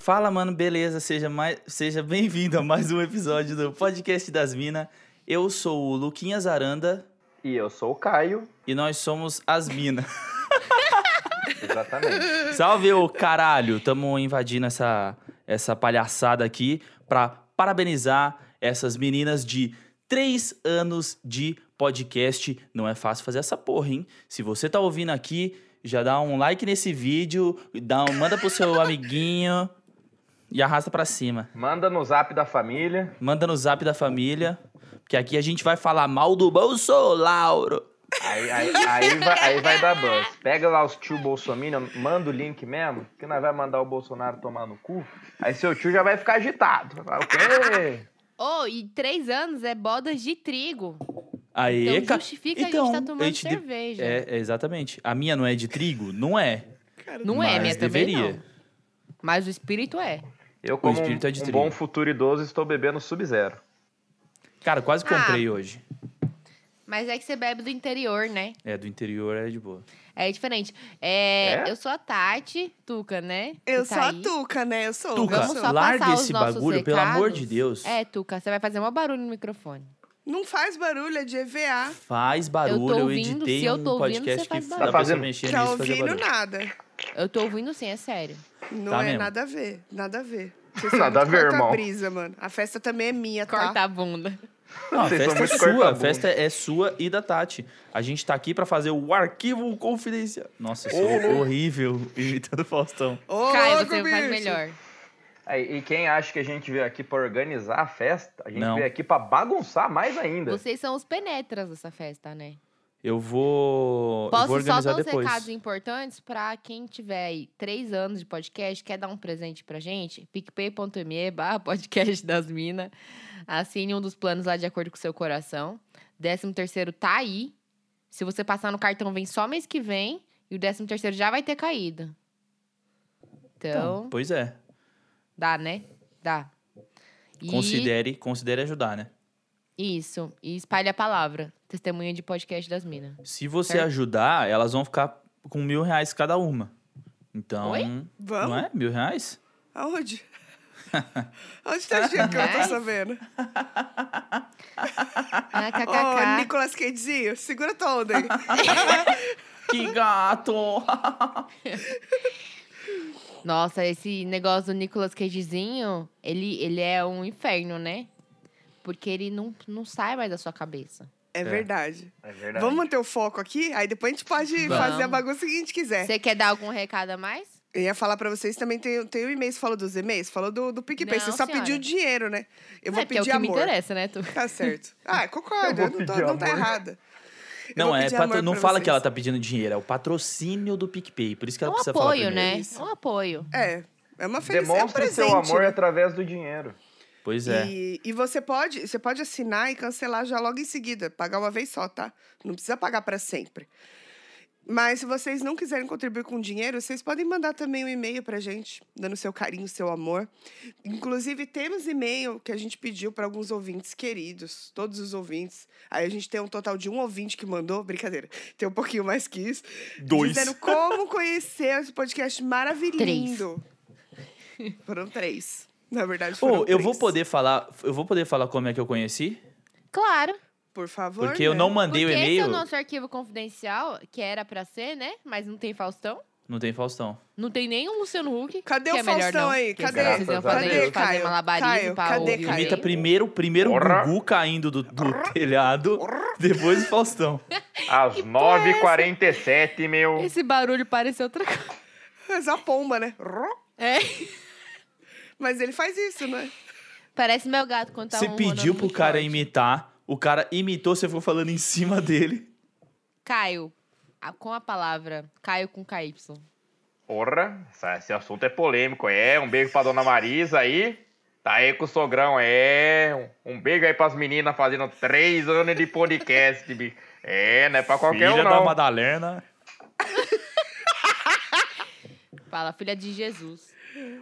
Fala, mano, beleza? Seja, mais... Seja bem-vindo a mais um episódio do Podcast das Minas. Eu sou o Luquinhas Aranda E eu sou o Caio. e nós somos as Minas. Exatamente. Salve, ô caralho! Tamo invadindo essa, essa palhaçada aqui pra parabenizar essas meninas de três anos de podcast. Não é fácil fazer essa porra, hein? Se você tá ouvindo aqui, já dá um like nesse vídeo, dá um- manda pro seu amiguinho e arrasta pra cima. Manda no zap da família. Manda no zap da família, porque aqui a gente vai falar mal do Bolsolauro. Aí, aí, aí vai, aí vai dar buzz. Pega lá os tio Bolsonaro, manda o link mesmo, que nós vai mandar o Bolsonaro tomar no cu. Aí seu tio já vai ficar agitado. Vai falar, o quê? Oh, e três anos é bodas de trigo. Aí, Então ca- justifica então, a gente tá tomando a gente de- cerveja. É, é, exatamente. A minha não é de trigo? Não é. não é, mas minha também deveria. não. Mas o espírito é. Eu, como um, espírito é de um trigo. bom futuro idoso, estou bebendo sub-zero. Cara, quase Ah. comprei hoje. Mas é que você bebe do interior, né? É, do interior é de boa. É diferente. É, É? Eu sou a Tati, Tuca, né? Que Eu tá sou a aí. Tuca, né? Eu sou. Tuca, eu vamos sou. só larga passar os esse nossos bagulho, pelo amor de recados? Deus. É, Tuca, você vai fazer um barulho no microfone. Não faz barulho, é de EVA. Faz barulho, eu, Eu tô ouvindo, editei se eu um tô ouvindo, podcast você faz que barulho. dá Tá pra você fazendo- mexer tá nisso e fazer ouvindo barulho. nada. Eu tô ouvindo sim, é sério. Não Tá é mesmo. nada a ver. Nada a ver. Vocês Nada sabem a que ver, corta irmão. A brisa, mano. A festa também é minha, tá? Corta a bunda. Não, a Vocês são festa é muito sua, a corta-bunda. festa é sua e da Tati. A gente tá aqui pra fazer o arquivo confidencial. Nossa, eu sou Ô, horrível imitando o Faustão. Ô, Caio, louco, você faz bicho. melhor. Aí, e quem acha que a gente veio aqui pra organizar a festa, a gente Não. veio aqui pra bagunçar mais ainda. Vocês são os penetras dessa festa, né? Eu vou, eu Posso vou só organizar dar uns depois. recados importantes pra quem tiver aí três anos de podcast, quer dar um presente pra gente? picpay.me barra podcast das minas. Assine um dos planos lá de acordo com o seu coração. Décimo terceiro tá aí. Se você passar no cartão, vem só mês que vem. E o décimo terceiro já vai ter caído. Então, Então, pois é. dá, né? Dá. E- Considere, considere ajudar, né? Isso. E espalhe a palavra. Testemunha de podcast das minas. Se você Certo. ajudar, elas vão ficar com mil reais cada uma. Então, Oi? não Vamos? é? Mil reais? Aonde? Onde tá achando que eu não tô Nice. sabendo? Ah, Ô, kkk. Nicolas Cagezinho, segura tua onda aí. Que gato! Nossa, esse negócio do Nicolas Cagezinho, ele, ele é um inferno, né? Porque ele não, não sai mais da sua cabeça. É verdade. É verdade. Vamos manter o foco aqui? Aí depois a gente pode Vamos. fazer a bagunça que a gente quiser. Você quer dar algum recado a mais? Eu ia falar pra vocês também, tem, tem o e-mail, você falou dos e-mails? Falou do, do PicPay, Não, você só senhora. pediu dinheiro, né? Eu Não vou é, porque pedir é o que me amor. interessa, né, tu? Tá certo. Ah, concordo. Eu Eu, vou não, tô, pedir não tá amor. errada. Eu Não vou é, pedir patro- amor não pra fala que vocês. ela tá pedindo dinheiro, é o patrocínio do PicPay, por isso que É ela um precisa falar apoio, primeiro. né? Isso. É um apoio. É. É uma felicidade. É um Demonstre presente. seu amor né? através do dinheiro. né? Pois é. E, e você pode, você pode assinar e cancelar já logo em seguida, pagar uma vez só, tá? Não precisa pagar para sempre. Mas se vocês não quiserem contribuir com dinheiro, vocês podem mandar também um e-mail pra gente, dando seu carinho, seu amor. Inclusive, temos e-mail que a gente pediu para alguns ouvintes queridos, todos os ouvintes. Aí a gente tem um total de um ouvinte que mandou, brincadeira, tem um pouquinho mais que isso. Dizendo como conhecer esse podcast maravilhoso. Foram três. Na verdade, Pô, foram eu vou três. poder falar, eu vou poder falar como é que eu conheci? Claro. Por favor. Porque eu né? não mandei porque o esse é um e-mail. o nosso arquivo confidencial, que era pra ser, né? Mas não tem Faustão. Não tem Faustão. Não tem nem o Luciano Huck. Cadê que o é melhor Faustão não, aí? porque Cadê? Vocês iam fazer, Cadê, fazer Caio? malabarismo Caio, pra cadê, ouvir o Caio? Imita e-mail. primeiro, primeiro Orra. Gugu caindo do, do telhado, depois o Faustão. Às Que porra é essa? 9h47, meu. Esse barulho parece outra coisa. Mas a pomba, né? Ró. É. Mas ele faz isso, né? Parece meu gato quando tá você ronronando pediu pro muito cara forte. imitar, o cara imitou, você ficou falando em cima dele. Caio, a- com a palavra. Caio com KY. Porra, essa- esse assunto é polêmico, é. Um beijo pra dona Marisa aí. Tá aí com o sogrão, é. Um um beijo aí pras meninas fazendo três anos de podcast, bicho. É, não é pra qualquer Filha um, da não. Madalena. Fala, filha de Jesus.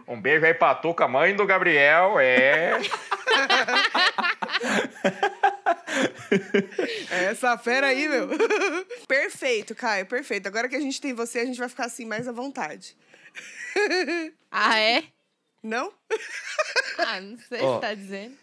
Um beijo aí pra Tuca, mãe do Gabriel, é. É essa fera aí, meu. perfeito, Caio, perfeito. Agora que a gente tem você, a gente vai ficar assim mais à vontade. Ah, é? Não? Ah, não sei o Ó. que tá dizendo.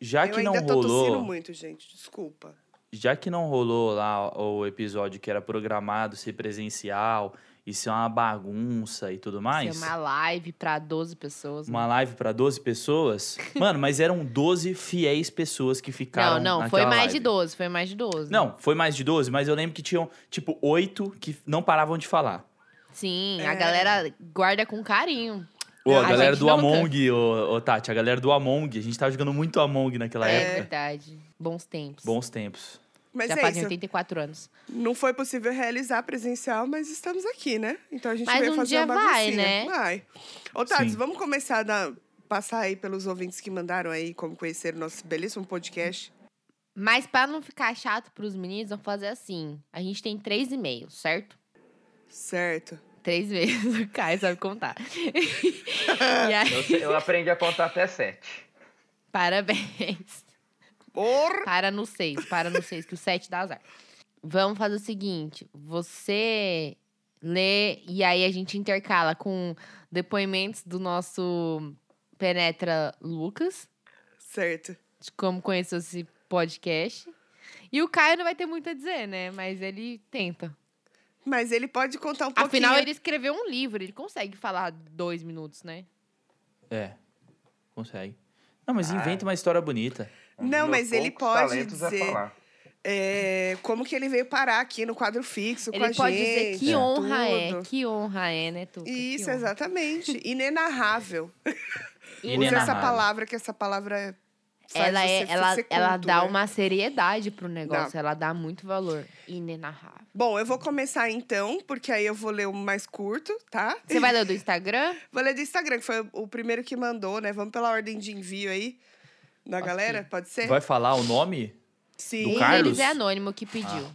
Já eu que ainda não tô tossindo rolou, muito, gente. Desculpa. já que não rolou lá o o episódio que era programado ser presencial e ser uma bagunça e tudo mais. Ser é uma né? live pra 12 pessoas. Uma live pra 12 pessoas? Mano, mas eram 12 fiéis pessoas que ficaram. não, não, foi naquela mais live. de 12, foi mais de 12. Não, foi mais de 12, mas eu lembro que tinham, tipo, 8 que não paravam de falar. Sim, É. a galera guarda com carinho. Ô, a A galera gente do não Among, ô, ô, Tati, a galera do Among, a gente tava jogando muito Among naquela É, época. verdade. Bons tempos. Bons tempos. Mas Já um é fazem isso. 84 anos. Não foi possível realizar presencial, mas estamos aqui, né? Então a gente Mas veio um fazer dia uma vai, baguncinha. né? Vai. Ô, Tati, Sim. vamos começar a dar- passar aí pelos ouvintes que mandaram aí como conhecer o nosso belíssimo podcast. Mas pra não ficar chato pros meninos, vamos fazer assim. A gente tem três e-mails, certo? Certo. Três e-mails. O Caio sabe contar. e aí, Eu, eu aprendi a contar até sete. parabéns. Por... Para no 6, para no 6, que o 7 dá azar. Vamos fazer o seguinte: você lê e aí a gente intercala com depoimentos do nosso Penetra Lucas, Certo. de como conheceu esse podcast. E o Caio não vai ter muito a dizer, né? Mas ele tenta. Mas ele pode contar um pouquinho. Afinal, ele escreveu um livro, ele consegue falar dois minutos, né? É, consegue. Não, mas Ah. inventa uma história bonita. Um Não, dos mas ele poucos pode talentos a dizer- falar. É, como que ele veio parar aqui no quadro fixo com a ele gente. pode dizer que tudo. honra é, que honra é, né, Tuca? Que Isso, honra. exatamente. Inenarrável. Usa essa Inenarrável. palavra, que essa palavra é- faz ela, é, você ela, ser ela culto, dá né? uma seriedade pro negócio, ela dá muito valor. Inenarrável. Bom, eu vou começar então, porque aí eu vou ler o mais curto, tá? Você vai ler do Instagram? Vou ler do Instagram, que foi o primeiro que mandou, né? Vamos pela ordem de envio aí da Ok. galera, pode ser? Vai falar o nome? Sim. Do Um Carlos? deles é anônimo que pediu.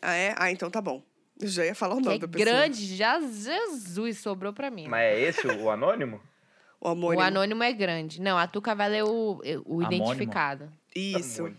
Ah, é? Ah, então tá bom. Eu já ia falar o que nome é da pessoa. grande, já Jesus sobrou pra mim. Mas é esse o o anônimo? O amor. O anônimo é grande. Não, a Tuca vai ler o, o Amônimo? identificado. Isso.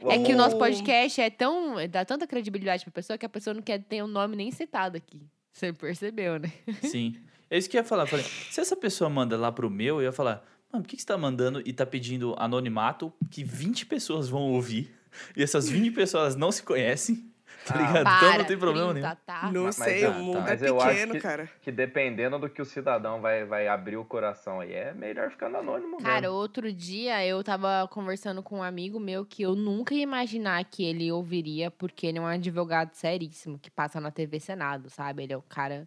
O É que o amor- nosso podcast é tão. dá tanta credibilidade pra pessoa que a pessoa não quer ter o nome nem citado aqui. Você percebeu, né? Sim. É isso que eu ia falar. Eu Falei, se essa pessoa manda lá pro meu, eu ia falar, mano, por que, que você tá mandando e tá pedindo anonimato que 20 pessoas vão ouvir e essas 20 pessoas não se conhecem? Tá Ah, ligado? então não tem problema 30, nenhum. Tá? Não Mas- sei, tá, o mundo tá. é Mas eu acho pequeno, que- cara. Que dependendo do que o cidadão vai, vai abrir o coração aí, é melhor ficando anônimo Né? Cara, mesmo. outro dia eu tava conversando com um amigo meu que eu nunca ia imaginar que ele ouviria, porque ele é um advogado seríssimo que passa na TV Senado, sabe? Ele é o cara.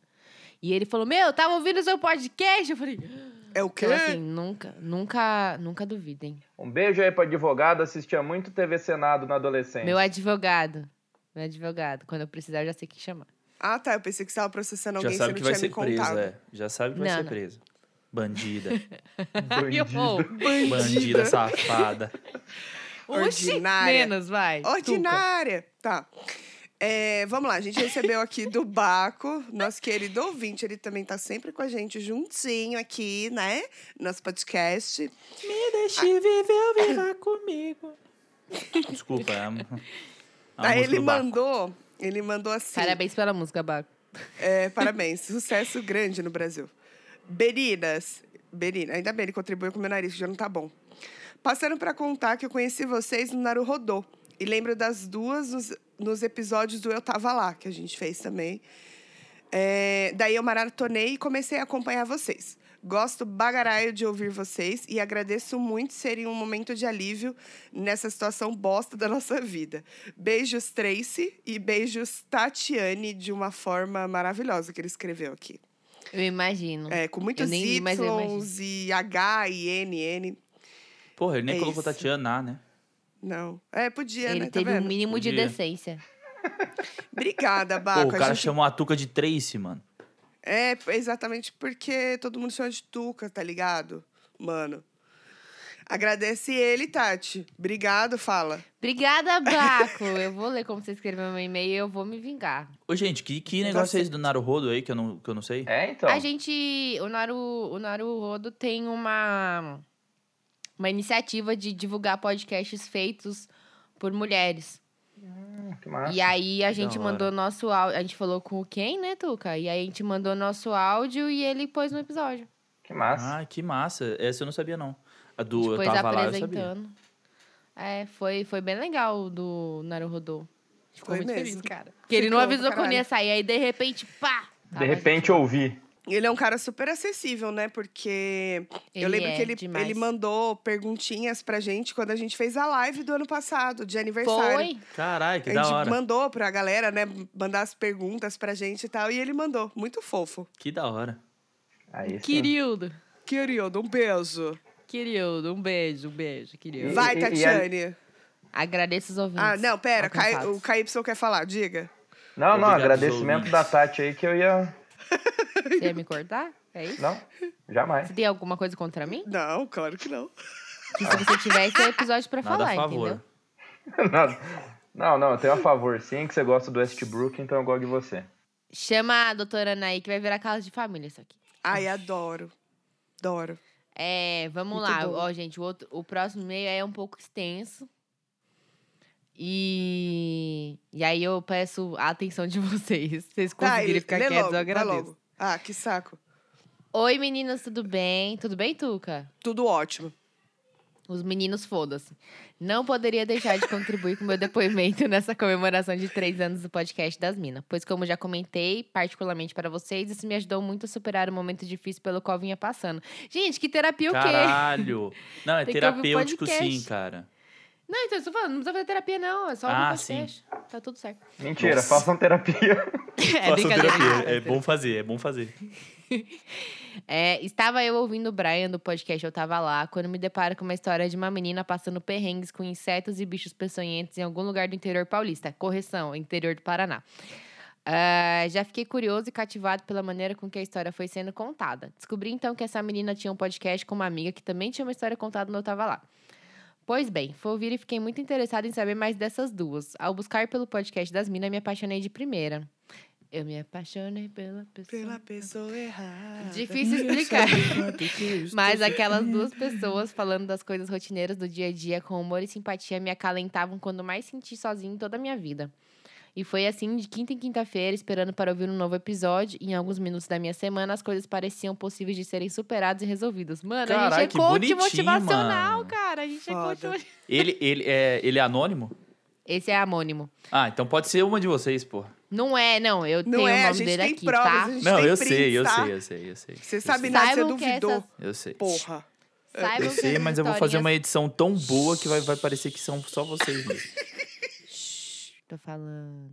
E ele falou: Meu, eu tava ouvindo seu podcast. Eu falei: É o quê? Então, assim, nunca, nunca, nunca duvidem. Um beijo aí pro advogado, assistia muito TV Senado na É. adolescência. Meu advogado. Meu advogado. Quando eu precisar, eu já sei quem chamar. Ah, tá. Eu pensei que você tava processando Já alguém, você sabe não que vai tinha me ser presa, contado. é. Já sabe que vai Não, ser não. presa. Bandida. Ai, eu vou. Bandida safada. Oxi, Ordinária. menos, vai. Tuca. Ordinária. Tá. É, vamos lá, a gente recebeu aqui do Baco, nosso querido ouvinte. Ele também tá sempre com a gente juntinho aqui, né? Nosso podcast. Me deixe viver, viva comigo. Desculpa, é a, a Aí música Tá, ele do Baco. mandou, ele mandou assim. Parabéns pela música, Baco. É, parabéns, sucesso grande no Brasil. Berinas. Berina, ainda bem, ele contribuiu com o meu nariz, que já não tá bom. Passando pra contar que eu conheci vocês no Naruhodô. E lembro das duas nos, nos episódios do Eu Tava Lá, que a gente fez também. É, daí eu maratonei e comecei a acompanhar vocês. Gosto bagaraio de ouvir vocês e agradeço muito serem um momento de alívio nessa situação bosta da nossa vida. Beijos, Tracy, e beijos, Tatiane, de uma forma maravilhosa que ele escreveu aqui. Eu imagino. É, com muitos nem li, mas eu Ys e H e N, N. Porra, ele nem É colocou isso. Tatiana, né? Não. É, podia, Ele né? Tá teve um vendo? mínimo de Podia. decência. Obrigada, Pô, Baco. o A cara gente- chamou a Tuca de Tracy, mano. É, exatamente porque todo mundo chama de Tuca, tá ligado? Mano. Agradece ele, Tati. Obrigado, fala. Obrigada, Baco. Eu vou ler como você escreveu meu e-mail e eu vou me vingar. Ô, gente, que, que Tá negócio é esse certo. do Naruhodo aí que eu não, que eu não sei? É, então. A gente, o Naru, o Naru Rodo tem uma uma iniciativa de divulgar podcasts feitos por mulheres. Hum, Que massa. E aí a que gente da hora. mandou nosso áudio, a gente falou com o Ken, né, Tuca? E aí a gente mandou nosso áudio e ele pôs no episódio. Que massa. Ah, que massa. Essa eu não sabia, não. A do Depois eu tava lá, eu sabia. apresentando. É, foi, foi bem legal o do Naruhodô. Ficou Foi muito mesmo. feliz, cara. Porque ele não Ficou, avisou que eu caralho. ia sair, aí de repente, pá! Tava De repente ouvi. Ele é um cara super acessível, né? Porque Ele eu lembro é que ele, demais. ele mandou perguntinhas pra gente quando a gente fez a live do ano passado, de aniversário. Foi? Caralho, que a da gente hora. mandou pra galera, né? Mandar as perguntas pra gente e tal. E ele mandou. Muito fofo. Que da hora. Aí sim. Querido. Querido, um beijo. Querido, um beijo, um beijo, querido. E- Vai, e- e Tatiane. Agradeço os ouvintes. Ah, não, pera. Kai, alcançados. o KY quer falar, diga. Não, não, Obrigado, agradecimento ouvintes. da Tati aí que eu ia. Você ia me cortar? É isso? Não, jamais. Você tem alguma coisa contra mim? Não, claro que não. Que se você tiver, esse é o episódio pra Nada falar, a favor. entendeu? Nada. Não, não, eu tenho a favor, sim, que você gosta do Westbrook, então eu gosto de você. Chama a doutora Anaí, que vai virar casa de família isso aqui. Ai, adoro. Adoro. É, vamos Muito lá. bom. Ó, gente, o, outro, o próximo e-mail é um pouco extenso. E, e aí eu peço a atenção de vocês. Se vocês Tá, conseguirem ele- ficar lê quietos, logo, eu vai agradeço. logo. Ah, que saco. Oi, meninas, tudo bem? Tudo bem, Tuca? Tudo ótimo. Os meninos, foda-se. Não poderia deixar de contribuir com meu depoimento nessa comemoração de três anos do podcast das Minas. Pois, como já comentei, particularmente para vocês, isso me ajudou muito a superar o momento difícil pelo qual vinha passando. Gente, que terapia o quê? Caralho. Não, é Tem que ouvir o terapêutico sim, podcast. cara. Não, então, eu tô falando, não precisa fazer terapia, não. É só Ah, ah, sim. podcast. Tá tudo certo. Mentira, Nossa. façam terapia. É Façam brincadeira. terapia. brincadeira. É bom fazer, é bom fazer. É, estava eu ouvindo o Brian do podcast Eu Tava Lá, quando me deparo com uma história de uma menina passando perrengues com insetos e bichos peçonhentos em algum lugar do interior paulista. Correção, interior do Paraná. Ah, já fiquei curioso e cativado pela maneira com que a história foi sendo contada. Descobri então que essa menina tinha um podcast com uma amiga que também tinha uma história contada no Eu Tava Lá. Pois bem, fui ouvir e fiquei muito interessada em saber mais dessas duas. Ao buscar pelo podcast das minas, me apaixonei de primeira. Eu me apaixonei pela pessoa. Pela pessoa errada. Difícil explicar. Mas aquelas duas pessoas falando das coisas rotineiras do dia a dia com humor e simpatia me acalentavam quando mais senti sozinho em toda a minha vida. E foi assim, de quinta em quinta-feira, esperando para ouvir um novo episódio. Em alguns minutos da minha semana, as coisas pareciam possíveis de serem superadas e resolvidas. Mano, a Carai, gente que é coach bonitinho, motivacional, mano. cara. A gente é coach Foda. motivacional. Ele, ele, é, ele é anônimo? Esse é amônimo. Ah, então pode ser uma de vocês, pô. Não é, não. Eu Não tenho é, o a nome gente dele tem aqui, provas, tá? a gente Não, tem eu sei, prints, eu tá? sei, eu sei, eu sei. Você eu sabe sei, nada, você Saibam que duvidou. essas- Eu sei. Porra. Saibam Eu que sei, essas mas eu vou fazer historinhas- uma edição tão boa que vai, vai parecer que são só vocês mesmo. Shhh, Tô falando.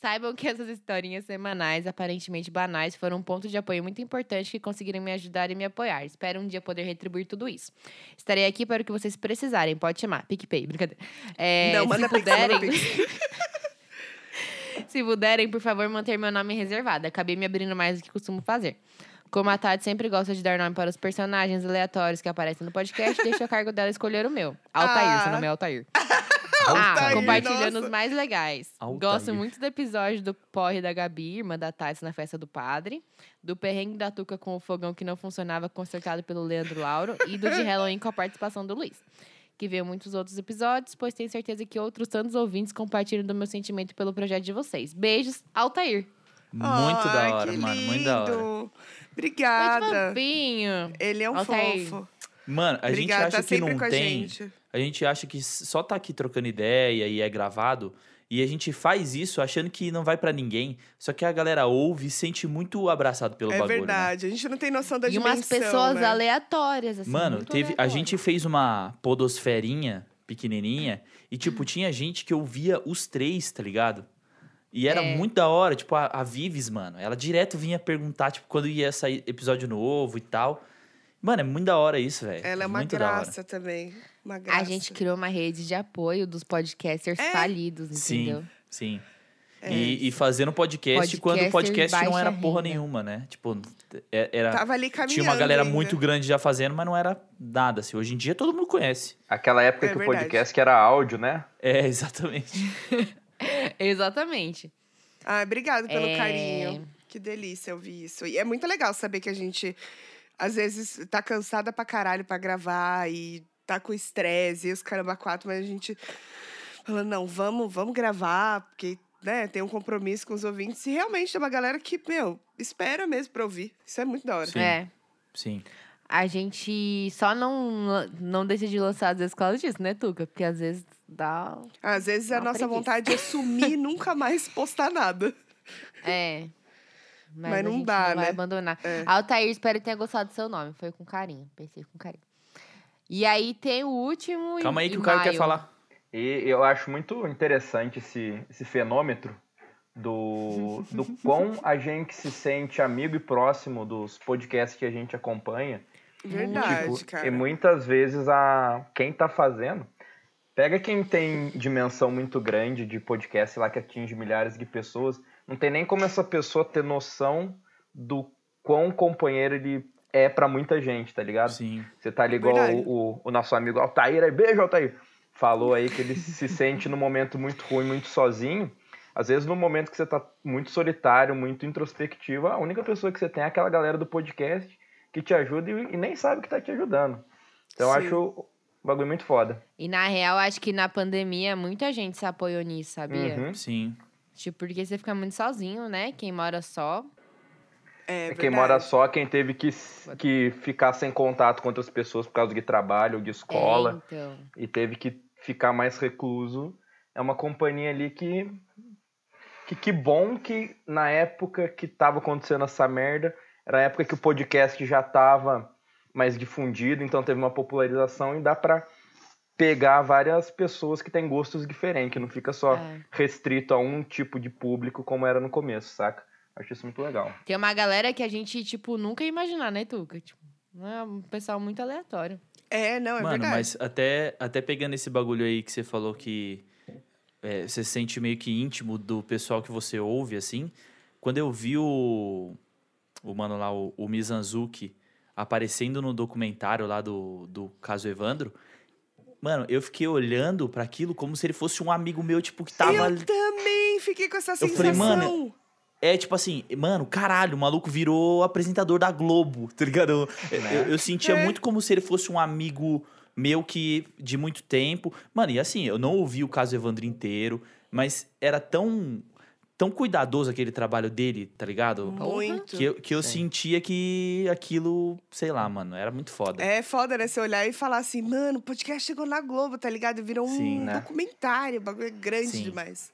Saibam que essas historinhas semanais, aparentemente banais, foram um ponto de apoio muito importante que conseguiram me ajudar e me apoiar. Espero um dia poder retribuir tudo isso. Estarei aqui para o que vocês precisarem. Pode chamar. PicPay, brincadeira. É, Não, se manda pix, manda puderem, se puderem, por favor, manter meu nome reservado. Acabei me abrindo mais do que costumo fazer. Como a Tati sempre gosta de dar nome para os personagens aleatórios que aparecem no podcast, deixo a cargo dela escolher o meu. Altair, Ah. seu nome é Altair. Altair, ah, compartilhando nossa. os mais legais. Altair. Gosto muito do episódio do porre da Gabi, irmã da Tati, na festa do padre. Do perrengue da Tuca com o fogão que não funcionava, consertado pelo Leandro Lauro. E do de Halloween com a participação do Luiz. Que veio muitos outros episódios, pois tenho certeza que outros tantos ouvintes compartilham do meu sentimento pelo projeto de vocês. Beijos, Altair. Muito Ai, da hora, que mano. Muito da hora. lindo. Muito Obrigada. fofinho. Ele é um Altair. fofo. Mano, a Obrigada, gente tá acha que sempre não com a tem. gente. É A gente acha que só tá aqui trocando ideia e é gravado. E a gente faz isso achando que não vai pra ninguém. Só que a galera ouve e sente muito abraçado pelo É bagulho. né? verdade. A gente não tem noção da E dimensão, umas pessoas né? aleatórias, assim. Mano, muito teve, a aleatórias. gente fez uma podosferinha pequenininha e, tipo, tinha gente que ouvia os três, tá ligado? E era É. muito da hora, tipo, a, a Vives, mano, ela direto vinha perguntar, tipo, quando ia sair episódio novo e tal. Mano, é muito da hora isso, velho. Ela é uma muito da hora. graça também. Uma graça. A gente criou uma rede de apoio dos podcasters É. falidos, Sim. entendeu? Sim. E, e fazendo podcast, Podcaster quando o podcast não baixa era porra renda. nenhuma, né? Tipo, é- era, Tava ali caminhando tinha uma galera ainda. muito grande já fazendo, mas não era nada. Assim. Hoje em dia todo mundo conhece. Aquela época É que o verdade. podcast que era áudio, né? É, exatamente. Exatamente. Ah, obrigada pelo É. carinho. Que delícia ouvir isso. E é muito legal saber que a gente, às vezes, tá cansada pra caralho pra gravar e tá com estresse e os caramba quatro, mas a gente falando, não, vamos, vamos gravar, porque, né, tem um compromisso com os ouvintes. E realmente é uma galera que, meu, espera mesmo pra ouvir. Isso é muito da hora. Sim. É. Sim. A gente só não, não deixa de lançar às vezes por causa disso, né, Tuca? Porque às vezes dá. um Às vezes a Uma nossa preguiça. vontade é sumir e nunca mais postar nada. É. Mas a não gente dá, não vai né? abandonar. É. Altair, espero que tenha gostado do seu nome. Foi com carinho. Pensei com carinho. E aí tem o último. em- Calma aí que em o Caio quer maio. falar. E eu acho muito interessante esse, esse fenômeno do, do quão a gente se sente amigo e próximo dos podcasts que a gente acompanha. Verdade, Tipo, é cara. E muitas vezes a quem tá fazendo. Pega quem tem dimensão muito grande de podcast sei lá que atinge milhares de pessoas. Não tem nem como essa pessoa ter noção do quão companheiro ele é pra muita gente, tá ligado? Sim. Você tá ali igual É Verdade. o, o- o nosso amigo Altair aí, beijo Altair. Falou aí que ele se sente num momento muito ruim, muito sozinho. Às vezes, no momento que você tá muito solitário, muito introspectivo, a única pessoa que você tem é aquela galera do podcast que te ajuda e, e nem sabe que tá te ajudando. Então, eu Sim. acho o bagulho muito foda. E na real, acho que na pandemia muita gente se apoiou nisso, sabia? Uhum. Sim. Tipo, porque você fica muito sozinho, né? Quem mora só. É, quem verdade. mora só, quem teve que, s- que ficar sem contato com outras pessoas por causa de trabalho ou de É, escola então. e teve que ficar mais recluso. É uma companhia ali que. Que, que bom que na época que tava acontecendo essa merda, era a época que o podcast já tava mais difundido, então teve uma popularização e dá pra pegar várias pessoas que têm gostos diferentes, não fica só É. restrito a um tipo de público como era no começo, saca? Acho isso muito legal. Tem uma galera que a gente, tipo, nunca ia imaginar, né, Tuca? Tipo, é um pessoal muito aleatório. É, não, é Mano, verdade. mas até, até pegando esse bagulho aí que você falou que é, você se sente meio que íntimo do pessoal que você ouve, assim. Quando eu vi o, o mano lá, o, o Mizanzuki, aparecendo no documentário lá do, do caso Evandro, mano, eu fiquei olhando pra aquilo como se ele fosse um amigo meu, tipo, que tava. ali- Eu também fiquei com essa Eu sensação. falei, mano, É tipo assim, mano, caralho, o maluco virou apresentador da Globo, tá ligado? Eu, né? eu- eu sentia É. muito como se ele fosse um amigo meu que de muito tempo. Mano, e assim, eu não ouvi o caso Evandro inteiro, mas era tão tão cuidadoso aquele trabalho dele, tá ligado? Muito. Que eu, que eu Sim. sentia que aquilo, sei lá, mano, era muito foda. É foda, né? Você olhar e falar assim, mano, o podcast chegou na Globo, tá ligado? Virou um Sim, né? documentário, o bagulho é grande Sim. demais.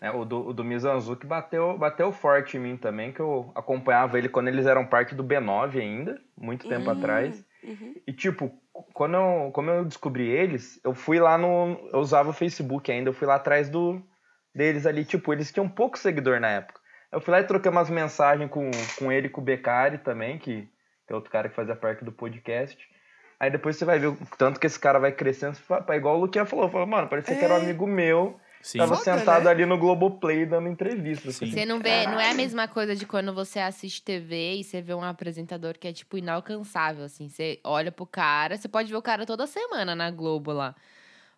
É, o do, o do Mizanzuki bateu, bateu forte em mim também, que eu acompanhava ele quando eles eram parte do B9 ainda, muito tempo atrás. E tipo, quando eu, como eu descobri eles, eu fui lá no. Eu usava o Facebook ainda, eu fui lá atrás do deles ali. Tipo, eles tinham pouco seguidor na época. Eu fui lá e troquei umas mensagens com, com ele e com o Becari também, que, que é outro cara que fazia parte do podcast. Aí depois você vai ver o tanto que esse cara vai crescendo. Você fala, "Pá, igual o Luquinha falou, falou, mano, parecia que era um É. amigo meu. Sim. Tava Foda, sentado né? ali no Globoplay dando entrevista. Sim. assim. Você não vê, não é a mesma coisa de quando você assiste TV e você vê um apresentador que é tipo inalcançável assim, você olha pro cara, você pode ver o cara toda semana na Globo lá.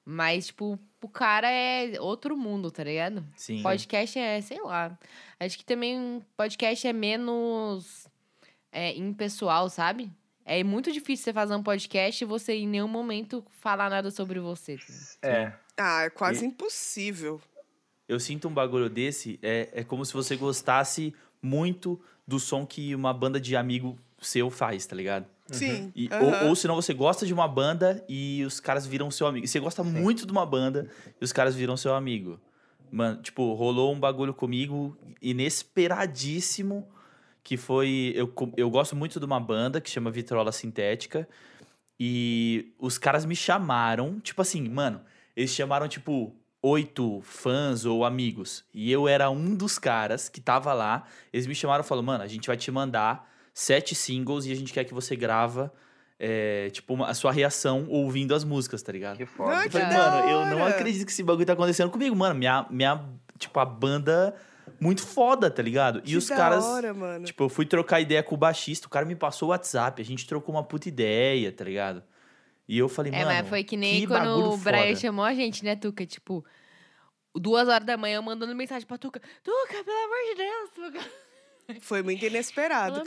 Mas tipo, o cara é outro mundo, tá ligado? Sim. Podcast é, sei lá. Acho que também podcast é menos é, impessoal, sabe? É muito difícil você fazer um podcast e você em nenhum momento falar nada sobre você. tá É. Ah, é quase impossível. Eu sinto um bagulho desse, é, é como se você gostasse muito do som que uma banda de amigo seu faz, tá ligado? Sim. E- ou- aham. ou, senão você gosta de uma banda e os caras viram seu amigo. E você gosta muito de uma banda e os caras viram seu amigo. Mano, tipo, rolou um bagulho comigo inesperadíssimo. Que foi. Eu, co- eu gosto muito de uma banda que chama Vitrola Sintética. E os caras me chamaram, tipo assim, mano, eles chamaram, tipo, oito fãs ou amigos. E eu era um dos caras que tava lá. Eles me chamaram e falaram, mano, a gente vai te mandar sete singles e a gente quer que você grava, é, tipo, uma- a sua reação ouvindo as músicas, tá ligado? Que foda. Ai, Eu falei, que da mano, eu não hora." acredito que esse bagulho tá acontecendo comigo, mano. Minha, minha tipo, a banda muito foda, tá ligado? E Que os da caras. Hora, mano. Tipo, eu fui trocar ideia com o baixista, o cara me passou o WhatsApp, a gente trocou uma puta ideia, tá ligado? E eu falei, É, mano. mas foi que nem que quando bagulho o Brian foda. chamou a gente, né, Tuca? Tipo, duas horas da manhã eu mandando mensagem pra Tuca. Tuca, pelo amor de Deus, Tuca. Foi muito inesperado,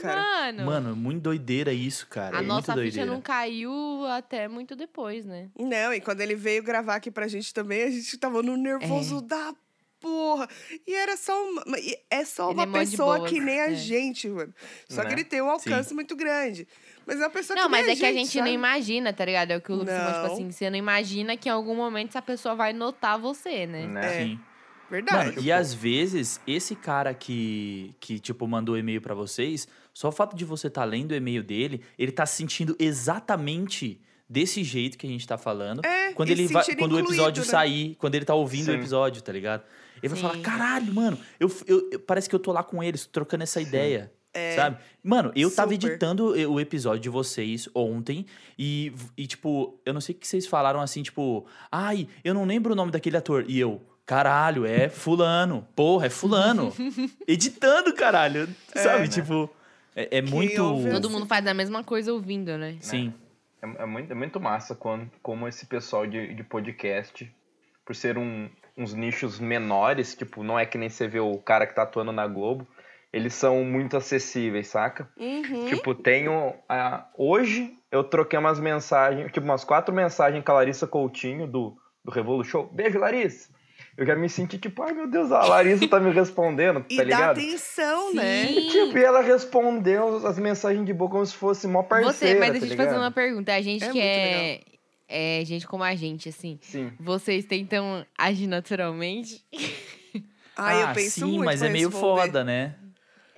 Falou, cara. Mano, Mano, muito doideira isso, cara. a é nossa muito ficha doideira. não caiu até muito depois, né? É. Não, e quando ele veio gravar aqui pra gente também, a gente tava no nervoso da porra. E era só uma, e é só Ele uma é mó de pessoa boa, que nem a né? é. gente, mano. Só Né? que ele tem um alcance muito grande. Mas é uma pessoa Não, que nem mas é que a gente não sabe? imagina, tá ligado? É o que o Lucas falou, tipo Não. assim, você não imagina que em algum momento essa pessoa vai notar você, né? né? É. Sim. Verdade. Mano, e às vezes, esse cara que, que tipo, mandou e-mail pra vocês, só o fato de você tá lendo o e-mail dele, ele tá se sentindo exatamente desse jeito que a gente tá falando. É, quando e ele se vai, sentir quando o episódio incluído, né? sair, quando ele tá ouvindo o Sim. episódio, tá ligado? Ele vai falar, Sim. caralho, mano, eu, eu- eu- parece que eu tô lá com eles, trocando essa ideia. É. Sabe? Mano, eu tava Super. editando o o episódio de vocês ontem e, e, tipo, eu não sei o que vocês falaram assim, tipo, ai, eu não lembro o nome daquele ator. E eu, caralho, é Fulano. Porra, é Fulano. Editando, caralho. Sabe? né? Tipo, é, é Quem muito. ouve- Todo mundo faz a mesma coisa ouvindo, né? Sim. É, é muito, é muito massa quando, como esse pessoal de, de podcast, por ser um- uns nichos menores, tipo, não é que nem você vê o cara que tá atuando na Globo, eles são muito acessíveis, saca? Uhum. Tipo, tenho. a- hoje eu troquei umas mensagens, tipo, umas quatro mensagens com a Larissa Coutinho do, do Revolu Show. Beijo, Larissa! Eu já me senti tipo, ai meu Deus, a Larissa tá me respondendo, E tá dá ligado? atenção, Sim. né? E, tipo, e ela respondeu as mensagens de boa como se fosse mó parceira, Você, mas tá deixa eu te ligado? fazer uma pergunta. A gente É que muito é, é gente como a gente, assim, Sim. vocês tentam agir naturalmente? Ai, eu penso sim, muito mas é pra meio responder. foda, né?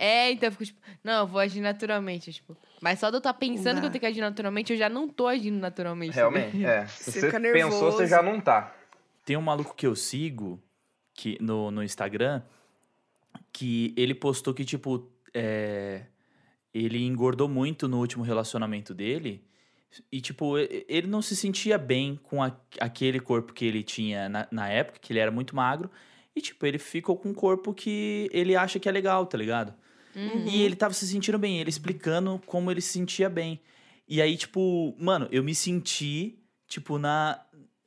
É, então eu fico tipo, não, eu vou agir naturalmente, tipo. Mas só de eu estar pensando Dá. que eu tenho que agir naturalmente, eu já não tô agindo naturalmente. né? também. Realmente, é. Se Você você fica pensou, nervoso. você já não tá. Tem um maluco que eu sigo que, no, no Instagram que ele postou que, tipo, é, ele engordou muito no último relacionamento dele. E, tipo, e- ele não se sentia bem com a- aquele corpo que ele tinha na, na época, que ele era muito magro. E, tipo, ele ficou com um corpo que ele acha que é legal, tá ligado? Uhum. E ele tava se sentindo bem, ele explicando como ele se sentia bem. E aí, tipo, mano, eu me senti, tipo, na.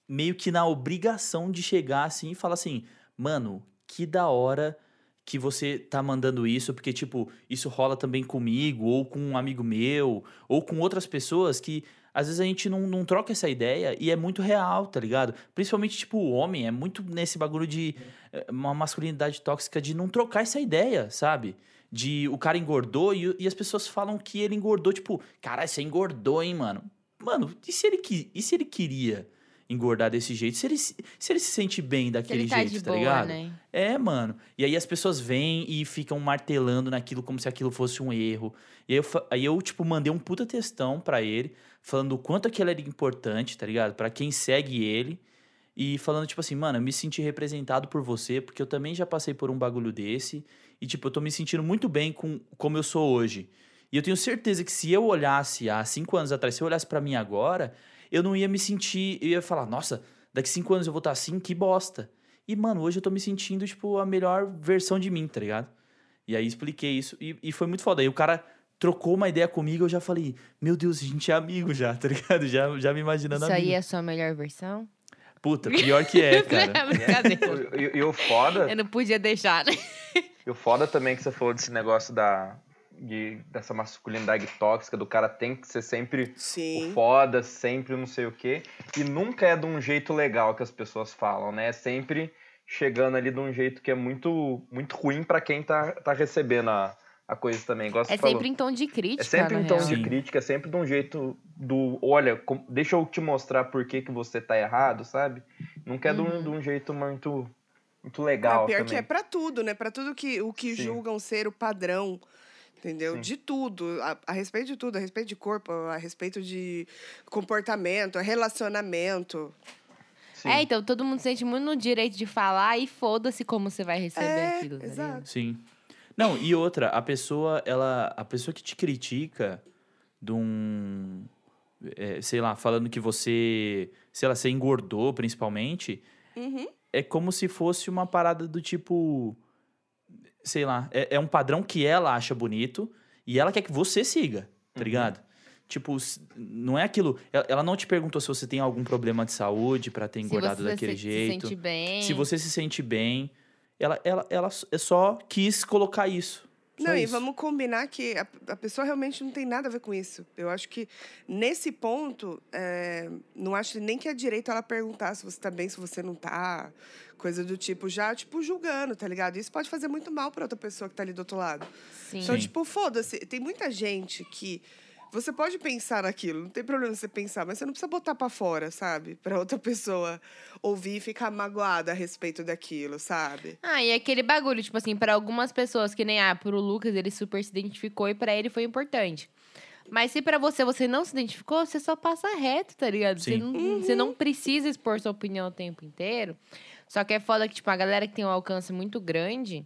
meio que na obrigação de chegar assim e falar assim, mano, que da hora que você tá mandando isso, porque, tipo, isso rola também comigo, ou com um amigo meu, ou com outras pessoas que. Às vezes a gente não, não troca essa ideia e é muito real, tá ligado? Principalmente, tipo, o homem é muito nesse bagulho de eh, uma masculinidade tóxica de não trocar essa ideia, sabe? de o cara engordou e, e as pessoas falam que ele engordou, tipo, caralho, você engordou, hein, mano? Mano, e se ele, qui- e se ele queria engordar desse jeito? Se ele se, se ele se sente bem Se daquele ele tá jeito, de tá boa, ligado? né? É, mano. E aí as pessoas vêm e ficam martelando naquilo como se aquilo fosse um erro. E aí eu, fa- aí eu tipo, mandei um puta textão pra ele, falando o quanto aquilo era importante, tá ligado? Pra quem segue ele. E falando, tipo assim, mano, eu me senti representado por você, porque eu também já passei por um bagulho desse. E, tipo, eu tô me sentindo muito bem com como eu sou hoje. E eu tenho certeza que se eu olhasse há cinco anos atrás, se eu olhasse pra mim agora, eu não ia me sentir. Eu ia falar, nossa, daqui cinco anos eu vou estar assim, que bosta. E, mano, hoje eu tô me sentindo, tipo, a melhor versão de mim, tá ligado? E aí expliquei isso e, e foi muito foda. Aí o cara trocou uma ideia comigo, eu já falei, meu Deus, a gente é amigo já, tá ligado? Já, já me imaginando Isso amigo. aí é a sua melhor versão? Puta, pior que é, cara. Brincadeira. E, e- e o foda Eu não podia deixar, né? E o foda também é que você falou desse negócio da. de- dessa masculinidade tóxica, do cara tem que ser sempre o Sim. foda, sempre o não sei o quê. E nunca é de um jeito legal que as pessoas falam, né? É sempre chegando ali de um jeito que é muito, muito ruim pra quem tá, tá recebendo a, a coisa também. Igual você É falou. sempre em tom de crítica, É sempre na um tom real. de Sim. crítica, é sempre de um jeito do, olha, com- deixa eu te mostrar por que, que você tá errado, sabe? Nunca é de, um, de Uhum. um jeito muito, muito Ah, legal. Mas pior também. que é pra tudo, né? Pra tudo que o que Sim. julgam ser o padrão. Entendeu? Sim. De tudo. A, a respeito de tudo, a respeito de corpo, a respeito de comportamento, relacionamento. Sim. É, então todo mundo se sente muito no direito de falar e foda-se como você vai receber É, aquilo. tá ligado? exato. Sim. Não, e outra, a pessoa, ela. A pessoa que te critica de um. é, sei lá, falando que você. Sei lá, você engordou principalmente. Uhum. É como se fosse uma parada do tipo. Sei lá, é, é um padrão que ela acha bonito e ela quer que você siga, tá Uhum. ligado? Tipo, s- não é aquilo. Ela, ela não te perguntou se você tem algum problema de saúde pra ter engordado se você daquele se, jeito. Se sente bem. Se você se sente bem, ela, ela, ela s- é só quis colocar isso, Só Não, e isso. vamos combinar que a, a pessoa realmente não tem nada a ver com isso. Eu acho que nesse ponto, é, não acho nem que é direito ela perguntar se você tá bem, se você não tá, coisa do tipo, já, tipo, julgando, tá ligado? Isso pode fazer muito mal pra outra pessoa que tá ali do outro lado. Sim. Então, Sim. tipo, foda-se. Tem muita gente que. Você pode pensar naquilo, não tem problema você pensar, mas você não precisa botar pra fora, sabe? Pra outra pessoa ouvir e ficar magoada a respeito daquilo, sabe? Ah, e aquele bagulho, tipo assim, pra algumas pessoas, que nem, ah, pro Lucas ele super se identificou e pra ele foi importante. Mas se pra você você não se identificou, você só passa reto, tá ligado? Você Sim. não, Uhum. você não precisa expor sua opinião o tempo inteiro. Só que é foda que, tipo, a galera que tem um alcance muito grande,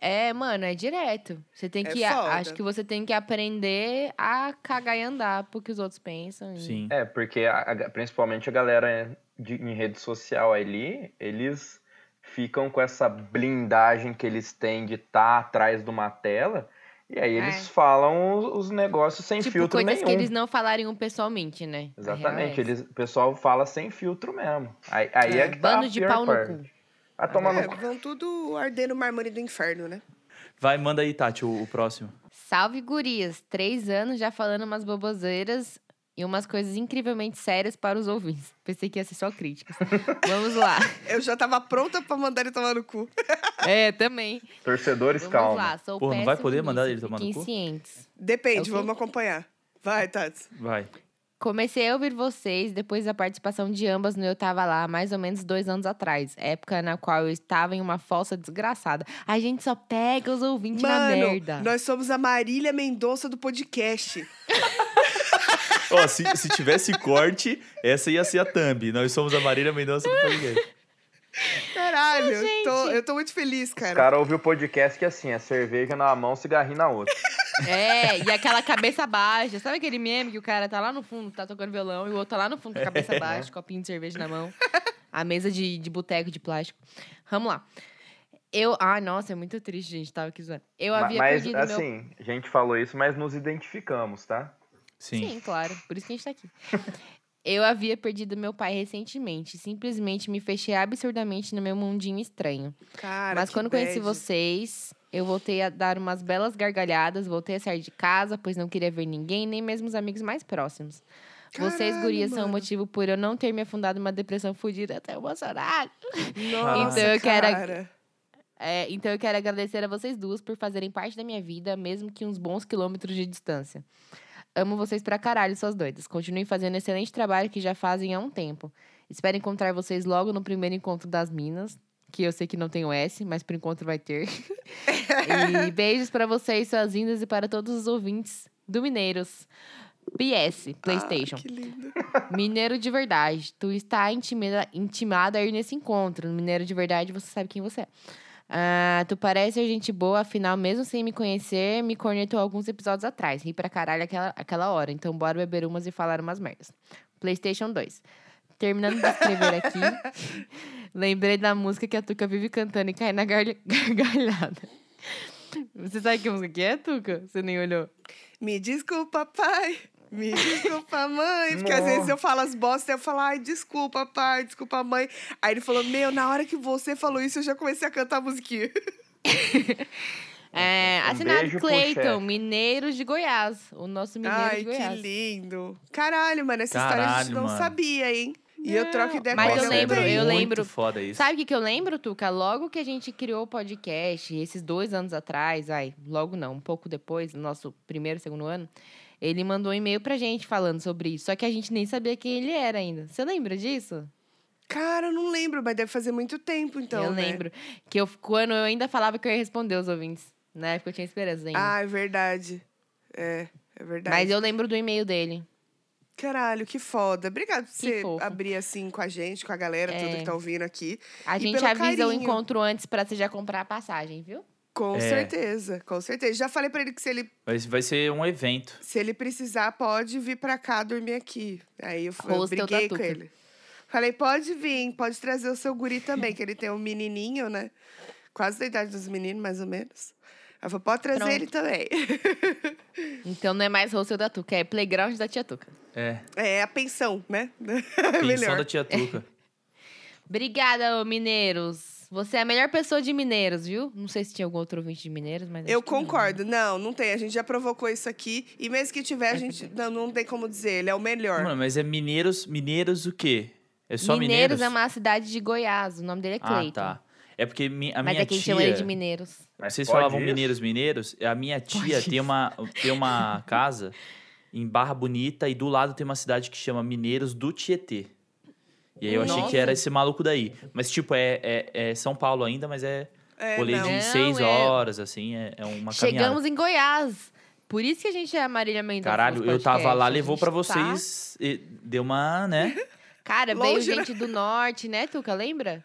é, mano, é direto. Você tem É que. a- foda. acho que você tem que aprender a cagar e andar pro que os outros pensam. e- Sim. É, porque a- a- principalmente a galera de- em rede social ali, eles ficam com essa blindagem que eles têm de estar atrás de uma tela, e aí eles É. falam os, os negócios sem Tipo, filtro coisas nenhum. que eles não falariam pessoalmente, né? A real é Exatamente, essa. eles, o pessoal fala sem filtro mesmo. Aí, aí é, É, que tá bando a de pior pau no parte. cu. Vai tomar É, no cu. vão tudo arder no mármore do inferno, né? Vai, manda aí, Tati, o, o próximo. Salve gurias! Três anos já falando umas boboseiras e umas coisas incrivelmente sérias para os ouvintes. Pensei que ia ser só críticas. Vamos lá. Eu já tava pronta pra mandar ele tomar no cu. É, também. Torcedores, Vamos calma. lá, sou Pô, não vai péssima poder nisso, mandar ele tomar no fiquem cu? cientes. É o Depende, quê? vamos acompanhar. Vai, Tati. Vai. Comecei a ouvir vocês depois da participação de ambas no Eu Tava Lá, mais ou menos dois anos atrás. Época na qual eu estava em uma falsa desgraçada. A gente só pega os ouvintes na Mano, merda. nós somos a Marília Mendonça do podcast. Ó, se, se tivesse corte, essa ia ser a thumb. Nós somos a Marília Mendonça do podcast. Caralho, eu tô, gente. eu tô muito feliz, O cara. cara ouviu o podcast que é assim, é cerveja na mão, cigarrinho na outra. É, e aquela cabeça baixa. Sabe aquele meme que o cara tá lá no fundo, tá tocando violão, e o outro tá lá no fundo com a É. cabeça baixa, um copinho de cerveja na mão. A mesa de, de boteco de plástico. Vamos lá. Eu. Ai, nossa, é muito triste, gente. Tava aqui zoando. Eu Ma- havia mas, perdido meu assim, a gente falou isso, mas nos identificamos, tá? Sim. claro. Por isso que a gente tá aqui. Eu havia perdido meu pai recentemente. Simplesmente me fechei absurdamente no meu mundinho estranho. Cara, Mas que quando conheci bad. vocês, eu voltei a dar umas belas gargalhadas, voltei a sair de casa, pois não queria ver ninguém, nem mesmo os amigos mais próximos. vocês, Caralho, gurias, são o mano. motivo por eu não ter me afundado numa depressão fodida até emocionada. Nossa, Então eu quero- cara. É, então eu quero agradecer a vocês duas por fazerem parte da minha vida, mesmo que uns bons quilômetros de distância. Amo vocês pra caralho, suas doidas. Continuem fazendo excelente trabalho que já fazem há um tempo. Espero encontrar vocês logo no primeiro encontro das Minas, que eu sei que não tem o S, mas por enquanto vai ter. e beijos pra vocês, suas lindas, e para todos os ouvintes do Mineiros. PS, PlayStation. Ah, que lindo. Mineiro de verdade, tu está intimida, intimado a ir nesse encontro. No Mineiro de verdade, você sabe quem você é. Ah, tu parece ser gente boa, afinal, mesmo sem me conhecer, me cornetou alguns episódios atrás. Ri pra caralho aquela, aquela hora. Então, bora beber umas e falar umas merdas. PlayStation 2. Terminando de escrever aqui, lembrei da música que a Tuca vive cantando e cai na garga- gargalhada. Você sabe que música que é, Tuca? Você nem olhou. Me desculpa, pai. Me desculpa, mãe. Porque às Nossa. vezes eu falo as bostas e eu falo, ai, desculpa, pai, desculpa, mãe. Aí ele falou, meu, na hora que você falou isso, eu já comecei a cantar a musiquinha. É, Um assinado beijo pro Cleiton, chefe. Mineiros de Goiás. O nosso mineiro Ai, de que Goiás. lindo. Caralho, mano, essa história a gente Caralho, não mano. sabia, hein? E eu Não, troco ideia Mas com eu ele Nossa, é lembro, também. eu muito lembro- foda isso. Sabe o que, que eu lembro, Tuca? Logo que a gente criou o podcast, esses dois anos atrás, ai, logo não, um pouco depois, no nosso primeiro, segundo ano, ele mandou um e-mail pra gente falando sobre isso. Só que a gente nem sabia quem ele era ainda. Você lembra disso? Cara, eu não lembro, mas deve fazer muito tempo, então, eu né? lembro. Que eu, quando eu ainda falava que eu ia responder os ouvintes. Na época eu tinha esperança ainda. Ah, é verdade. É, é verdade. Mas eu lembro do e-mail dele. Caralho, que foda. Obrigado por você fofo. abrir assim com a gente, com a galera, tudo É. que tá ouvindo aqui. A E gente pelo avisa o carinho. encontro antes pra você já comprar a passagem, viu? Com É. certeza, com certeza. Já falei pra ele que se ele, Vai, vai ser um evento. se ele precisar, pode vir pra cá dormir aqui. Aí eu, eu Hostel da briguei com Tuca. ele. Falei, pode vir, pode trazer o seu guri também, que ele tem um menininho, né? Quase da idade dos meninos, mais ou menos. Ela falou, pode trazer Pronto. ele também. Então não é mais hostel da Tuca, é playground da tia Tuca. É. É a pensão, né? Pensão Melhor. da Tia Tuca. Obrigada, ô mineiros. Você é a melhor pessoa de Mineiros, viu? Não sei se tinha algum outro ouvinte de Mineiros, mas. Eu acho que não, né? concordo. Não, não tem. A gente já provocou isso aqui. E mesmo que tiver, a gente. Não, não tem como dizer. Ele é o melhor. Mano, mas é Mineiros. Mineiros o quê? É só Mineiros? Mineiros é uma cidade de Goiás. O nome dele é Cleiton. Ah, tá. É porque mi- a Mas minha é quem tia. é chama ele de Mineiros. Mas Vocês pode falavam isso? mineiros, mineiros? A minha tia Pode tem uma, tem uma casa em Barra Bonita e do lado tem uma cidade que chama Mineiros do Tietê. E aí eu achei que Nossa. era esse maluco daí. Mas, tipo, é, é, é São Paulo ainda, mas é É, rolê não. de Não, seis é- horas, assim, é, é uma caminhada. Chegamos em Goiás. Por isso que a gente é a Marília Mendonça. Caralho, dos eu tava podcasts. lá, A levou gente pra tá- vocês, e deu uma, né? Cara, Longe, né? veio gente do norte, né, Tuca? Lembra?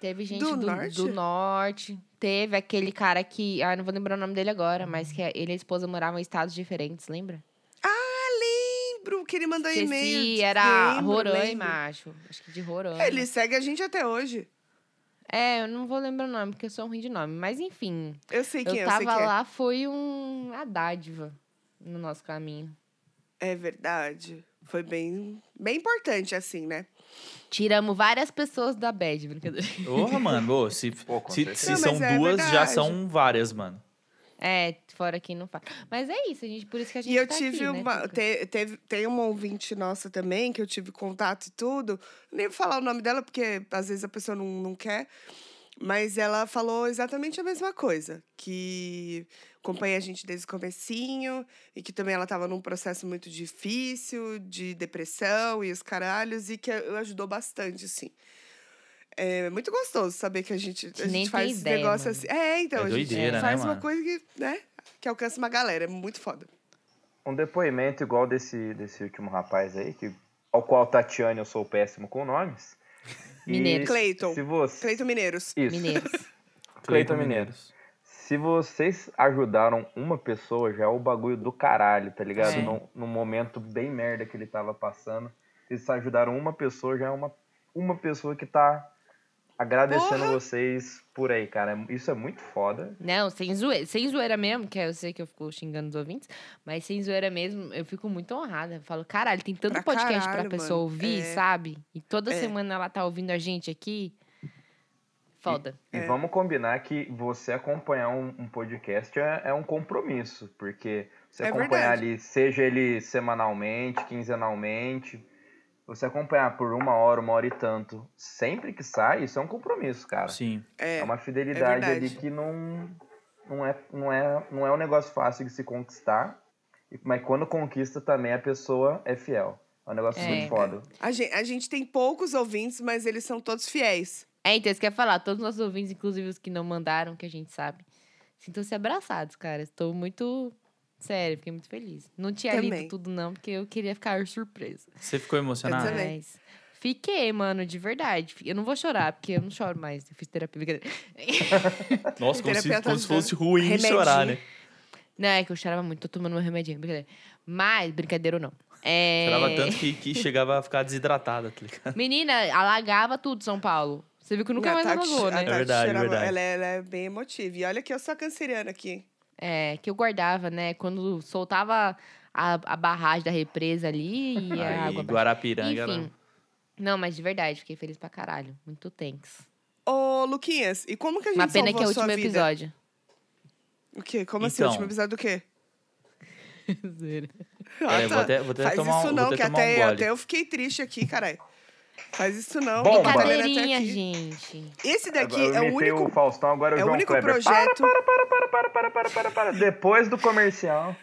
Teve gente Do do, do norte? norte? Teve aquele cara que. Ah, não vou lembrar o nome dele agora, mas que ele e a esposa moravam em estados diferentes, lembra? Lembro que ele mandou Esqueci, e-mail. era Lembro, Roraima, lembro. acho. Acho que de Roraima. Ele segue a gente até hoje. É, eu não vou lembrar o nome, porque eu sou ruim de nome. Mas enfim, Eu sei eu quem é, eu sei tava quem lá, foi um... a dádiva no nosso caminho. é. É verdade. Foi bem, bem importante, assim, né? Tiramos várias pessoas da bad, brincadeira. Porra, mano, ô, se, Pô, com se- certeza. se Não, são mas é duas, já verdade. são várias, mano. É, fora quem não faz. Mas é isso, a gente, por isso que a gente E eu tá tive aqui, né, uma. Tuca? te- teve, tem uma ouvinte nossa também, que eu tive contato e tudo. Nem vou falar o nome dela, porque às vezes a pessoa não, não quer. Mas ela falou exatamente a mesma coisa. Que acompanha a gente desde o comecinho e que também ela estava num processo muito difícil de depressão e os caralhos, e que a- ajudou bastante, assim. É muito gostoso saber que a gente, a nem tem gente faz esse ideia, negócio mano. assim. É, então, É a gente doideira, né, faz uma mano? coisa que, né, que alcança uma galera. É muito foda. um depoimento igual desse, desse último rapaz aí, que, ao qual Tatiane eu sou péssimo com nomes. E Mineiro. Cleiton. Se você, Cleiton Mineiros. isso. Mineiros. Cleiton Mineiros. Se vocês ajudaram uma pessoa, já é o bagulho do caralho, tá ligado? É. Num, num momento bem merda que ele tava passando. Vocês ajudaram uma pessoa, já é uma, uma pessoa que tá agradecendo Porra! vocês por aí, cara. Isso é muito foda. Não, sem zoeira, sem zoeira mesmo, que eu sei que eu fico xingando os ouvintes, mas sem zoeira mesmo, eu fico muito honrada. Eu falo, caralho, tem tanto Pra podcast caralho, pra pessoa mano. ouvir, É. sabe? E toda É. semana ela tá ouvindo a gente aqui. Foda. E É. vamos combinar que você acompanhar um, um podcast é, é um compromisso, porque você É acompanhar verdade. ali, seja ele semanalmente, quinzenalmente, você acompanhar por uma hora, uma hora e tanto, sempre que sai, isso é um compromisso, cara. Sim. É. É uma fidelidade é ali verdade. que não, não, é, não, é, não é um negócio fácil de se conquistar, e- mas quando conquista também a pessoa é fiel. É um negócio É. muito foda. A gente, a gente tem poucos ouvintes, mas eles são todos fiéis. É, então isso quer falar, todos os nossos ouvintes, inclusive os que não mandaram, que a gente sabe, sintam-se abraçados, cara. Estou muito. Sério, fiquei muito feliz. Não tinha Também. lido tudo, não, porque eu queria ficar surpresa. Você ficou emocionado? também. Mas fiquei, mano, de verdade. Eu não vou chorar, porque eu não choro mais. Eu fiz terapia. brincadeira. Nossa, como se, Terapeuta como se ajudando. fosse ruim Remedinho. chorar, né? Não, é que eu chorava muito, tô tomando meu remedinho, brincadeira. Mas, brincadeira ou não. É... Chorava tanto que, que chegava a ficar desidratada, tá ligado? Menina, alagava tudo São Paulo. Você viu que nunca E a mais Tati- alagou, a né? Tati É verdade, cheirava- verdade. Ela, é- ela é bem emotiva. E olha que eu sou a canceriana aqui. hein? É, que eu guardava, né? Quando soltava a, a barragem da represa ali e a Aí, né? água... Guarapiranga. Enfim. Era... Não, mas de verdade, fiquei feliz pra caralho. Muito thanks. Ô, Luquinhas, e como que a gente Uma pena salvou que é o a sua último vida? episódio. O quê? Como assim? O Então. último episódio do quê? Peraí, Ah, tá. é, vou até, vou até Faz tomar isso um, não, vou até que tomar até, um gole. até eu fiquei triste aqui, caralho. Faz isso não. Bomba. tô com a galera tá até Brincadeirinha, aqui. gente. Esse Eu- daqui eu é o imitei o único, Faustão, agora o é o João único Kleber. projeto... Para, para, para, para, para, para, para. Depois do comercial.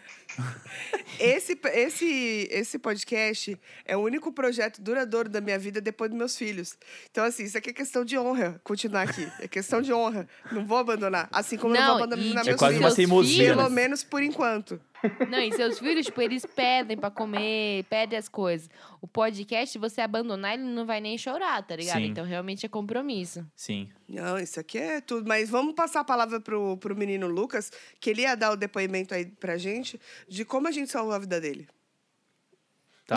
Esse, esse, esse podcast é o único projeto duradouro da minha vida depois dos meus filhos. Então, assim, isso aqui é questão de honra continuar aqui. É questão de honra. Não vou abandonar. Assim como eu não vou Não, e, abandonar tipo, meus É quase uma filhos. seus teimosia, né? filhos- Pelo menos por enquanto. Não, e seus filhos, tipo, eles pedem pra comer, pedem as coisas. O podcast, se você abandonar, ele não vai nem chorar, tá ligado? Sim. Então, realmente é compromisso. Sim. Não, isso aqui é tudo. Mas vamos passar a palavra pro, pro menino Lucas, que ele ia dar o depoimento aí pra gente de como a gente salvou a vida dele. Tá.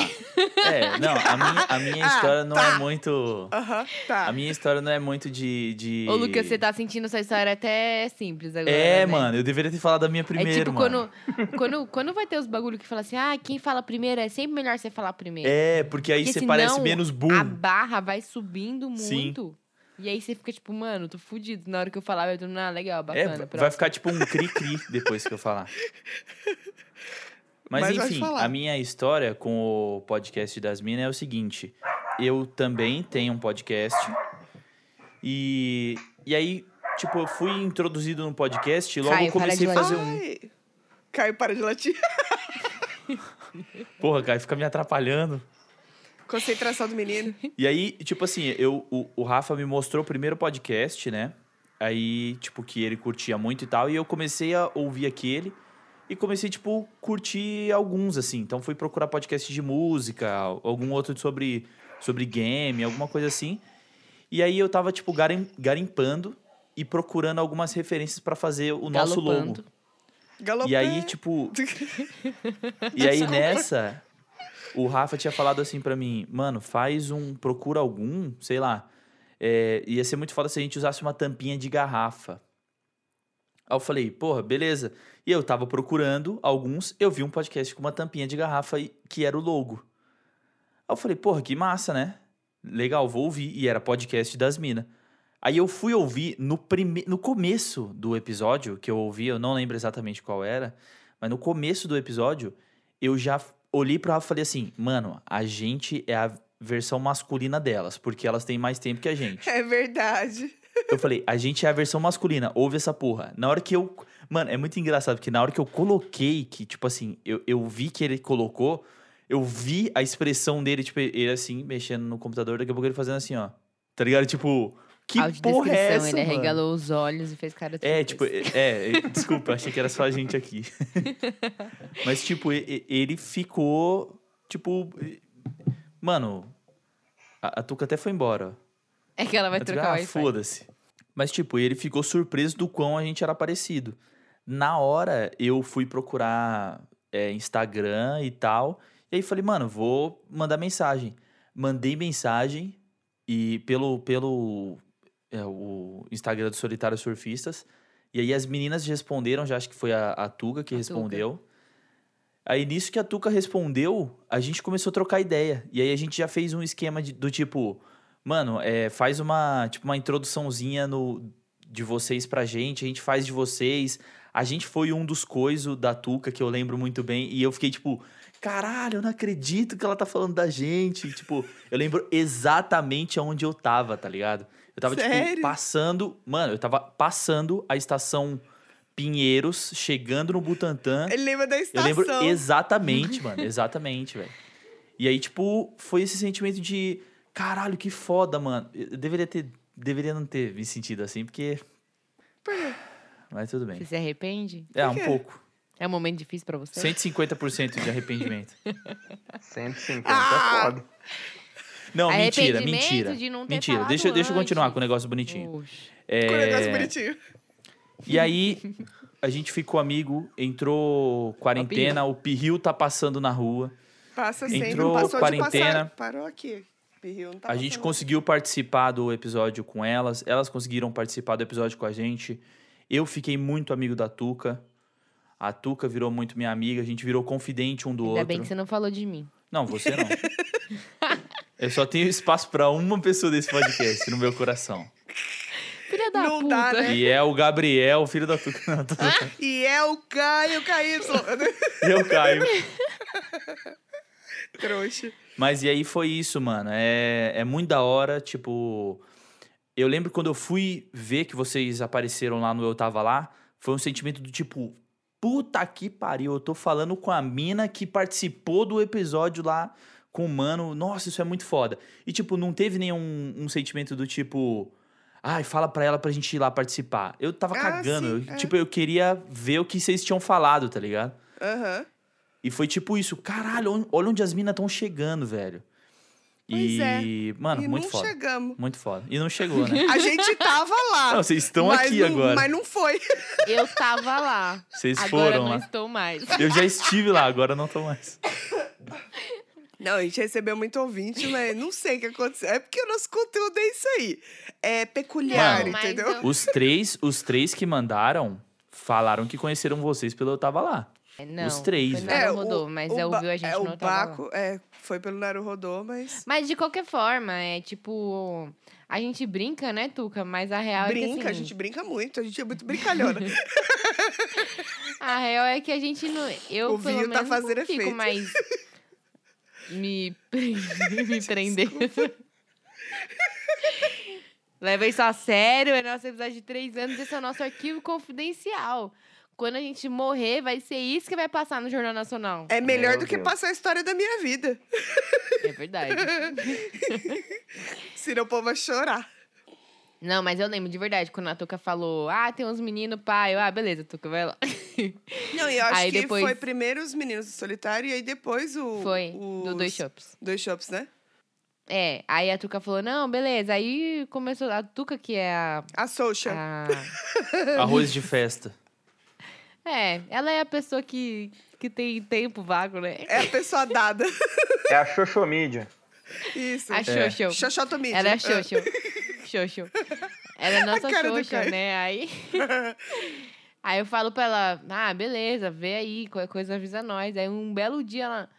É, não, a minha, a minha Ah, história não tá. é muito. Aham, tá. A minha história não é muito de. de... Ô, Lucas, você tá sentindo essa história até simples agora. É, né? mano, eu deveria ter falado da minha primeiro, é tipo mano. Quando, quando, quando vai ter os bagulho que fala assim, ah, quem fala primeiro é sempre melhor você falar primeiro. É, porque aí Porque você senão, parece menos burro. A barra vai subindo Sim. muito. E aí você fica tipo, mano, tô fudido. Na hora que eu falava, eu tô, ah, legal, É, bacana. vai próximo." ficar tipo um cri-cri depois que eu falar. Mas, Mas vai enfim, falar. a minha história com o podcast das minas é o seguinte. Eu também tenho um podcast. E, e aí, tipo, eu fui introduzido no podcast e logo Caio, eu para comecei de a fazer um... Ai. Caio, para de latir. Porra, cara, fica me atrapalhando. Concentração do menino. E aí, tipo assim, eu, o, o Rafa me mostrou o primeiro podcast, né? Aí, tipo, que ele curtia muito e tal. E eu comecei a ouvir aquele. E comecei, tipo, curtir alguns, assim. Então, fui procurar podcast de música, algum outro sobre, sobre game, alguma coisa assim. E aí, eu tava, tipo, garim- garimpando e procurando algumas referências pra fazer o nosso logo. Galopando. Galopé. E aí, tipo, e aí nessa, o Rafa tinha falado assim pra mim, mano, faz um, procura algum, sei lá. É, ia ser muito foda se a gente usasse uma tampinha de garrafa. Aí eu falei, porra, beleza. E eu tava procurando alguns, eu vi um podcast com uma tampinha de garrafa e- que era o logo. Aí eu falei, porra, que massa, né? Legal, vou ouvir. E era podcast das minas. Aí eu fui ouvir no, prime... no começo do episódio, que eu ouvi, eu não lembro exatamente qual era, mas no começo do episódio, eu já olhei pro Rafa e falei assim, mano, a gente é a versão masculina delas, porque elas têm mais tempo que a gente. É verdade. Eu falei, a gente é a versão masculina, ouve essa porra. Na hora que eu. Mano, é muito engraçado, porque na hora que eu coloquei, que, tipo assim, eu, eu vi que ele colocou, eu vi a expressão dele, tipo, ele assim, mexendo no computador, daqui a pouco ele fazendo assim, ó. Tá ligado? Tipo, que porra é essa? ele mano? arregalou os olhos e fez cara de É, surpresa. tipo, é, é, desculpa, achei que era só a gente aqui. Mas, tipo, e- e- ele ficou, tipo. e- Mano, a, a Tuca até foi embora. ó. É que ela vai Eu digo, trocar o ah, Wi-Fi. foda-se. Mas, tipo, ele ficou surpreso do quão a gente era parecido. Na hora, eu fui procurar é, Instagram e tal. E aí falei, mano, vou mandar mensagem. Mandei mensagem e pelo, pelo é, o Instagram do Solitário Surfistas. E aí as meninas responderam, já acho que foi a, a Tuga que A Tuca. respondeu. Aí nisso que a Tuca respondeu, a gente começou a trocar ideia. E aí a gente já fez um esquema de- do tipo, mano, é, faz uma, tipo, uma introduçãozinha no, de vocês pra gente, a gente faz de vocês. A gente foi um dos coisos da Tuca que eu lembro muito bem. E eu fiquei tipo, caralho, eu não acredito que ela tá falando da gente. E, tipo, eu lembro exatamente aonde eu tava, tá ligado? Eu tava, tipo, Sério? passando. Mano, eu tava passando a estação Pinheiros, chegando no Butantã. Ele lembra da Eu estação. lembro exatamente, mano. Exatamente, velho. E aí, tipo, foi esse sentimento de caralho, que foda, mano. Eu deveria ter. Deveria não ter me sentido assim, porque. Mas tudo Você bem. se arrepende? É, Por um quê? pouco. É um momento difícil pra você? 150% de arrependimento. 150 Ah! é foda. Não, mentira, Arrependimento mentira. de não ter mentira. falado Deixa, deixa eu continuar antes. com o negócio bonitinho. Poxa. É... Com o negócio bonitinho. E aí, a gente ficou amigo, entrou quarentena, o Pirril tá passando na rua. Passa sempre. Entrou Não passou de quarentena. passar. Parou aqui. Birril, não tá A gente passando. conseguiu participar do episódio com elas, elas conseguiram participar do episódio com a gente. Eu fiquei muito amigo da Tuca. A Tuca virou muito minha amiga, a gente virou confidente um do Ainda outro. bem que você não falou de mim. Não, você não. Eu só tenho espaço pra uma pessoa desse podcast no meu coração. Filha da Não puta. dá, né? E é o Gabriel, filho da Tuca. Não, tô- E é o Caio KY. Eu caio. Trouxa. Mas e aí foi isso, mano. É, é muito da hora, tipo. Eu lembro quando eu fui ver que vocês apareceram lá no Eu Tava Lá, foi um sentimento do tipo, puta que pariu, eu tô falando com a mina que participou do episódio lá com o mano. Nossa, isso é muito foda. E, tipo, não teve nenhum um sentimento do tipo. Ai, fala pra ela pra gente ir lá participar. Eu tava Ah, cagando. sim, eu- é. Tipo, eu queria ver o que vocês tinham falado, tá ligado? Aham. E foi tipo isso, caralho, on- olha onde as minas estão chegando, velho. Pois é. e, mano, E muito não foda. chegamos. Muito foda. E não chegou, né? A gente tava lá. não, vocês estão mas aqui não- agora. Mas é não foi. Eu tava lá. Vocês Agora foram não lá. estou mais. Eu já estive lá, agora não tô mais. Não, a gente recebeu muito ouvinte, mas não sei o que aconteceu. É porque o nosso conteúdo é isso aí. É peculiar, Mano, mas então, entendeu? eu- Os três, os três que mandaram falaram que conheceram vocês pelo eu tava lá. É, Não, Os três, né? foi velho. nada rodou, mas é, o ouviu Ba- a gente é, não o tava lá. Baco, é, Foi pelo Naruhodô, mas. Mas de qualquer forma, é tipo. A gente brinca, né, Tuca? Mas a real é que. brinca, a assim, gente brinca muito, a gente é muito brincalhona. A real é que a gente não. Eu, O pelo vinho menos, tá fazendo não fico efeito. mais. Me, pre- me prender. Leva isso a sério, é nosso episódio de três anos, esse é o nosso arquivo confidencial. Quando a gente morrer, vai ser isso que vai passar no Jornal Nacional. É melhor Meu do que Deus. passar a história da minha vida. É verdade. Senão o povo vai chorar. Não, mas eu lembro de verdade, quando a Tuca falou, ah, tem uns meninos, pai. Eu, ah, beleza, Tuca, vai lá. Não, e eu acho Aí que depois- foi primeiro os meninos do solitário e aí depois o. Foi, os... do Dois Shops. Dois shops, né? É, aí a Tuca falou, não, beleza. Aí começou, a Tuca que é a... A Social. Ah. a- Arroz de festa. É, ela é a pessoa que, que tem tempo vago, né? É a pessoa dada. É a Xoxomídia. Isso. A É. Xoxo. Xoxotomídia. Ela é a Xoxo. Xoxo. Ela é a nossa Ah. A cara do Xoxo, Caio. né? Aí... aí eu falo pra ela, ah, beleza, vê aí, qualquer coisa avisa nós. Aí um belo dia ela,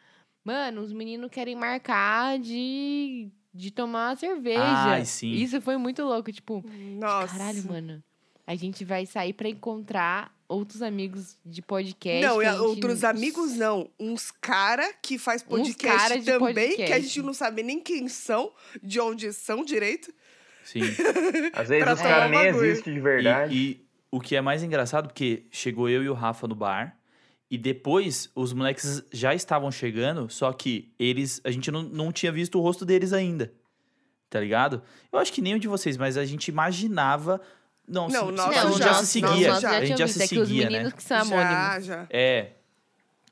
mano, os meninos querem marcar de, de tomar uma cerveja. Ai, sim. Isso foi muito louco, tipo, Ah, Nossa. caralho, mano, a gente vai sair pra encontrar outros amigos de podcast. Não, que e a gente- outros amigos não. Uns cara que faz cara podcast de também, que a podcast. gente não sabe nem quem são, de onde são direito. Sim. Às vezes Pra os tomar caras nem bagulho. existem de E- verdade. E, o que é mais engraçado, porque chegou eu e o Rafa no bar, e depois os moleques já estavam chegando, só que eles. A gente não, não tinha visto o rosto deles ainda. Tá ligado? Eu acho que nem um de vocês, mas a gente imaginava. Não, Não, se- nós a Não, gente já- já nós- se seguia. nós já a gente já tínhamos visto, se é que os seguia, né? meninos que são amônimos. já, já. É.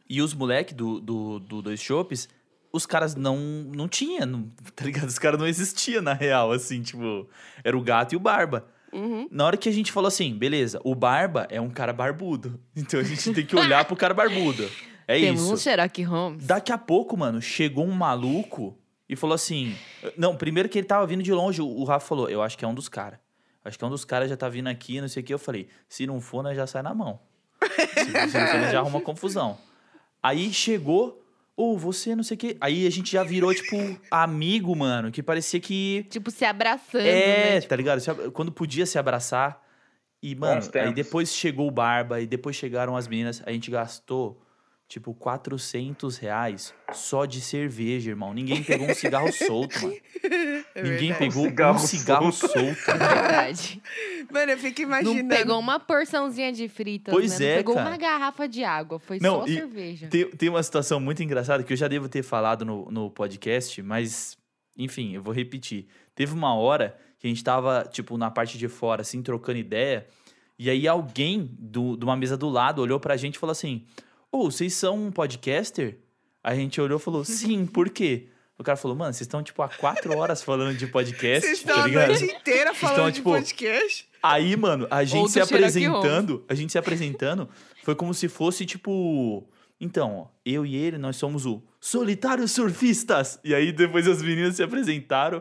E os moleques do, do, do Dois Chopes, os caras não, não tinha, não, tá ligado? Os caras não existiam, na real, assim, tipo... Era o gato e o barba. Uhum. Na hora que a gente falou assim, beleza, o barba é um cara barbudo. Então a gente tem que olhar pro cara barbudo. É Temos um isso. Sherlock Holmes. Daqui a pouco, mano, chegou um maluco e falou assim... Não, primeiro que ele tava vindo de longe, o- o Rafa falou, eu acho que é um dos caras. Acho que é um dos caras já tá vindo aqui, não sei o que. Eu falei, se não for, nós já sai na mão. Se não for, ele já arruma confusão. Aí chegou, ou você, não sei o que. Aí a gente já virou, tipo, amigo, mano, que parecia que... Tipo, se abraçando, É, né? tipo tá ligado? Se ab- Quando podia se abraçar. E, mano, aí tempos. depois chegou o Barba, e depois chegaram as meninas. A gente gastou, tipo, 400 reais só de cerveja, irmão. Ninguém pegou um cigarro solto, mano. É Ninguém verdade. pegou um cigarro, cigarro solto. É verdade. Mano, eu fico imaginando. Não pegou uma porçãozinha de fritas, Pois né? Não é, pegou cara. uma garrafa de água, foi Não, só e cerveja. Tem, tem uma situação muito engraçada que eu já devo ter falado no, no podcast, mas, enfim, eu vou repetir. Teve uma hora que a gente tava, tipo, na parte de fora, assim, trocando ideia, e aí alguém do, de uma mesa do lado olhou pra gente e falou assim: Ô, vocês são um podcaster? A gente olhou e falou: Sim, por quê? O cara falou: Mano, vocês estão, tipo, há quatro horas falando de podcast. Vocês tá estão a ligado?" noite inteira falando de tipo, podcast. Aí, mano, a gente Outro se Sherlock Holmes. apresentando, a gente se apresentando, foi como se fosse tipo, então, ó, eu e ele nós somos o solitário surfistas. E aí depois as meninas se apresentaram.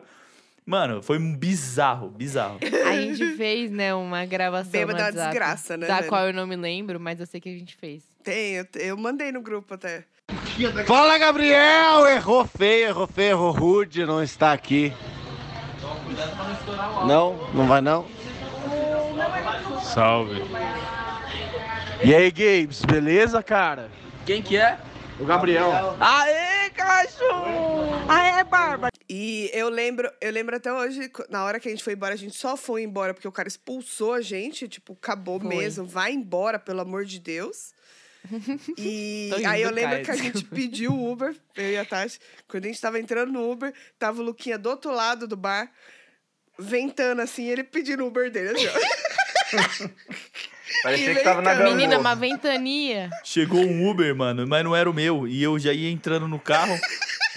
Mano, foi um bizarro, bizarro. A gente fez, né, uma gravação Bêbado no é uma WhatsApp, desgraça, né, Da velho? qual eu não me lembro, mas eu sei que a gente fez. Tem, eu, eu mandei no grupo até. Fala, Gabriel! Errou feio, errou feio, errou rude, não está aqui. Não, não vai não? Salve. E aí, Gabes, beleza, cara? Quem que é? O Gabriel. Aê, cachorro! Aê, barba! E eu lembro, eu lembro até hoje, co- na hora que a gente foi embora, a gente só foi embora porque o cara expulsou a gente, tipo, acabou Foi. mesmo, vai embora, pelo amor de Deus. E Tô aí eu rindo, lembro cara, que a gente pediu o Uber, eu e a Tati, quando a gente tava entrando no Uber, tava o Luquinha do outro lado do bar, ventando assim, ele pedindo o Uber dele, assim, ó. Parecia que tava na Inventando. Menina, é gaiola. uma ventania. Chegou um Uber, mano, mas não era o meu, e eu já ia entrando no carro.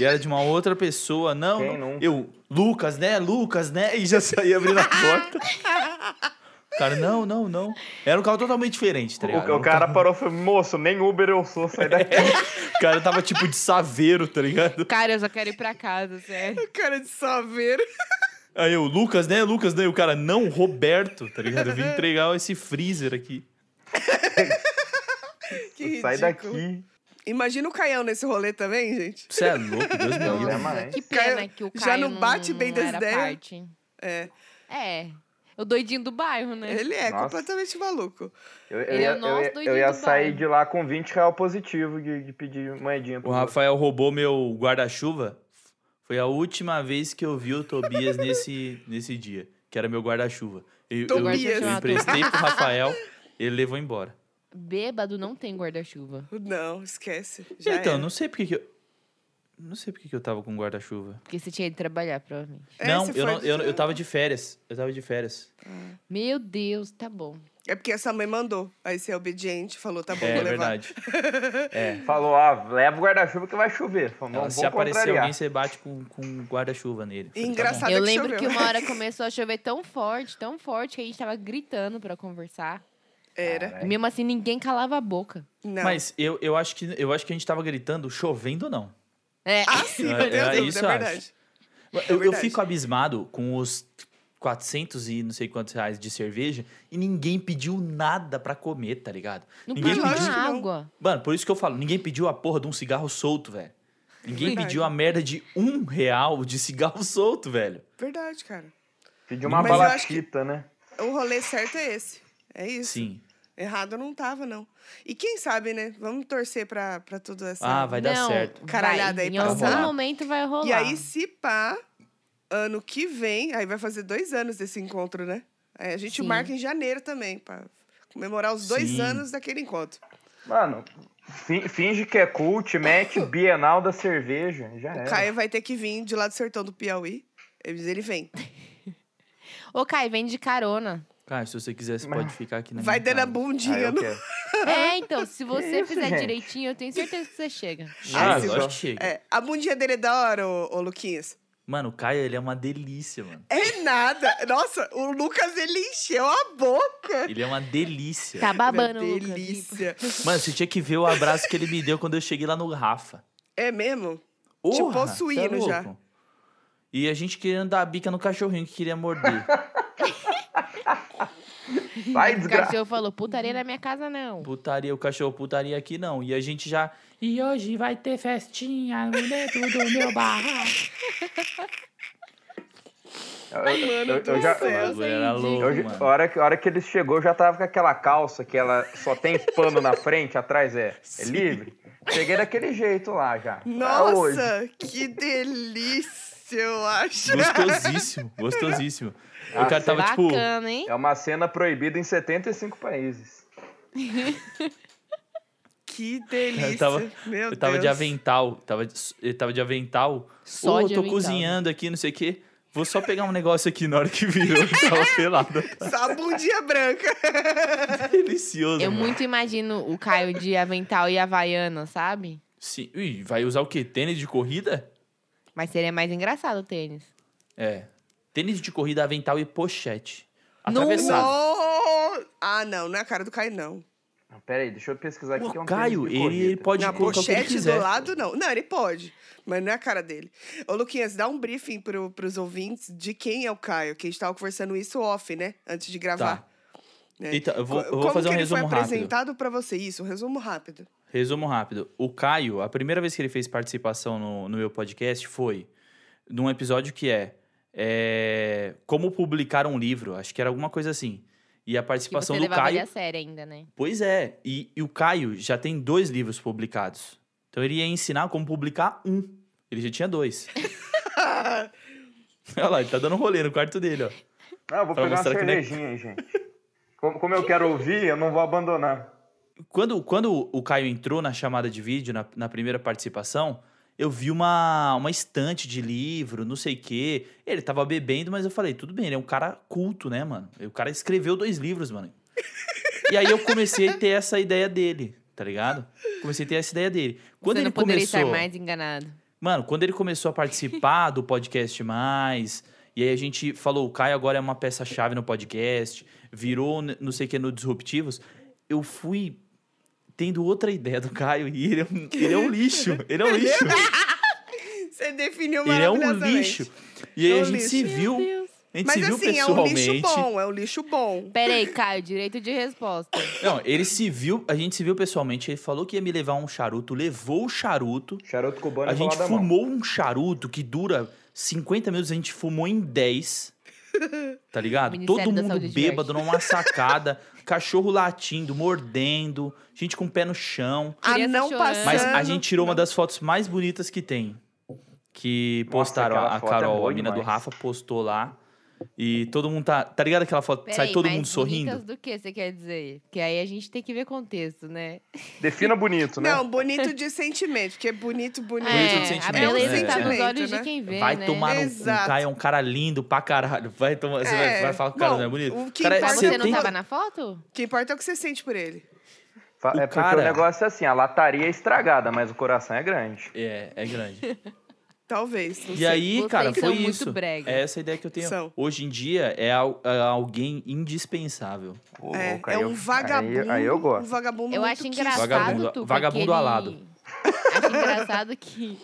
E era de uma outra pessoa, não. Quem não. nunca? Eu, Lucas, né? Lucas, né? E já saía abrindo a porta. O Cara, não, não, não. Era um carro totalmente diferente, tá ligado? O, Era o um cara parou e falou, moço, nem Uber eu sou, É sai daqui. O cara tava tipo de saveiro, tá ligado? Cara, eu só quero ir pra casa, sério. cara de saveiro. Aí eu, Lucas, né? Lucas, né? E o cara, não, Roberto, tá ligado? Eu vim entregar esse freezer aqui. Que sai ridículo. daqui. Imagina o Caião nesse rolê também, gente. Você é louco, Deus me Não, livre. né, Nossa, mas- que pena Caio- que o já Caio não bate bem das era ideias. parte. É. É, o doidinho do bairro, né? Ele é Nossa. completamente maluco. Eu, eu Ele é ia, o eu, nosso ia- doidinho eu ia do sair bairro. de lá com 20 real positivo de, de pedir moedinha pro O Rafael roubou meu guarda-chuva. Foi a última vez que eu vi o Tobias nesse, nesse dia, que era meu guarda-chuva. Eu, eu- Tobias. é eu um emprestei pro Rafael, ele levou embora. Bêbado não tem guarda-chuva. Não, esquece. Já então, era. não sei porque que eu. Não sei porque que eu tava com guarda-chuva. Porque você tinha de trabalhar, provavelmente. É, não, você eu, foi não eu, de- eu tava de férias. Eu tava de férias. Meu Deus, tá bom. É porque essa mãe mandou. Aí você é obediente, falou, tá bom, é vou levar. verdade. É. Falou, ah, leva o guarda-chuva que vai chover. Falou, não Ela, se vou aparecer contrariar. alguém, você bate com, com guarda-chuva nele. Falei, tá Engraçado eu que lembro choveu. que uma hora começou a chover tão forte, tão forte, que a gente tava gritando pra conversar. É, Era. E mesmo assim, ninguém calava a boca. bom. Não. Mas eu, eu, acho que, eu acho que a gente tava gritando, chovendo ou não. É. Ah, sim, É, meu Deus, é, é, isso é eu acho. verdade. É Eu, eu verdade. fico abismado com os 400 e não sei quantos reais de cerveja e ninguém pediu nada pra comer, tá ligado? Não Ninguém pediu pediu. uma água. Mano, por isso que eu falo, ninguém pediu a porra de um cigarro solto, velho. Ninguém Verdade. pediu a merda de um real de cigarro solto, velho. Verdade, cara. Pediu uma Mas eu acho balatita, né? O rolê certo é esse. É isso. Sim. Errado não tava, não. E quem sabe, né? Vamos torcer pra, pra tudo essa. Ah, vai dar Não, certo. Caralhada vai. aí Em pra algum rolar. momento vai rolar. E aí, se pá, ano que vem, aí vai fazer dois anos desse encontro, né? Aí a gente Sim. marca em janeiro também, pra comemorar os dois Sim. anos daquele encontro. Mano, fi- finge que é cult, mete Bienal da cerveja. Já O É. era. Caio vai ter que vir de lá do sertão do Piauí. Ele ele vem. Ô, Caio, vem de carona. Cara, se você quiser, você pode ficar aqui na Vai minha dando a casa. Aí bundinha. eu no- quero. É, então, se você isso, fizer É. gente? direitinho, eu tenho certeza que você chega. Ah, Ai, se lógico for- que chega. É, a bundinha dele é da hora, ô, ô Luquinhas. Mano, o Caio, ele é uma delícia, mano. É nada. Nossa, o Lucas, ele encheu a boca. Ele é uma delícia. Tá Uma babando, Lucas. delícia. Mano, você tinha que ver o abraço que ele me deu quando eu cheguei lá no Rafa. É mesmo? Porra, Te tá possuindo louco. já. E a gente querendo dar a bica no cachorrinho que queria morder. Vai, O desgraça. cachorro falou, putaria na minha casa, não. Putaria, o cachorro putaria aqui não. E a gente já. E hoje vai ter festinha no dentro do meu barraco. Eu, eu- eu- eu já, O bagulho era louco, eu já- a, mano. hora que, a hora que ele chegou, eu já tava com aquela calça que ela só tem pano na frente, atrás é, é livre. Cheguei daquele jeito lá já. Ah, hoje. Nossa, que delícia, eu acho. Gostosíssimo, gostosíssimo. o cara tava tipo. Bacana, hein? É uma cena proibida em 75 países. Que delícia. Eu tava- Meu Eu tava de Deus. avental. Tava de, ele tava de avental. Só Ô, de tô avental. cozinhando aqui, não sei o quê. Vou só pegar um negócio aqui na hora que virou. Eu tava pelado. Só a bundinha branca. Delicioso. Eu mano. muito imagino o Caio de avental e havaiana, sabe? Sim. Ui, vai usar o quê? Tênis de corrida? Mas seria mais engraçado o tênis. É. Tênis de corrida, avental e pochete. Não. Atravessado. Oh! Ah, não, não é a cara do Caio, não. Não, Pera aí, deixa eu pesquisar aqui. Pô, que é um Caio, tênis de ele, ele corrida. pode Na colocar o que ele pochete quiser. do lado, não. Não, ele pode, mas não é a cara dele. Ô, Luquinhas, dá um briefing pro, pros ouvintes de quem é o Caio, que a gente tava conversando isso off, né? Antes de gravar. Tá. né? Então, eu vou, eu Co- vou Como fazer um que ele resumo foi rápido. apresentado pra você? Isso, um resumo rápido. Resumo rápido. O Caio, a primeira vez que ele fez participação no, no meu podcast foi num episódio que é, é, Como publicar um livro. Acho que era alguma coisa assim. E a Que você participação do levava ele Caio. a sério ainda, né? Pois é. E, e o Caio já tem dois livros publicados. Então ele ia ensinar como publicar um. Ele já tinha dois. Olha lá, ele tá dando rolê no quarto dele, ó. Não, eu vou Pra pegar uma mostrar que não é- cervejinha aí, gente. Como, como eu quero ouvir, eu não vou abandonar. Quando, quando o Caio entrou na chamada de vídeo, na, na primeira participação, eu vi uma, uma estante de livro, não sei o quê. Ele tava bebendo, mas eu falei, tudo bem, ele é um cara culto, né, mano? E O cara escreveu dois livros, mano. E aí eu comecei a ter essa ideia dele, tá ligado? Comecei a ter essa ideia dele. Quando você ele não poderia começou... estar mais enganado. Mano, quando ele começou a participar do podcast mais, e aí a gente falou, o Caio agora é uma peça-chave no podcast, virou n- não sei o que no Disruptivos, eu fui tendo outra ideia do Caio e ele é um, ele é um lixo, ele é um lixo, Você definiu ele é um maravilhosamente. lixo. E aí É a um gente se lixo. viu Meu Deus. A gente Mas se viu assim, é um pessoalmente. lixo bom, é um lixo bom. Peraí, Caio, direito de resposta. Não, ele se viu, a gente se viu pessoalmente, ele falou que ia me levar um charuto, levou o charuto. Charuto cubano é A e gente da mão. fumou um charuto que dura 50 minutos, a gente fumou em 10. Tá ligado? Ministério Todo da mundo Saúde bêbado numa sacada, cachorro latindo, mordendo, gente com o pé no chão. A Criança não chorando. passando. Mas a gente tirou uma das fotos mais bonitas que tem. Que Nossa, postaram aquela a foto é Carol, boa a mina do demais. Rafa, postou lá. E todo mundo tá. Tá ligado aquela foto? que Peraí, sai todo mas mundo sorrindo? bonitas do que você quer dizer? Porque aí a gente tem que ver contexto, né? Defina bonito, né? Não, bonito de sentimento, porque é bonito, bonito. Bonito é, de a sentimento, beleza né? tá nos Sentimento, olhos né? de quem vê, Vai né? tomar no cu. Exato. O Caio é um cara lindo pra caralho. Vai tomar, você vai, É. vai falar que o cara Bom, não é bonito. o que cara, importa Mas Você você não tá tem- tava na foto? O que importa é o que você sente por ele. Fa- o É porque cara- o negócio é assim, a lataria é estragada, mas o coração é grande. É, é grande. Talvez. Não E sei. aí, Vocês cara, são foi muito isso. brega. É essa a ideia que eu tenho. São. Hoje em dia é, al- é alguém indispensável. Ô, É, louco, é aí eu- um vagabundo. Aí, aí eu Um gosto. vagabundo Eu muito acho quis. engraçado, Vagabundo- Tuca, vagabundo que ele- alado. Acho engraçado que,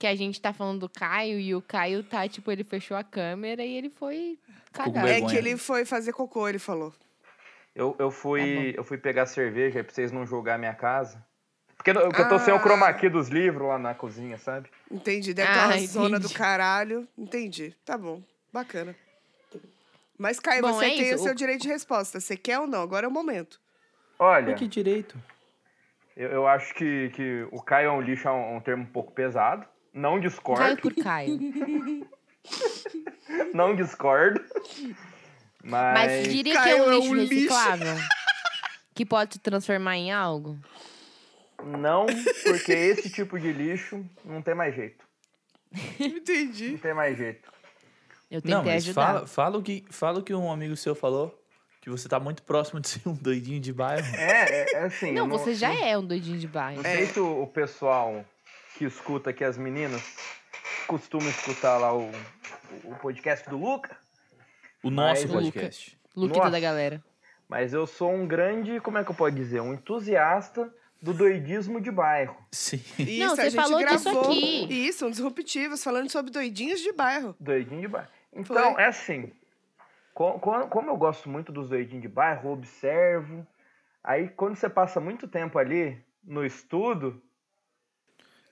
que a gente tá falando do Caio e o Caio tá, tipo, ele fechou a câmera e ele foi com cagar. É vergonha. que né? ele foi fazer cocô, ele falou. Eu, Tá eu, fui, eu fui pegar cerveja aí pra vocês não julgar a minha casa. Porque eu, porque eu Ah. tô sem o chroma key dos livros lá na cozinha, sabe? Entendi. Deve estar Ah, uma zona do entendi. caralho. Entendi. Tá bom. Bacana. Mas, Caio, Bom, você é tem isso. o seu O- direito de resposta. Você quer ou não? Agora é o momento. Olha, Olha que direito. eu, eu acho que, que o Caio é um lixo é um, um termo um pouco pesado. Não Caio discordo, por Caio. não discordo. Mas, Mas diria que Caio é um é lixo um lixo. reciclável. Que pode se transformar em algo. não, porque esse tipo de lixo não tem mais jeito. Não Entendi. tem mais jeito. Eu tentei Não, mas ajudar. fala, fala, o que, fala o que um amigo seu falou. Que você tá muito próximo de ser um doidinho de bairro. É, é, é assim. eu Não, você já é um doidinho de bairro. Não sei se o o pessoal que escuta aqui as meninas costuma escutar lá o, o podcast do Luca, O nosso Mas, podcast. Luquita Nossa. da galera. mas eu sou um grande, como é que eu posso dizer, um entusiasta do doidismo de bairro. Sim. E Não, isso, você a gente falou disso gravou. aqui. Isso, um disruptivos, falando sobre doidinhos de bairro. Doidinho de bairro. Então, Foi. é assim, co- co- como eu gosto muito dos doidinhos de bairro, eu observo, aí quando você passa muito tempo ali no estudo,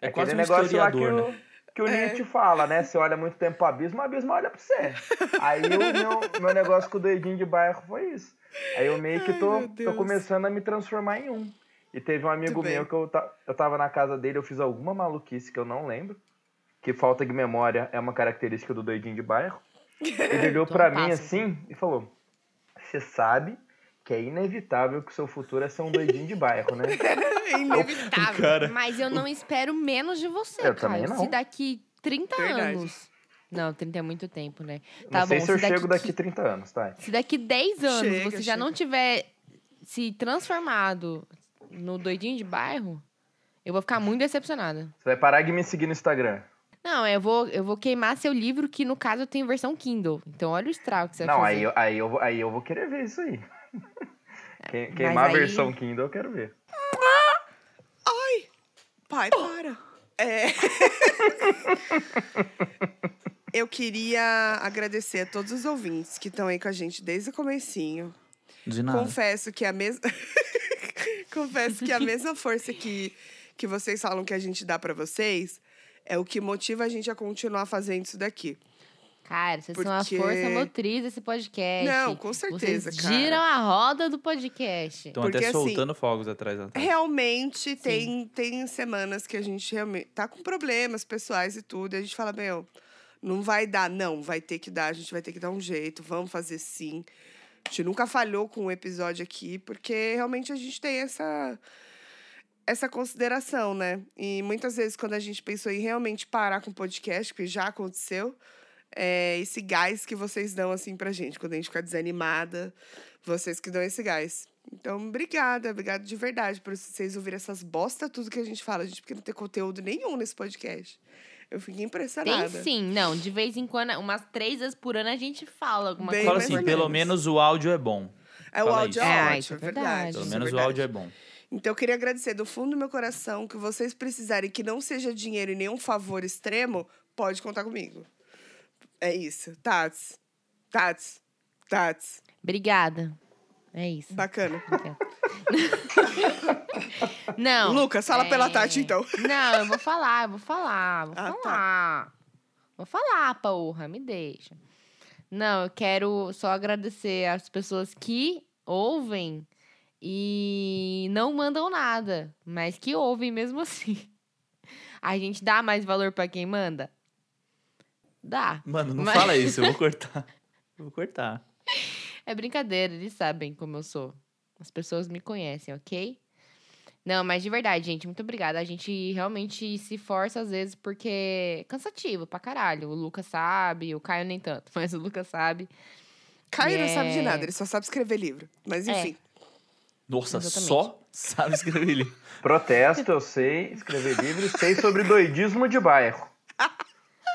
É É aquele quase um negócio historiador, lá né? que o, que o É. Nietzsche fala, né? Você olha muito tempo pro abismo, o abismo olha pra você. Aí o meu, meu negócio com o doidinho de bairro foi isso. Aí eu meio que Ai, tô, meu tô Deus. começando a me transformar em um. E teve um amigo Muito bem. meu que eu, ta- eu tava na casa dele, eu fiz alguma maluquice que eu não lembro. Que falta de memória é uma característica do doidinho de bairro. Ele olhou Tô pra no mim passo. assim e falou: Você sabe que é inevitável que o seu futuro é ser um doidinho de bairro, né? É Tá, cara- mas eu não espero menos de você, Eu também Caio. não. Se daqui 30 Verdade. anos. Não, 30 é muito tempo, né? Tá não sei bom, se eu daqui chego daqui qui- 30 anos, tá? Se daqui 10 anos Chega, você já chega. não tiver se transformado no doidinho de bairro, eu vou ficar muito decepcionada. Você vai parar de me seguir no Instagram. Não, eu vou, eu vou queimar seu livro, que no caso eu tenho versão Kindle. Então olha o estrago que você Não, vai aí, fazer. eu- aí, eu, vou- aí eu vou querer ver isso aí. Que- É, mas Queimar aí- a versão Kindle, eu quero ver. Pai, para. É. Eu queria agradecer a todos os ouvintes que estão aí com a gente desde o comecinho. De nada. Confesso que a mesma Confesso que a mesma força que que vocês falam que a gente dá pra vocês é o que motiva a gente a continuar fazendo isso daqui. Cara, vocês são a Porque- força motriz desse podcast. Não, com certeza, É, Vocês cara. giram a roda do podcast. Estão Porque, até assim, soltando fogos atrás da tarde. Realmente tem, tem semanas que a gente realmente tá com problemas pessoais e tudo, e a gente fala, meu, não vai dar, não, vai ter que dar, a gente vai ter que dar um jeito, vamos fazer sim. A gente nunca falhou com o episódio aqui, porque realmente a gente tem essa essa consideração, né? E muitas vezes quando a gente pensou em realmente parar com o podcast, que já aconteceu, é esse gás que vocês dão assim pra gente, quando a gente fica desanimada, vocês que dão esse gás. Então, obrigada, obrigada de verdade por vocês ouvirem essas bosta tudo que a gente fala, gente, porque não tem conteúdo nenhum nesse podcast. Eu fiquei impressionada. Tem sim, não. De vez em quando, umas três vezes por ano, a gente fala alguma Bem Fala É, mais assim, ou pelo menos. menos o áudio é bom. É o Fala isso. áudio é Ah, isso é ótimo, é verdade. verdade. Pelo isso é menos o verdade. áudio é bom. Então, eu queria agradecer do fundo do meu coração que vocês precisarem que não seja dinheiro e nenhum favor extremo, pode contar comigo. É isso. Tats, Tats. Tats. Obrigada. É isso. Bacana. Obrigada. Não. Lucas, fala pela é. Tati, então. Não, eu vou falar, eu vou falar, vou Ah, tá. falar. Vou falar, porra, me deixa. Não, eu quero só agradecer às pessoas que ouvem e não mandam nada, mas que ouvem mesmo assim. A gente dá mais valor pra quem manda? Dá. Mano, não Mas- fala isso, eu vou cortar. Eu vou cortar. É brincadeira, eles sabem como eu sou. As pessoas me conhecem, ok? Não, mas de verdade, gente, muito obrigada. A gente realmente se força às vezes porque é cansativo pra caralho. O Lucas sabe, o Caio nem tanto, mas o Lucas sabe. Caio não sabe de É. nada, ele só sabe escrever livro. Mas É. enfim. Nossa, Exatamente. só sabe escrever ele. Protesto, eu sei escrever livro, sei sobre doidismo de bairro.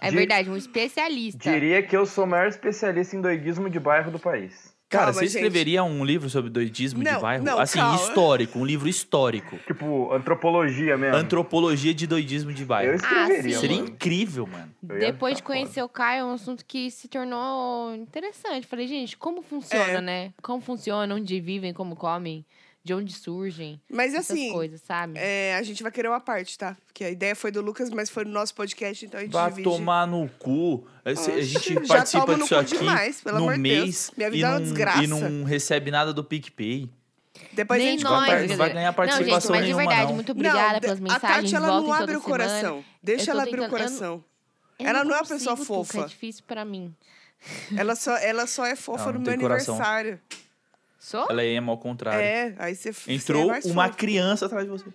É Di- verdade, um especialista. Diria que eu sou o maior especialista em doidismo de bairro do país. Cara, Calma, você gente. escreveria um livro sobre doidismo de Não, bairro? não, assim, calma. histórico, um livro histórico. Tipo, antropologia mesmo. Antropologia de doidismo de Eu bairro. escreveria. Ah, sim. Seria mano. incrível, mano. Eu ia Depois de ficar foda. conhecer o Caio, é um assunto que se tornou interessante. Falei, gente, como funciona, É. né? Como funciona, onde vivem, como comem, de onde surgem, Mas essas assim, coisas, sabe? é, a gente vai querer uma parte, tá? Porque a ideia foi do Lucas, mas foi no nosso podcast, então a gente Vai divide. tomar no cu. Esse- a Oxe, gente já participa toma no disso cu aqui demais, pelo no amor de Deus. mês Minha e, vida é não, uma desgraça. e não recebe nada do PicPay. Depois a Nem gente nós, vai, conversa. não galera. vai ganhar Não, gente, mas participação de nenhuma, verdade, não. muito obrigada Não, pelas de- mensagens. A Tati, ela não voltem abre toda o coração. Deixa Eu tô ela abrir o tentando- eu não- coração. semana. Eu Ela não é uma consigo, pessoa Tuca, fofa. É difícil pra mim. Ela só, ela só é fofa Ela no não meu tem coração. aniversário. Sou? Ela é emo ao contrário. É, aí você você é Entrou mais uma fofa. criança atrás de você.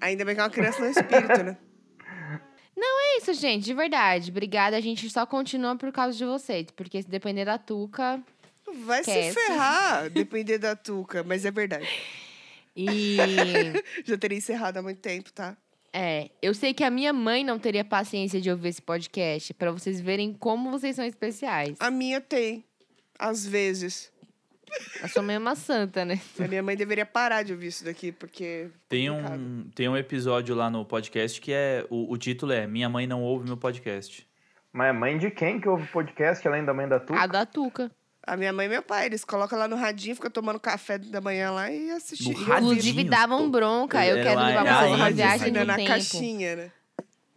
Ainda bem que é uma criança no espírito, né? É isso, gente, de verdade. Obrigada. A gente só continua por causa de vocês. Porque se depender da Tuca. Vai se Esquece. ferrar, depender da Tuca, mas é verdade. E. Já teria encerrado há muito tempo, tá? é, eu sei que a minha mãe não teria paciência de ouvir esse podcast. Pra vocês verem como vocês são especiais. A minha tem, às vezes. A sua mãe é uma santa, né? A minha mãe deveria parar de ouvir isso daqui, porque. Tem um, Complicado. tem um episódio lá no podcast que é. O, o título é Minha Mãe Não Ouve Meu Podcast. Mas é mãe de quem que ouve podcast além da mãe da Tuca? A da Tuca. A minha mãe e meu pai, eles colocam lá no radinho, ficam tomando café da manhã lá e assistindo. No e radinho? ouvindo. Inclusive, davam pô. bronca. Eu Ela quero levar é vocês uma ainda, viagem ainda no na tempo. caixinha, né?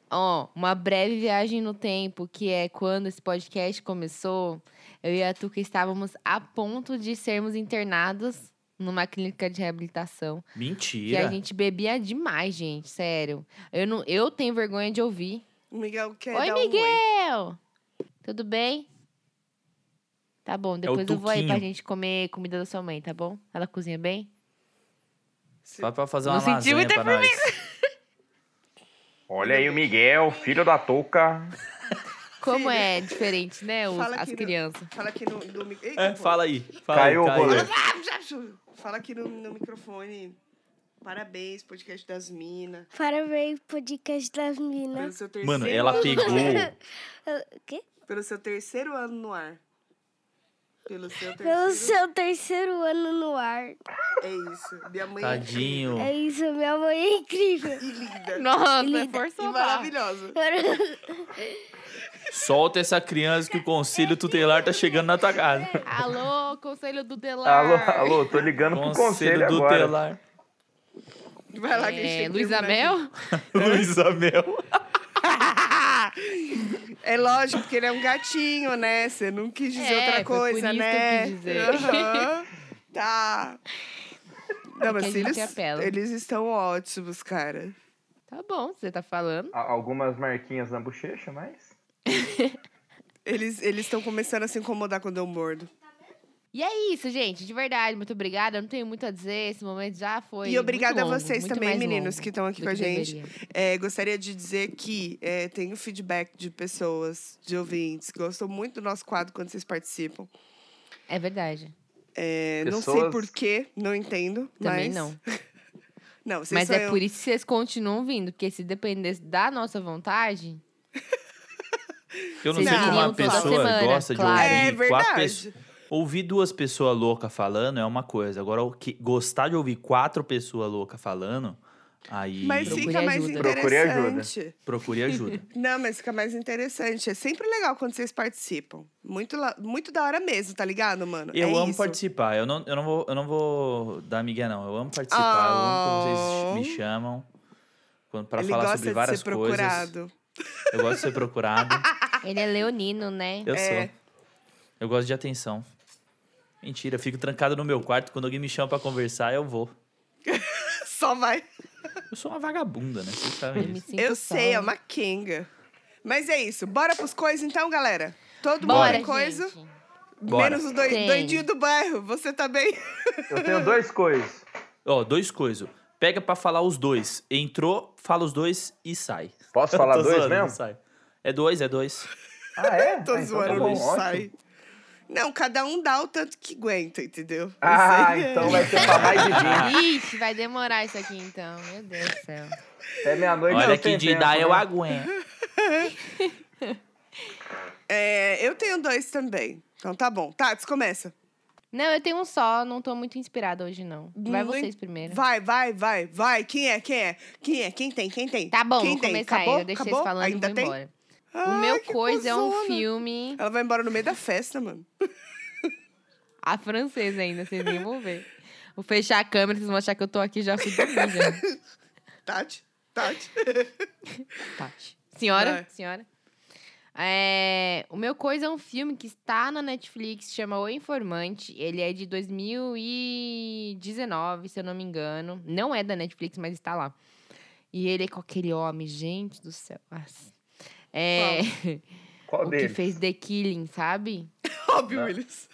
Ó, uma breve viagem no tempo, que é quando esse podcast começou, eu e a Tuca estávamos a ponto de sermos internadas numa clínica de reabilitação. Que Mentira. a gente bebia demais, gente, sério. Eu, não, eu tenho vergonha de ouvir. O Miguel quer Oi, dar um oi. Miguel! Tudo bem? Tá bom, É o depois eu vou aí pra Tuquinho. gente comer comida da sua mãe, tá bom? Ela cozinha bem? Vai pra fazer Não uma senti lasanha muita pra nós. Olha aí o Miguel, filho da touca. Como Filha. é diferente, né, os- Fala as que não- crianças. Fala aqui no, no mic- Eita, É, pô. fala aí. Fala Caiu aí, o rolê. Fala aqui no, no microfone. Parabéns, podcast das minas. Parabéns, podcast das Pelo minas. seu terceiro Mano, ela ano no pegou. ar. O quê? Pelo seu terceiro ano no ar. Pelo seu terceiro. Pelo seu terceiro ano no ar. É isso. Minha mãe é incrível Tadinho. É isso, minha mãe é incrível. e linda. Nossa, é Linda. E forçou lá. maravilhosa. Então, Solta essa criança que o conselho tutelar tá chegando na tua casa. Alô, conselho do Delar. Alô, alô, tô ligando pro conselho Conselho agora. tutelar. Vai lá que a gente tem É, que Luísa terminar Mel? Luísa Mel. aqui. É lógico, porque ele é um gatinho, né? Você não quis dizer É, outra foi por coisa, isso que eu né? quis dizer. Aham. Tá. Não, mas a gente eles, apela. eles estão ótimos, cara. Tá bom, você tá falando. A- Algumas marquinhas na bochecha, mas. Eles eles estão começando a se incomodar quando eu mordo. E é isso, gente. De verdade, muito obrigada. Eu não tenho muito a dizer. Esse momento já foi. e obrigada muito longo, a vocês muito também, mais meninos, longo que estão aqui do com a gente. deveria. É, gostaria de dizer que é, tenho feedback de pessoas, de ouvintes. Gostam muito do nosso quadro quando vocês participam. É verdade. É, Não sei Pessoas- porquê, não entendo. Também mas... não. Não, vocês Mas são é por isso que vocês continuam vindo, porque se dependesse da nossa vontade, Eu não Vocês sei como iriam uma toda pessoa semana, gosta de claro. ouvir É quatro verdade. pessoas. Ouvir duas pessoas loucas falando é uma coisa. Agora, o que- gostar de ouvir quatro pessoas loucas falando, Aí Mas Procure fica mais ajuda. Procure ajuda. interessante. procure ajuda. Não, mas fica mais interessante. É sempre legal quando vocês participam. Muito, la- muito da hora mesmo, tá ligado, mano? Eu É amo isso. participar. Eu não, eu, não vou, eu não vou dar migué, não. Eu amo participar. Eu amo como vocês me chamam. Quando, pra Ah. Ele falar gosta sobre de várias ser coisas. procurado. Eu gosto de ser procurado. Ah. Ele é leonino, né? Eu É. sou. Eu gosto de atenção. Mentira, eu fico trancado no meu quarto. Quando alguém me chama pra conversar, eu vou. Só vai. Eu sou uma vagabunda, né? Vocês sabem Eu me disso. sinto eu só. sei, é uma kenga. Mas é isso. Bora pros coisas então, galera? Todo mundo Bora, tem coisa. gente. Bora. Menos o doi- Tem. doidinho do bairro. Você tá bem? Eu tenho dois coisas. Ó, dois coisas. Pega pra falar os dois. Entrou, fala os dois e sai. Posso falar Tô dois zoando, mesmo? não sai. É dois, é dois. Ah, é? Tô Ah, então tá zoando, bom, não ótimo. sai. Não, cada um dá o tanto que aguenta, entendeu? Ah, Isso aí é- então vai ser pra mais de 20. Ixi, vai demorar isso aqui então. Meu Deus do céu. Até meia-noite. Olha não que tem de tempo, dar eu né? aguento. É, eu tenho dois também. Então tá bom. Tats, começa. Não, eu tenho um só, não tô muito inspirada hoje, não. Vai Não- vocês primeiro. Vai, vai, vai, vai. Quem é? Quem é? Quem é? Quem tem? Quem tem? Tá bom, Quem vou começar aí. Eu deixo vocês falando e Ainda vou tem? embora. o Ai, meu que coisa é um cozona. filme. Ela vai embora no meio da festa, mano. A francesa ainda, vocês nem vão ver. Vou fechar a câmera, vocês vão achar que eu tô aqui já fui dormir né? já. Tati, Tati. Tati. Senhora? Tá. Vai. Senhora. É, o meu coisa é um filme que está na Netflix, chama O Informante. Ele é de 2019, se eu não me engano. Não é da Netflix, mas está lá. E ele é com aquele homem, gente do céu. Nossa. É, Qual o que deles? fez The Killing, sabe? Óbvio, Willis.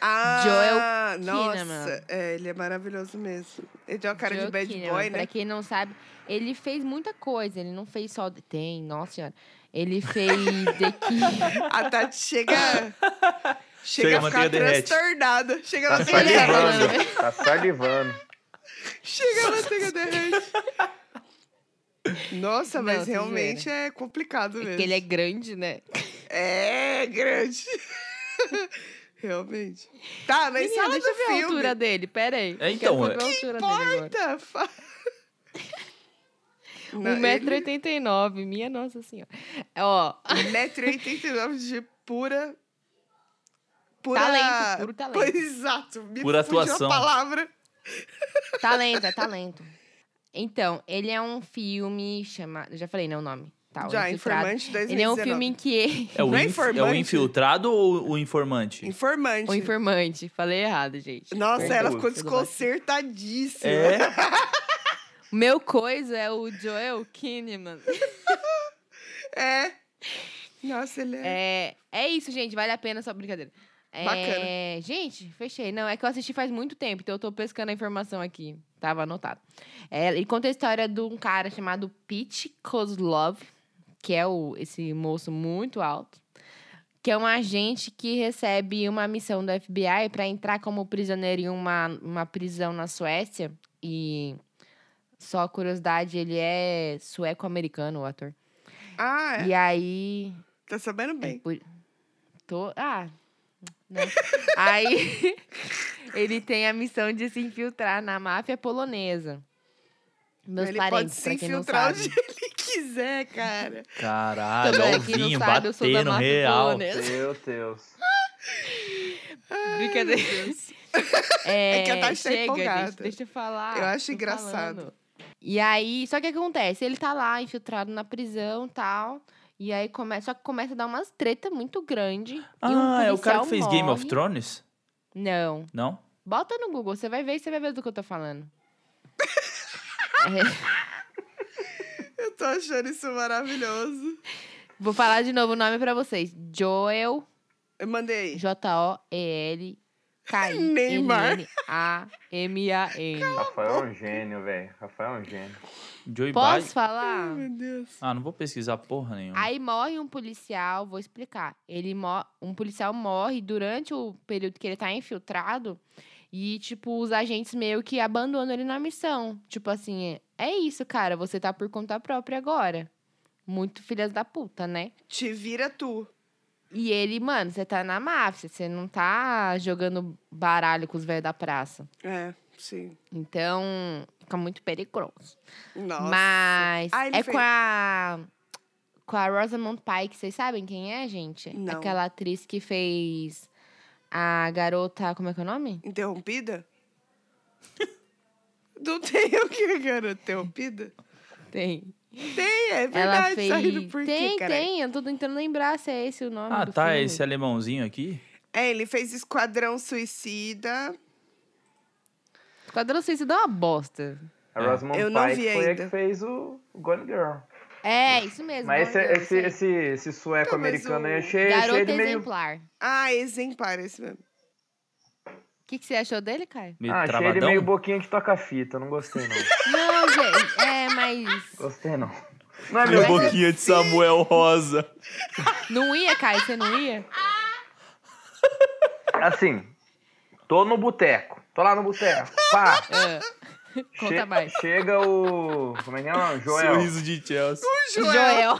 Ah, Joel nossa. Kinnaman. É, ele é maravilhoso mesmo. Ele tem uma cara Joe de bad Kinnaman, boy, Pra né? quem não sabe, ele fez muita coisa. Ele não fez só... Tem, nossa senhora. Ele fez The Killing. A Tati chega... Chega, Chega, a a ficar manteiga derrete. transtornada. Chega a Tá manteiga Ele é derrete. salivando. Tá salivando. Chega a manteiga derrete. Nossa, Não, mas vocês realmente é complicado É mesmo. que ele é grande, né? É grande. Realmente. Tá, mas Menina, fala deixa eu do ver a filme. altura dele, peraí. É, então, Quero saber a altura dele agora. Um Tá, fa- Não, 1,89m, minha nossa senhora. Ó, ele- 1,89m de pura... Pura... Talento, puro talento. Pois, Exato. Me Pura fugiu atuação. a palavra. talento, é talento. Então, ele é um filme chamado... Já falei, né, o nome. Tá, o Já, Infiltrado. Informante 2019. Ele é um filme em que... É o, Não é inf- é o informante? infiltrado ou o informante? Informante. O Informante, falei errado, gente. Nossa, ela ficou Tudo bem. desconcertadíssima. É. Meu coisa é o Joel Kinnaman. É. Nossa, ele é. É, é isso, gente. Vale a pena só brincadeira. É, Bacana. Gente, fechei. Não, é que eu assisti faz muito tempo, então eu tô pescando a informação aqui. Tava anotado. É, ele conta a história de um cara chamado Pete Kozlov, que é o, esse moço muito alto, que é um agente que recebe uma missão do FBI pra entrar como prisioneiro em uma, uma prisão na Suécia. E só curiosidade, ele é sueco-americano, o ator. Ah, é. E aí. Tá sabendo É, bem. por- Tô. Ah. né? Aí ele tem a missão de se infiltrar na máfia polonesa. Meus ele parentes, pode se pra quem não infiltrar sabe. onde ele quiser, cara. É. Caralho, Também, ó o quem não vinho sabe, eu sou Ah, da batendo máfia real. polonesa. Meu Deus. Brincadeira. É que a Tati tá chega, empolgada. Gente, deixa eu falar. Eu acho tô engraçado. falando. E aí, só que acontece, ele tá lá infiltrado na prisão e tal. E aí começa, só que começa a dar umas treta muito grande. Ah, e um é o cara policial que fez Game of morre. Thrones? Não. Não? Bota no Google, você vai ver e você vai ver do que eu tô falando. Eu tô achando isso maravilhoso. Vou falar de novo o nome pra vocês. Joel, Eu mandei. J-O-E-L, K Neymar. N A M A N. Rafael é um gênio, velho. Rafael é um gênio. Joey Posso Biden? falar? Meu Deus. Ah, não vou pesquisar porra nenhuma. Aí morre um policial, vou explicar. Ele mo- um policial morre durante o período que ele tá infiltrado e tipo os agentes meio que abandonam ele na missão. Tipo assim, é isso, cara, você tá por conta própria agora. Muito filhas da puta, né? Te vira tu. E ele, mano, você tá na máfia, você não tá jogando baralho com os velhos da praça. É, sim. Então, Fica muito perigoso. Nossa. Mas Ah, ele é fez- com a com a Rosamund Pike, vocês sabem quem é, gente? Não. Aquela atriz que fez a garota, como é que é o nome? Interrompida? Não tem o que, garota? Interrompida? Tem. Tem, é Ela verdade. fez. Tá rindo por tem, quê, cara? tem, eu tô tentando lembrar se é esse o nome Ah, do tá, filme. esse alemãozinho aqui. É, ele fez Esquadrão Suicida. Esquadrão Suicida é uma bosta. A É. Rosamund Eu não Pike vi foi a ainda. que fez o Gone Girl. É, isso mesmo. Mas esse, Gone Girl, esse, isso aí. esse, esse sueco Então, mas americano o- aí, achei, achei Garota ele meio... exemplar. O Ah, exemplar, esse mesmo. que, que você achou dele, Caio? Meio Ah, achei ele travadão. meio boquinha de toca-fita, não gostei não. Não, gente, é, mas. Gostei não. Não é Meu meu... boquinha de Samuel Rosa. Não ia, Caio, você não ia? Assim, tô no boteco. Tô lá no boteco. Pá. Ah, che- Conta mais. Chega o... Como é que é? o Joel. Sorriso de Chelsea. Joel.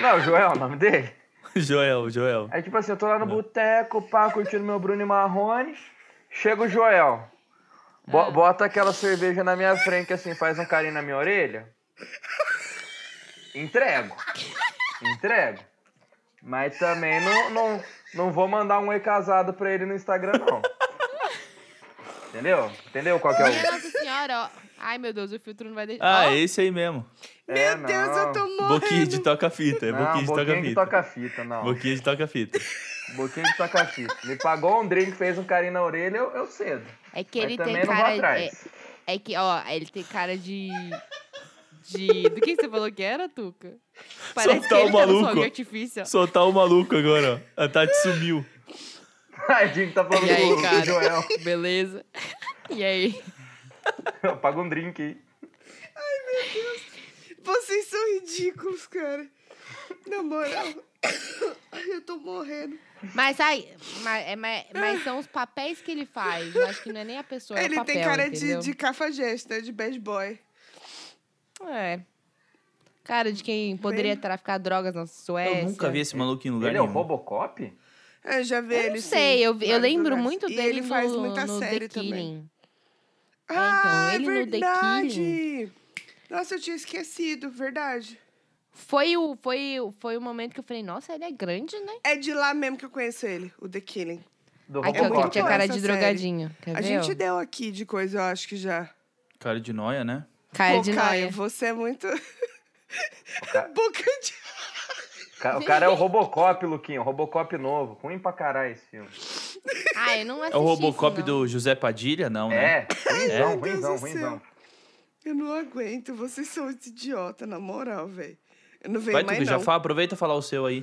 Não, Joel é o nome dele. Joel, Joel. Aí, tipo assim, eu tô lá É. no boteco, pá, curtindo meu Bruno e Marrone. Chega o Joel. Bo- Ah. Bota aquela cerveja na minha frente, assim, faz um carinho na minha orelha. Entrego. Entrego. Mas também não, não, não vou mandar um oi casado pra ele no Instagram, não. Entendeu? Entendeu qual que é Minha o... Nossa Senhora, ó. Ai, meu Deus, o filtro não vai deixar. Ah, Ó, esse aí mesmo. É, Meu Deus, eu tô morrendo. Boquinha de toca-fita. É Não, boquinha de boquinha de toca-fita. toca-fita, não. Boquinha de toca-fita. Boquinha de toca-fita. Me pagou um drink, fez um carinho na orelha, eu, eu cedo. É que Mas ele também tem não vou cara. É, atrás. é que, ó, ele tem cara de. De. Do que você falou que era, Tuca? Parece Soltar que o ele tá no maluco. fogo de artifício. ó. Soltar o maluco agora, ó. A Tati sumiu. Tadinho, tá falando E aí, do, cara? do Joel. Beleza. E aí? Eu pago um drink aí. Vocês são ridículos, cara. Na moral. Ai, eu tô morrendo. Mas ai, mas, é- mas, mas são os papéis que ele faz. Eu acho que não é nem a pessoa, é ele o papel, tem cara de, entendeu? de cafajeste, né? De bad boy. É. Cara de quem poderia traficar drogas na Suécia. Eu nunca vi esse maluco em lugar Ele é o nenhum. Robocop? Eu Ah, já vi Eu ele. não sim, sei, eu, eu vários lembro lugares. muito e dele ele faz no, muita no série The também. Killing. É, então, Ah, ele é no The verdade. Nossa, eu tinha esquecido, verdade. Foi o, foi, o- foi o momento que eu falei, nossa, ele é grande, né? É de lá mesmo que eu conheço ele, o The Killing. Do Aqui, é ó, que muito ele Robocop. tinha boa né? cara essa de série. drogadinho. Quer A ver? gente ó? deu aqui de coisa, eu acho que já. Cara de noia, né? Cara Pô, Ah, de Caio, noia. você é muito. ca- Boca de. Ca- O cara é o Robocop, Luquinho. Robocop novo. Ruim pra caralho esse filme. Ah, eu não assisti É o Robocop isso, não. do José Padilha? Não, né? É, ruimzão, meu Deus ruimzão, do ruimzão. Eu não aguento, vocês são muito idiota, na moral, velho. Eu não venho Vai, mais, Tuca, não. já fala, aproveita e fala o seu aí.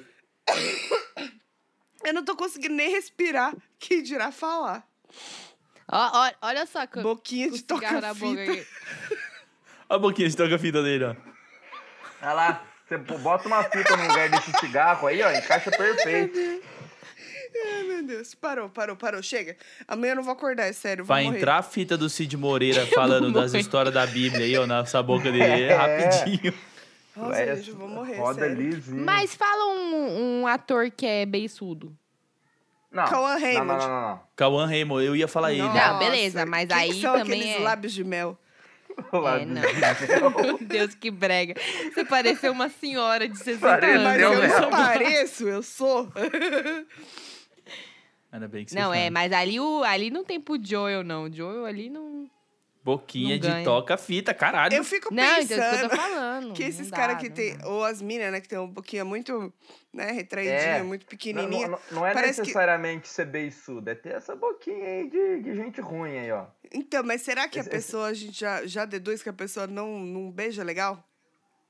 Eu não tô conseguindo nem respirar, que dirá falar. Ó, ó, olha só, que Boquinha com de cigarro na boca toca-fita. aqui. Olha um a boquinha de toca-fita dele, ó. Olha lá, você pô- bota uma fita no lugar desse cigarro aí, ó, encaixa perfeito. Ai, meu Deus. Parou, parou, parou. Chega. Amanhã eu não vou acordar, é sério. eu vou Vai morrer. entrar a fita do Cid Moreira falando das morrer. histórias da Bíblia aí, ó, nessa boca dele. É rapidinho. Nossa, Vai, gente, eu vou morrer, é Roda sério. lisinho. Mas fala um, um ator que é beiçudo. Não, Cauã não, não, Raymond. não, não, não. Cauan Raymond, eu ia falar ele. Não, beleza, mas quem que aí são também aqueles é- lábios de mel. Lá é, do- não. Meu Deus, que brega. Você pareceu uma senhora de 60 Pareceu É, Mas Deu eu anos. né? mesmo. não pareço, eu sou. Ainda bem que você Não, é, sabe. mas ali, o, ali não tem pro Joel, não. O Joel ali não. Boquinha Não de ganha. toca-fita, caralho. Eu fico Não, então é isso que eu pensando tô falando. que Não esses dá, caras que não tem... dá. Ou as minas, né? Que tem um boquinha muito, né? Retraidinha, É. muito Não, pequenininha. não, não- não é Parece que- necessariamente ser beiçudo, é ter essa boquinha aí de, de gente ruim aí, ó. Então, mas será que a Esse- esse- pessoa... A gente já, já deduz que a pessoa não, não beija legal?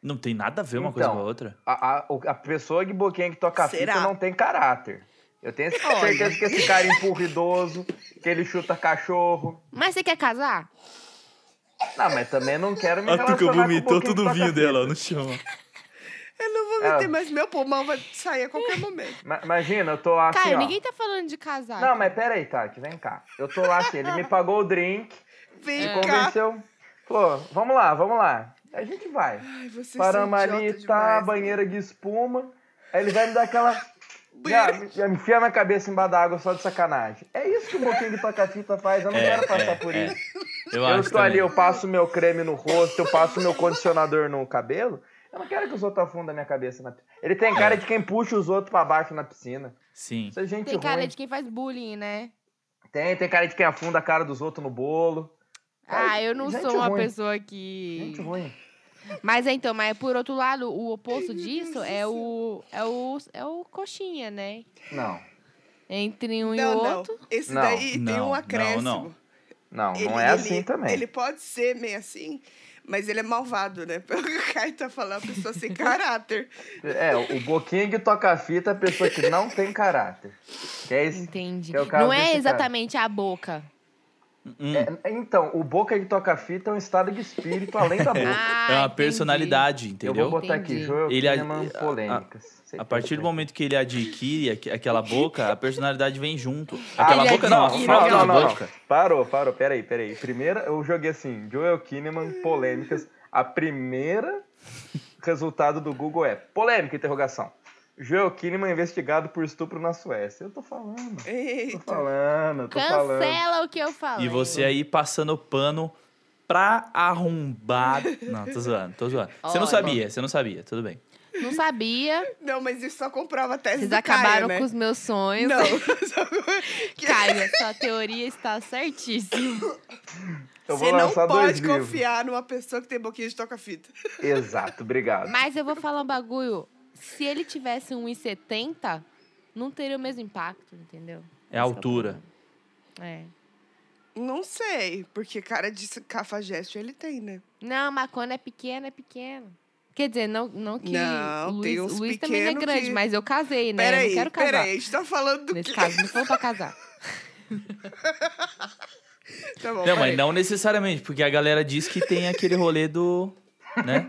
Não tem nada a ver uma coisa com Então. a outra. A, a, o- a pessoa de boquinha que toca Será? fita não tem caráter. Eu tenho certeza que esse cara empurra idoso, que ele chuta cachorro. Mas você quer casar? Não, mas também não quero me A relacionar Tuca com vomitou boquinha é que tudo o toca vinho fita. dela, né? ó, no chão. ó. Eu não vou Ah. meter, mas meu pulmão vai sair a qualquer momento. Ma- imagina, eu tô lá assim, Caio, ó. ninguém tá falando de casar. Não, mas peraí, Tati, vem cá. Eu tô lá assim, ele me pagou o drink, Vem me cá. convenceu. Falou, vamos lá, vamos lá. A gente vai. Ai, vocês são Paramos é idiota ali, tá, demais. banheira de espuma. Aí ele vai me dar aquela Já, Banheiro- já me enfia minha cabeça embaixo da água só de sacanagem. É isso que o boquinho de toca-fita faz, eu não É, quero passar é, por é. isso. Eu, Eu acho estou ali, também. eu passo meu creme no rosto, eu passo meu condicionador no cabelo. Eu não quero que os outros afundem a minha cabeça na piscina. Ele É. tem cara de quem puxa os outros pra baixo na piscina. Sim. Isso é gente Tem cara ruim. de quem faz bullying, né? Tem, tem cara de quem afunda a cara dos outros no bolo. Cara, Ah, eu não gente sou uma ruim. pessoa que. Gente ruim. Mas é, então, mas por outro lado, o oposto disso é o, é o. É o coxinha, né? Não, Entre um e Não, não. outro. Esse Não, daí tem não, um não, acréscimo. não. não, Ele- não é ele- assim também. Ele pode ser meio assim, mas ele é malvado, né? Pelo que o Caio tá falando, uma pessoa sem caráter. É, o boquinho que toca a fita é a pessoa que não tem caráter. Que é esse... Entende? que é o caso Não é desse cara. exatamente a boca. Hum, É, então, o boca que toca a fita é um estado de espírito além da boca. Ah, é uma entendi. personalidade, Eu entendeu? vou botar aqui, Entendi. Joel Ele- Kinnaman a- a- polêmicas. A partir do momento que ele adquire aqu- aquela boca, a personalidade vem junto. Ah, né? Aquela ele boca não, a adquire falta não, de não, não. boca. Parou, parou, peraí, peraí. Primeira, eu joguei assim, Joel Kinnaman, polêmicas. A primeira resultado do Google é polêmica, interrogação. Joel Kinnaman é investigado por estupro na Suécia. Eu tô falando, tô Eita. falando, eu tô falando. Cancela o que eu falei. E você aí passando pano pra arrombar. Não, tô zoando, tô zoando. Você não Olha. sabia, você não sabia, tudo bem. Não sabia. Não, mas isso só comprova a tese Vocês do Caio, acabaram né? com os meus sonhos. Não. Só- que- Caio, sua teoria está certíssima. Eu vou Você não lançar dois pode livros. confiar numa pessoa que tem boquinha de toca-fita. Exato, obrigado. Mas eu vou falar um bagulho. Se ele tivesse 1,70, não teria o mesmo impacto, entendeu? É a altura. É. Não sei, porque cara de cafajeste ele tem, né? Não, mas quando é pequeno, é pequeno. Quer dizer, não, não que Não, o Luiz, tem o uns Luiz também é pequeno grande, que- mas eu casei, né? eu não Peraí, quero casar. peraí, a gente tá falando do Nesse quê? caso, não foi pra casar. Tá bom, Não, peraí. mas não necessariamente, porque a galera diz que tem aquele rolê do. Né?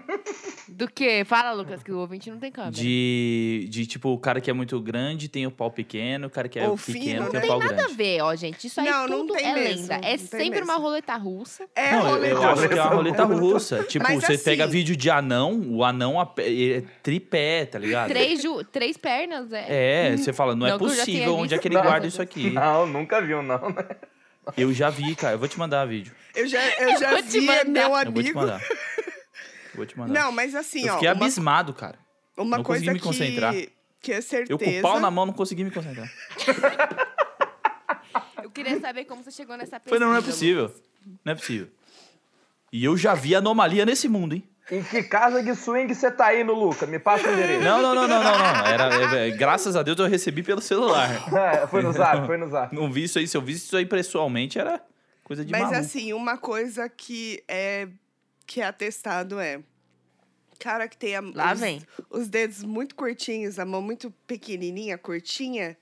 Do quê? Fala, Lucas, que o ouvinte não tem câmera. De, de tipo, o cara que é muito grande tem o pau pequeno, o cara que é Ou fino, pequeno né? tem o Tem pau Nada a grande. ver, ó, gente. Isso aí Não, não tudo tem é mesmo, lenda. não É tem sempre uma mesmo. roleta russa. É Não, eu- rolê eu da acho que é uma roleta roleta russa. Tipo, Mas você pega assim- vídeo de anão, o anão ap- é tripé, tá ligado? Três, ju- três pernas, é. É, você fala, não, é Não que eu já tenha possível onde é visto. que ele Não. guarda isso aqui. Não, nunca viu, não, né? Eu já vi, cara. Eu vou te mandar vídeo. Eu já, eu já vou te vi, mandar. é meu Eu vou te amigo. mandar. Eu vou te mandar. Não, mas assim, eu ó. fiquei uma- abismado, cara. Uma Não consegui coisa me concentrar. que, que é certeza. Eu com o pau na mão não consegui me concentrar. Eu queria saber como você chegou nessa pesquisa. Foi, não, não é Lucas. possível. Não é possível. E eu já vi anomalia nesse mundo, hein? Em que casa de swing você tá indo, Luca? Me passa o endereço. Não, não, não, não, não, não. Era, é, é, graças a Deus eu recebi pelo celular. É, foi no zap, foi no zap. Não vi isso aí. Se eu visse isso aí pessoalmente, era coisa de Mas maluco. assim, uma coisa que é que é atestado é cara que tem a- Lá os, vem. os dedos muito curtinhos, a mão muito pequenininha, curtinha,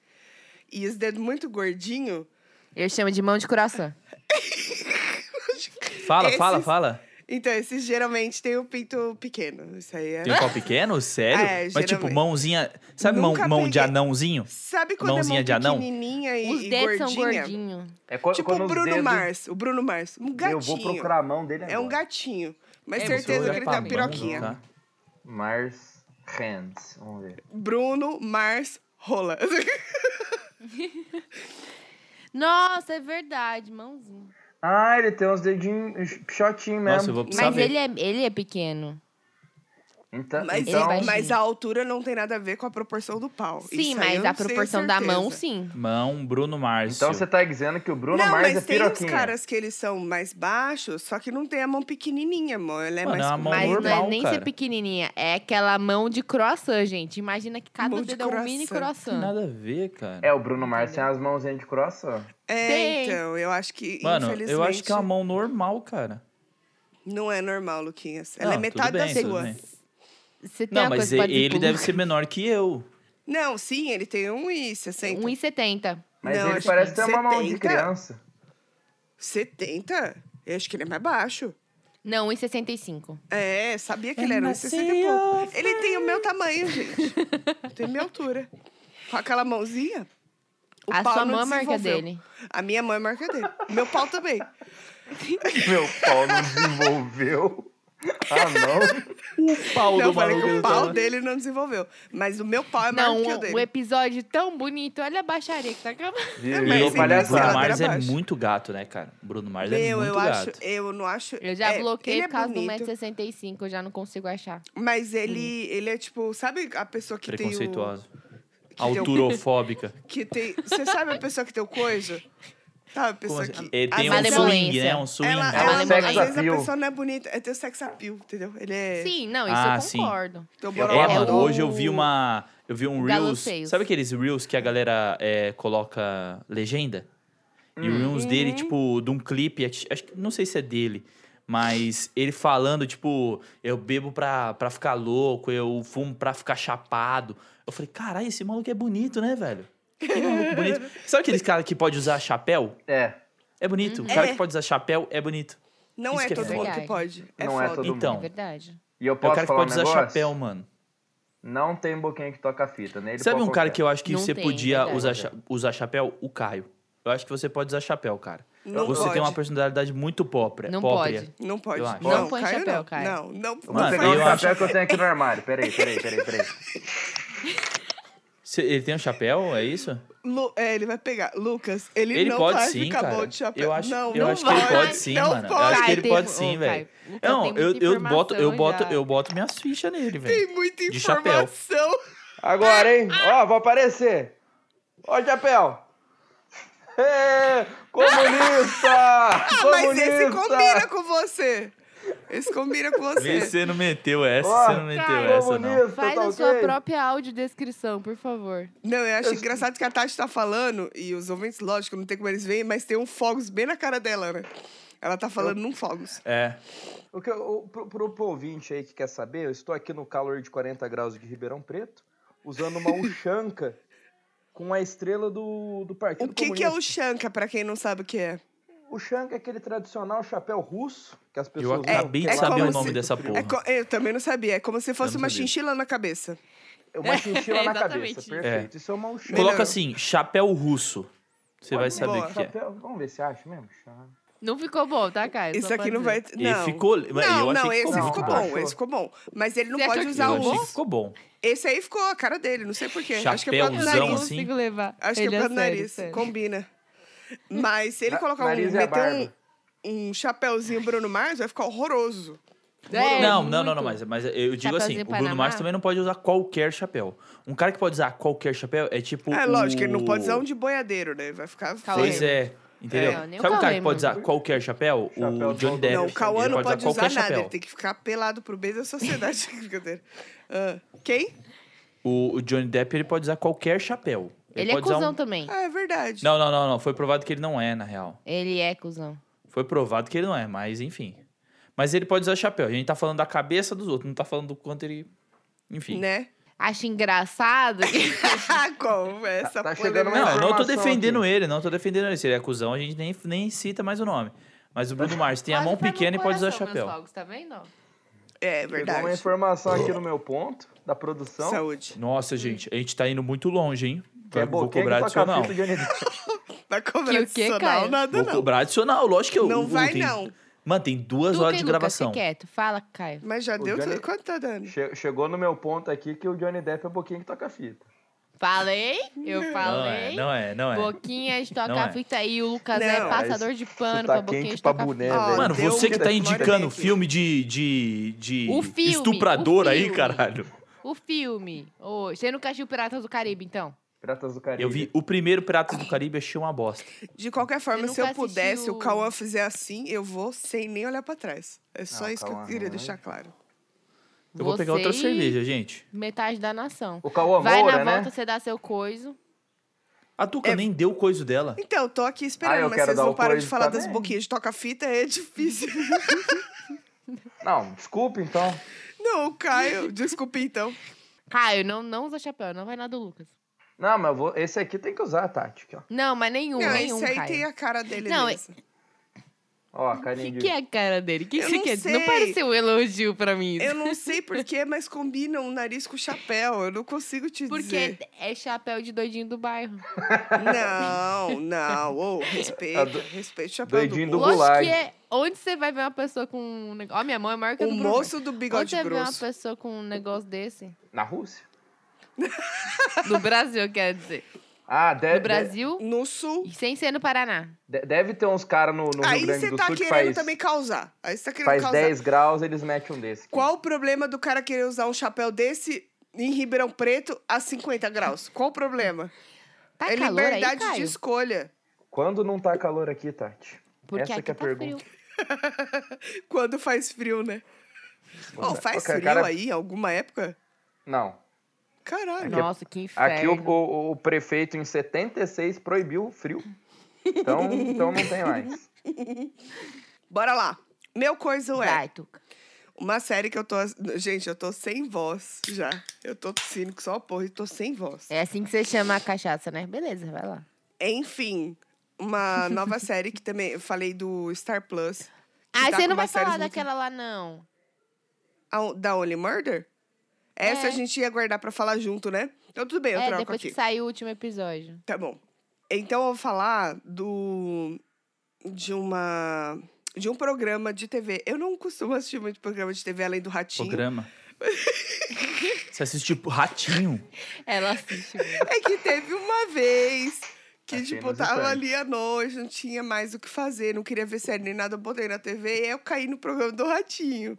e os dedos muito gordinho. Eu chamo de mão de coração. Fala, esses- fala, fala. Então, esses geralmente tem o pinto pequeno. Isso aí é. Tem um pau pequeno? Sério? É, Mas tipo, geralmente. mãozinha... Sabe mão, Nunca mão de peguei. anãozinho? Sabe quando Mãozinha é mão de anão? pequenininha e, Os e dedos são gordinha? gordinhos. É quando, Tipo quando o os Bruno dedos- Mars, o Bruno Mars, um gatinho. Eu vou procurar a mão dele É um agora. gatinho, mas É, Você olha certeza que ele pra tem uma mão, piroquinha. tá? Mars Hands. Vamos ver. Bruno Mars Rola. Tá, Nossa, é verdade, mãozinha. Ah, ele tem uns dedinhos shotinho mesmo. Nossa, eu vou Mas precisar Mas ver. ele é, ele é pequeno. Então, Mas, então- vai- mas a altura não tem nada a ver com a proporção do pau. Sim, Isso aí eu mas a tenho proporção da mão, certeza. sim. Mão, Bruno Márcio. então você tá dizendo que o Bruno não, Mars mas é tem uns piroquinha. caras que eles são mais baixos, só que não tem a mão pequenininha, mão. Ela é Mano, é mais... uma mão Mas não normal, é nem cara. ser pequenininha, é aquela mão de croissant, gente. Imagina que cada Mão de dedo é um mini croissant. Tem croissant. nada a ver, cara. É, o Bruno Mars tem as mãozinhas de croissant. É, Tem. então, eu acho que, Mano, infelizmente, eu acho que é uma mão normal, cara. não é normal, Luquinhas. Ela Não, é metade tudo bem, da tudo sua. bem. Você tem Não, uma mas coisa e- pra dizer ele pro deve Lucas? ser menor que eu. Não, sim, ele tem 1,60. 1,70. Mas Não, ele acho que parece ter uma mão de 70. criança. 70? Eu acho que ele é mais baixo. Não, 1,65. É, sabia que ele era 1,60 e pouco. Ele tem o meu tamanho, gente. tem minha altura. Com aquela mãozinha. o A pau sua não mão é a marca desenvolveu. dele. A minha mão é marca dele. Meu pau também. Meu pau não desenvolveu. Ah, não. O pau Não, eu do falei maluco. que o ele pau tá- dele não desenvolveu. Mas o meu pau é maior Não, que o dele. o episódio tão bonito. Olha a baixaria que tá acabando. É, O Virou mas sim, Bruno Ladeira palhaçada. Mars é abaixo. muito gato, né, cara? O Bruno Mars é Meu, muito eu gato. acho. Eu não acho. Eu já é, bloqueei ele é por causa bonito, do 1,65m, eu já não consigo achar. Mas Hum. ele, ele é tipo, sabe a pessoa que tem o. Preconceituosa. Que tem o Auturofóbica. que tem. Você sabe a pessoa que tem o coiso? Sabe, a pessoa Como assim? que. Ele tem às um vezes- Malemolência. swing, né? Um swing. Ela, é né? ela, às Sex vezes a appeal. pessoa não é bonita, é ter sex appeal, entendeu? Ele é. Sim, não, isso Ah, eu sim. concordo. Teu bororó. É, mano, o- hoje eu vi uma. Eu vi um Galo Reels. Seios. Sabe aqueles Reels que a galera é, coloca legenda? E o Reels dele, Uhum. tipo, de um clipe, acho acho que não sei se é dele. Mas ele falando, tipo, eu bebo pra, pra ficar louco, eu fumo pra ficar chapado. Eu falei, caralho, esse maluco é bonito, né, velho? Que maluco bonito. Sabe aqueles cara que pode usar chapéu? É. É bonito. Uhum. O cara É. que pode usar chapéu é bonito. Não Isso é que é todo mundo foda. que pode. É Não é foda. todo mundo. Então, É verdade. E eu é o posso cara que falar pode um usar negócio? chapéu, mano. Não tem boquinha que toca fita, né? Ele Sabe pode um cara qualquer. que eu acho que Não você tem, podia verdade. usar, cha- usar chapéu? O Caio. Eu acho que você pode usar chapéu, cara. Não você pode. tem uma personalidade muito própria. Não própria. pode. Não pode. Eu acho. Não, Não põe Caio, chapéu, não. Caio. Não, não. não Mano, Vou faz pegar eu o isso. acho- chapéu que eu tenho aqui no armário. Peraí, peraí, peraí, peraí. Cê- Ele tem um chapéu, é isso? Lu- é, ele vai pegar. Lucas, ele, Ele não pode vai sim, ficar cara. bom de chapéu. Eu acho- não, eu não acho que ele vai, pode sim, não mano. Eu Pode. acho que Caio, ele tem- pode um, ô, sim, Caio, velho. Lucas, tem Não, muita eu, eu boto eu informação boto já. eu boto minhas fichas nele, velho. Tem muita De chapéu. informação. Agora, hein? Ó, vou aparecer. Ó, chapéu. Ê, comunista! Ah, comunista! mas esse combina com você. Esse combina com Vê se você. você não meteu essa, Ó, você não meteu cara, essa não. Comunista, Faz tá a sua ok? própria audiodescrição, por favor. Não, eu acho engraçado que a Tati tá falando, e os ouvintes, lógico, não tem como eles verem, mas tem um fogos bem na cara dela, né? Ela tá falando num fogos. É. O que, eu- o, pro, pro, pro ouvinte aí que quer saber, eu estou aqui no calor de 40 graus de Ribeirão Preto, usando uma Uxanca com a estrela do, do Partido O que, que é o Comunista. Shanka, pra quem não sabe o que é? Uxanca é aquele tradicional chapéu russo que as pessoas usam É acabei de lá saber no o nome Muito dessa Frio. porra. É co- eu também não sabia. É como se fosse não uma sabia. chinchila na cabeça. É uma chinchila na Exatamente cabeça, isso. perfeito. Isso é uma Uxanca. Coloca Melhorou. assim, chapéu russo. Você vai saber o Boa. que que é. Chapéu- Vamos ver se acha mesmo. Uxanca. Não ficou bom, tá, Caio? Isso Só aqui pra não dizer. vai. Ele Não. ficou, Não, eu achei não, que esse muito ficou bom. bom, esse ficou bom. Mas ele não Você achou pode que usar Eu ficou achei o. que ficou bom. Esse aí ficou, a cara dele, não sei porquê. Acho que é pelo Chapéuzão, Eu não nariz. assim. consigo levar. Acho que Ele é pelo sério, nariz. sério. Combina. Mas se ele Na- colocar um, nariz é e a meter um- barba. um, chapéuzinho Bruno Mars, vai ficar horroroso. É, não, não, não, muito. não, mas, mas eu digo assim, Chapeuzinho o Bruno Panamá? Mars também não pode usar qualquer chapéu. Um cara que pode usar qualquer chapéu é tipo. É lógico, ele não pode usar um de. de boiadeiro, né? Vai ficar Cauê. Pois feio. é, entendeu? É, nem o Sabe um cara Cauê, que pode mano. usar qualquer chapéu? Chapéu o Johnny do- Depp. Não, o Ele Cauã pode não pode usar usar qualquer nada, chapéu. ele tem que ficar pelado pro bem da sociedade. Brincadeira. Ah, quem? O, o Johnny Depp ele pode usar qualquer chapéu. Ele é pode usar cuzão um- também. Ah, é verdade. Não, não, não, não. Foi provado que ele não é, na real. Ele é cuzão. Foi provado que ele não é, mas enfim. Mas ele pode usar chapéu. A gente tá falando da cabeça dos outros, não tá falando do quanto ele. Enfim. Né? Acho engraçado que... Como é essa Tá chegando polêmica. Não, eu uma não tô informação defendendo ele, não tô defendendo ele. Se ele é cuzão, a gente nem, nem cita mais o nome. Mas o Bruno Mars tem a Quase é mão foi no pequena e pode usar coração, meus chapéu. fogos, tá vendo? Pegou É uma verdade. é informação aqui no meu ponto, da produção. Saúde. Nossa, gente, a gente tá indo muito longe, hein? Que é Vai- vou boquinha cobrar que toca adicional. fita de unidade. Vai Que cobrar o quê, adicional, Caio? nada Vou não. cobrar adicional, lógico que eu. Não eu- vai, tem- não. Mano, tem duas Tuca horas de e Lucas, gravação. fica quieto. Fala, Caio. Mas já O deu Johnny- tudo. Quanto tá dando? Che- Chegou no meu ponto aqui que o Johnny Depp é boquinha que toca fita. Falei? Eu Não é, falei. não é, não é. Boquinha de Não tocar é. fita aí, o Lucas Não, é mas passador de pano Isso pra tá boquinha quente de pra tocar boné, fita. velho. Mano, Deu você um que tá telefone indicando aqui. filme de. de, de O filme, estuprador o aí, filme. caralho. O filme. Ô, você nunca assistiu Piratas do Caribe, então? Piratas do Caribe. Eu vi o primeiro Piratas do Caribe, achei uma bosta. De qualquer forma, nunca se eu pudesse, assistiu- o Cauã fizer assim, eu vou sem nem olhar pra trás. É só Não, isso que eu Cauã, queria não. deixar claro. Eu vou pegar Você outra e cerveja, gente. Metade da nação. O Cauã Vai Moura, na né? volta, você dá seu coiso. A Tuca É nem deu coisa dela. Então, tô aqui Ah, esperando, eu mas quero vocês dar não o param de coisa falar das também. boquinhas de toca-fita, é difícil. Não, desculpa então. não, Caio, desculpa então. Caio, não, não usa chapéu, não vai na do Lucas. Não, mas eu vou- esse aqui tem que usar, Tati. Aqui, ó. Não, mas nenhum, não, nenhum, esse aí Caio. tem a cara dele Não, mesmo. Ó, a O carinha que, de... que é a cara dele? O que, Eu que você não quer dizer? Não sei. pareceu um elogio pra mim. Eu não sei porquê, mas combina um nariz com chapéu. Eu não consigo te Porque dizer. é chapéu de doidinho do bairro. Não, não. Ô, respeita, Ah, do- respeita o chapéu Doidinho do do, Lógico gulag. que é. Onde você vai ver uma pessoa com um negócio. Ó, minha mão é maior que a O do Bruno. moço do Onde bigode você vê uma grosso. pessoa com um negócio desse? Na Rússia? No Brasil, quer dizer. Ah, É, deve, No Brasil, No sul. e sem ser no Paraná. de- deve ter uns caras no, no Aí Rio Grande você do tá Sul que querendo faz, também causar. Aí você tá querendo faz causar. 10 graus, eles metem um desse. Qual o problema do cara querer usar um chapéu desse em Ribeirão Preto a 50 graus? Qual o problema? Tá é calor aí, liberdade Caio? de escolha. Quando não tá calor aqui, Tati? Porque Essa aqui que é a tá pergunta. frio. Quando faz frio, né? Ô, faz Ô, cara, frio cara- aí, alguma época? Não. Caralho. Nossa, que inferno. é- Aqui o, o- o prefeito em 76 proibiu o frio. Então, então não tem mais. Bora lá. Meu coisa é. Vai, Tuca. Uma série que eu tô. ass- Gente, eu tô sem voz já. Eu tô tossindo que só a porra e tô sem voz. É assim que você chama a cachaça, né? Beleza, vai lá. Enfim, uma nova série que também. Eu falei do Star Plus. que Ah, tá você com não vai umas séries falar muito- daquela lá, não. A- da Only Murder? Essa É. a gente ia guardar pra falar junto, né? Então tudo bem, eu é, troco depois aqui. que saiu o último episódio. Tá bom. Então eu vou falar do. de uma. de um programa de TV. Eu não costumo assistir muito programa de TV além do Ratinho. Programa. Você assiste tipo Ratinho. Ela assiste. mesmo. É que teve uma vez que, Achei tipo, eu tava inusitado. ali à noite, não tinha mais o que fazer, não queria ver série nem nada, eu botei na TV e aí eu caí no programa do Ratinho.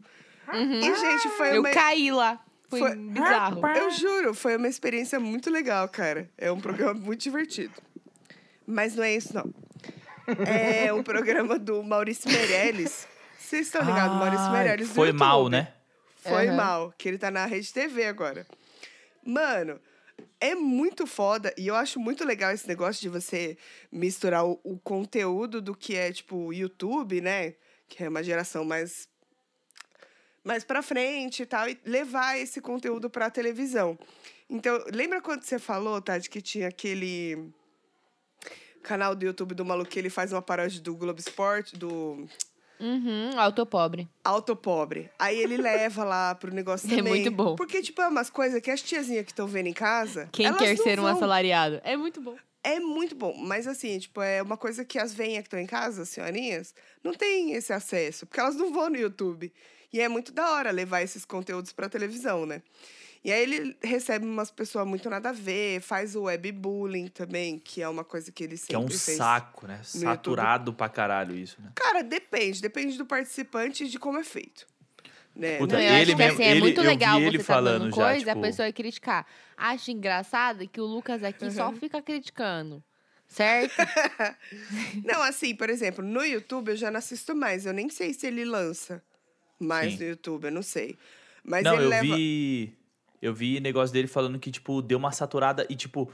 Uhum. E, gente, foi Eu uma. caí lá. Foi, Ah, Foi- bizarro. Eu juro, foi uma experiência muito legal, cara. É um programa muito divertido. Mas não é isso, não. É o programa do Maurício Meirelles. Vocês estão ligados, Maurício Ai, Meirelles? do Ah, Foi YouTube. mal, né? Foi Aham. mal, que ele tá na Rede TV agora. Mano, é muito foda e eu acho muito legal esse negócio de você misturar o, o conteúdo do que é tipo YouTube, né? Que é uma geração mais mais para frente e tal e levar esse conteúdo pra televisão. Então, lembra quando você falou, Tati, que tinha aquele canal do YouTube do maluco que ele faz uma paródia do Globo Esporte, do Uhum, ó, eu tô pobre. autopobre. Aí ele leva lá pro negócio É também. muito bom. Porque, tipo, é umas coisas que as tiazinhas que estão vendo em casa. Quem elas quer não ser um vão. assalariado? É muito bom. É muito bom. Mas assim, tipo, é uma coisa que as veinhas que estão em casa, as senhorinhas, não têm esse acesso, porque elas não vão no YouTube. E é muito da hora levar esses conteúdos pra televisão, né? E aí ele recebe umas pessoas muito nada a ver, faz o webbullying também, que é uma coisa que ele Que é sempre um fez. saco, né? YouTube. Saturado pra caralho isso, né? Cara, depende, depende do participante e de como é feito. Né? Puta, Não Não, é- eu ele acho que mesmo- assim, é ele- muito eu vi legal ele você falando tá falando já, coisa, tipo- a pessoa criticar. Acho engraçado que o Lucas aqui só Uhum. fica criticando. Certo? Tá Não, assim, por exemplo, no YouTube eu já não assisto mais. Eu nem sei se ele lança mais Sim. no YouTube, eu não sei. Mas não, ele eu leva. vi. Eu vi negócio dele falando que, tipo, deu uma saturada e, tipo.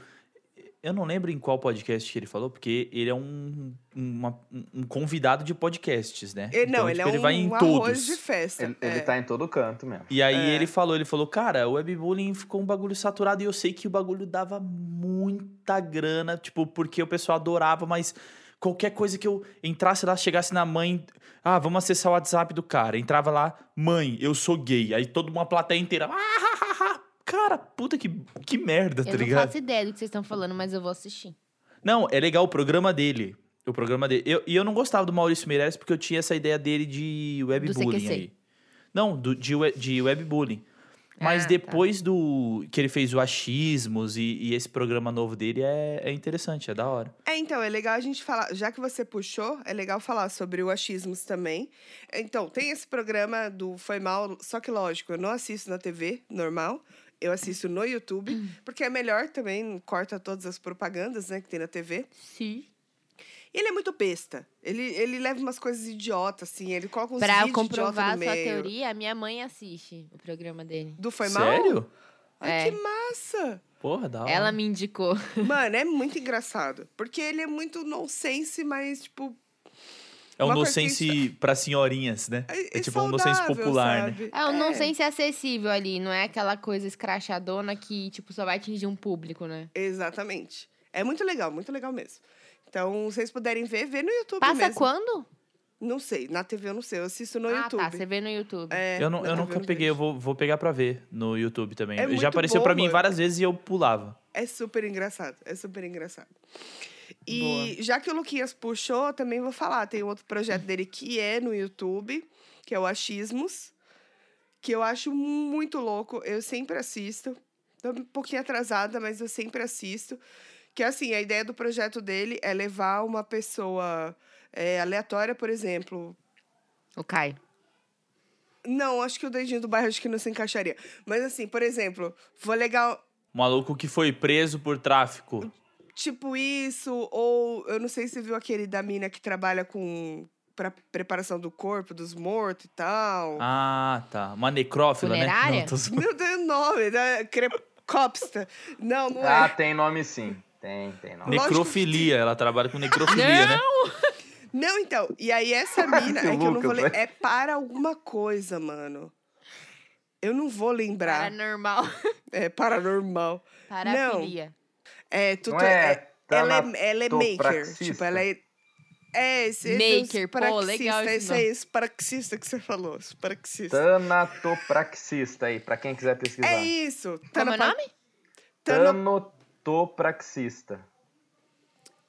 Eu não lembro em qual podcast que ele falou, porque ele é um, uma- um convidado de podcasts, né? Ele, não, Então, ele é tipo, um, vai em arroz todos. de festa. Ele, é. ele tá em todo canto mesmo. E aí ele falou, ele falou, cara, o webbullying ficou um bagulho saturado e eu sei que o bagulho dava muita grana, tipo, porque o pessoal adorava, mas qualquer coisa que eu entrasse lá, chegasse na mãe, ah, vamos acessar o WhatsApp do cara, entrava lá, mãe, eu sou gay, aí toda uma plateia inteira, ah, ha, ha, ha. cara, puta que, que merda, tá eu não ligado? faço ideia do que vocês estão falando, mas eu vou assistir. Não, é legal o programa dele. O programa dele. Eu- e eu não gostava do Maurício Meirelles porque eu tinha essa ideia dele de webbullying CQC. aí. Não, do, de, we- de webbullying. Mas Ah, tá. depois do que ele fez o achismos e, e esse programa novo dele é, é interessante, é da hora. É, então, é legal a gente falar. Já que você puxou, é legal falar sobre o achismos também. Então, tem esse programa do Foi Mal, só que lógico, eu não assisto na TV normal. Eu assisto no YouTube, porque é melhor também, corta todas as propagandas né, que tem na TV. Sim. E Ele é muito besta. Ele, ele leva umas coisas idiotas, assim. Ele coloca uns Pra vídeos idiota comprovar no a meio. sua teoria, minha mãe assiste o programa dele. Do Foi Mal? Sério? Ai, É. que massa! Porra, da hora. Ela me indicou. Mano, é muito engraçado. Porque ele é muito nonsense, mas, tipo... é um uma coisa que nonsense pra senhorinhas, né? É, tipo um saudável, nonsense popular, né? sabe? É um nonsense acessível ali, não é aquela coisa escrachadona que, tipo, só vai atingir um público, né? Exatamente. É muito legal, muito legal mesmo. Então, se vocês puderem ver, vê no YouTube Passa mesmo. quando? Não sei, na TV eu não sei, eu assisto no ah, YouTube. tá. Você vê no YouTube. É, Eu, não, na eu TV nunca não peguei, vejo. eu vou, vou pegar pra ver no YouTube também. É Já muito apareceu bom, pra mim mano. várias vezes e eu pulava. É super engraçado, é super engraçado. E já que o Luquinhas puxou, também vou falar. Tem um outro projeto dele que é no YouTube, que é o Achismos, que eu acho muito louco. Eu sempre assisto. Tô um pouquinho atrasada, mas eu sempre assisto. Que assim, a ideia do projeto dele é levar uma pessoa eh, aleatória, por exemplo, O Caio. Não, acho que o doidinho do bairro acho que não se encaixaria. Mas assim, por exemplo, vou legal O Um maluco que foi preso por tráfico. tipo isso, ou eu não sei se você viu aquele da mina que trabalha com pra preparação do corpo dos mortos e tal. Ah, tá. Uma necrófila, né? Funerária? Não, tô zoando. Não tem nome, né? Cre- Copsta. Não, não Ah, é. tem nome sim. Tem, tem nome. Lógico que- Necrofilia, ela trabalha com necrofilia, né? Não, então. E aí essa mina, é que eu não vou Lucas, ler. É para alguma coisa, mano. Eu não vou lembrar. Paranormal. É paranormal. Parafilia. É, tudo Não é, é, Ela é, ela é maker. tanatopraxista? Tipo, ela é. É, esse, esse Maker, pô, legal esse esse é nome. esse paraxista que você falou. esse Paraxista. Tanatopraxista aí, pra quem quiser pesquisar. É isso. Como é o tanapa- nome? tana- Tanotopraxista.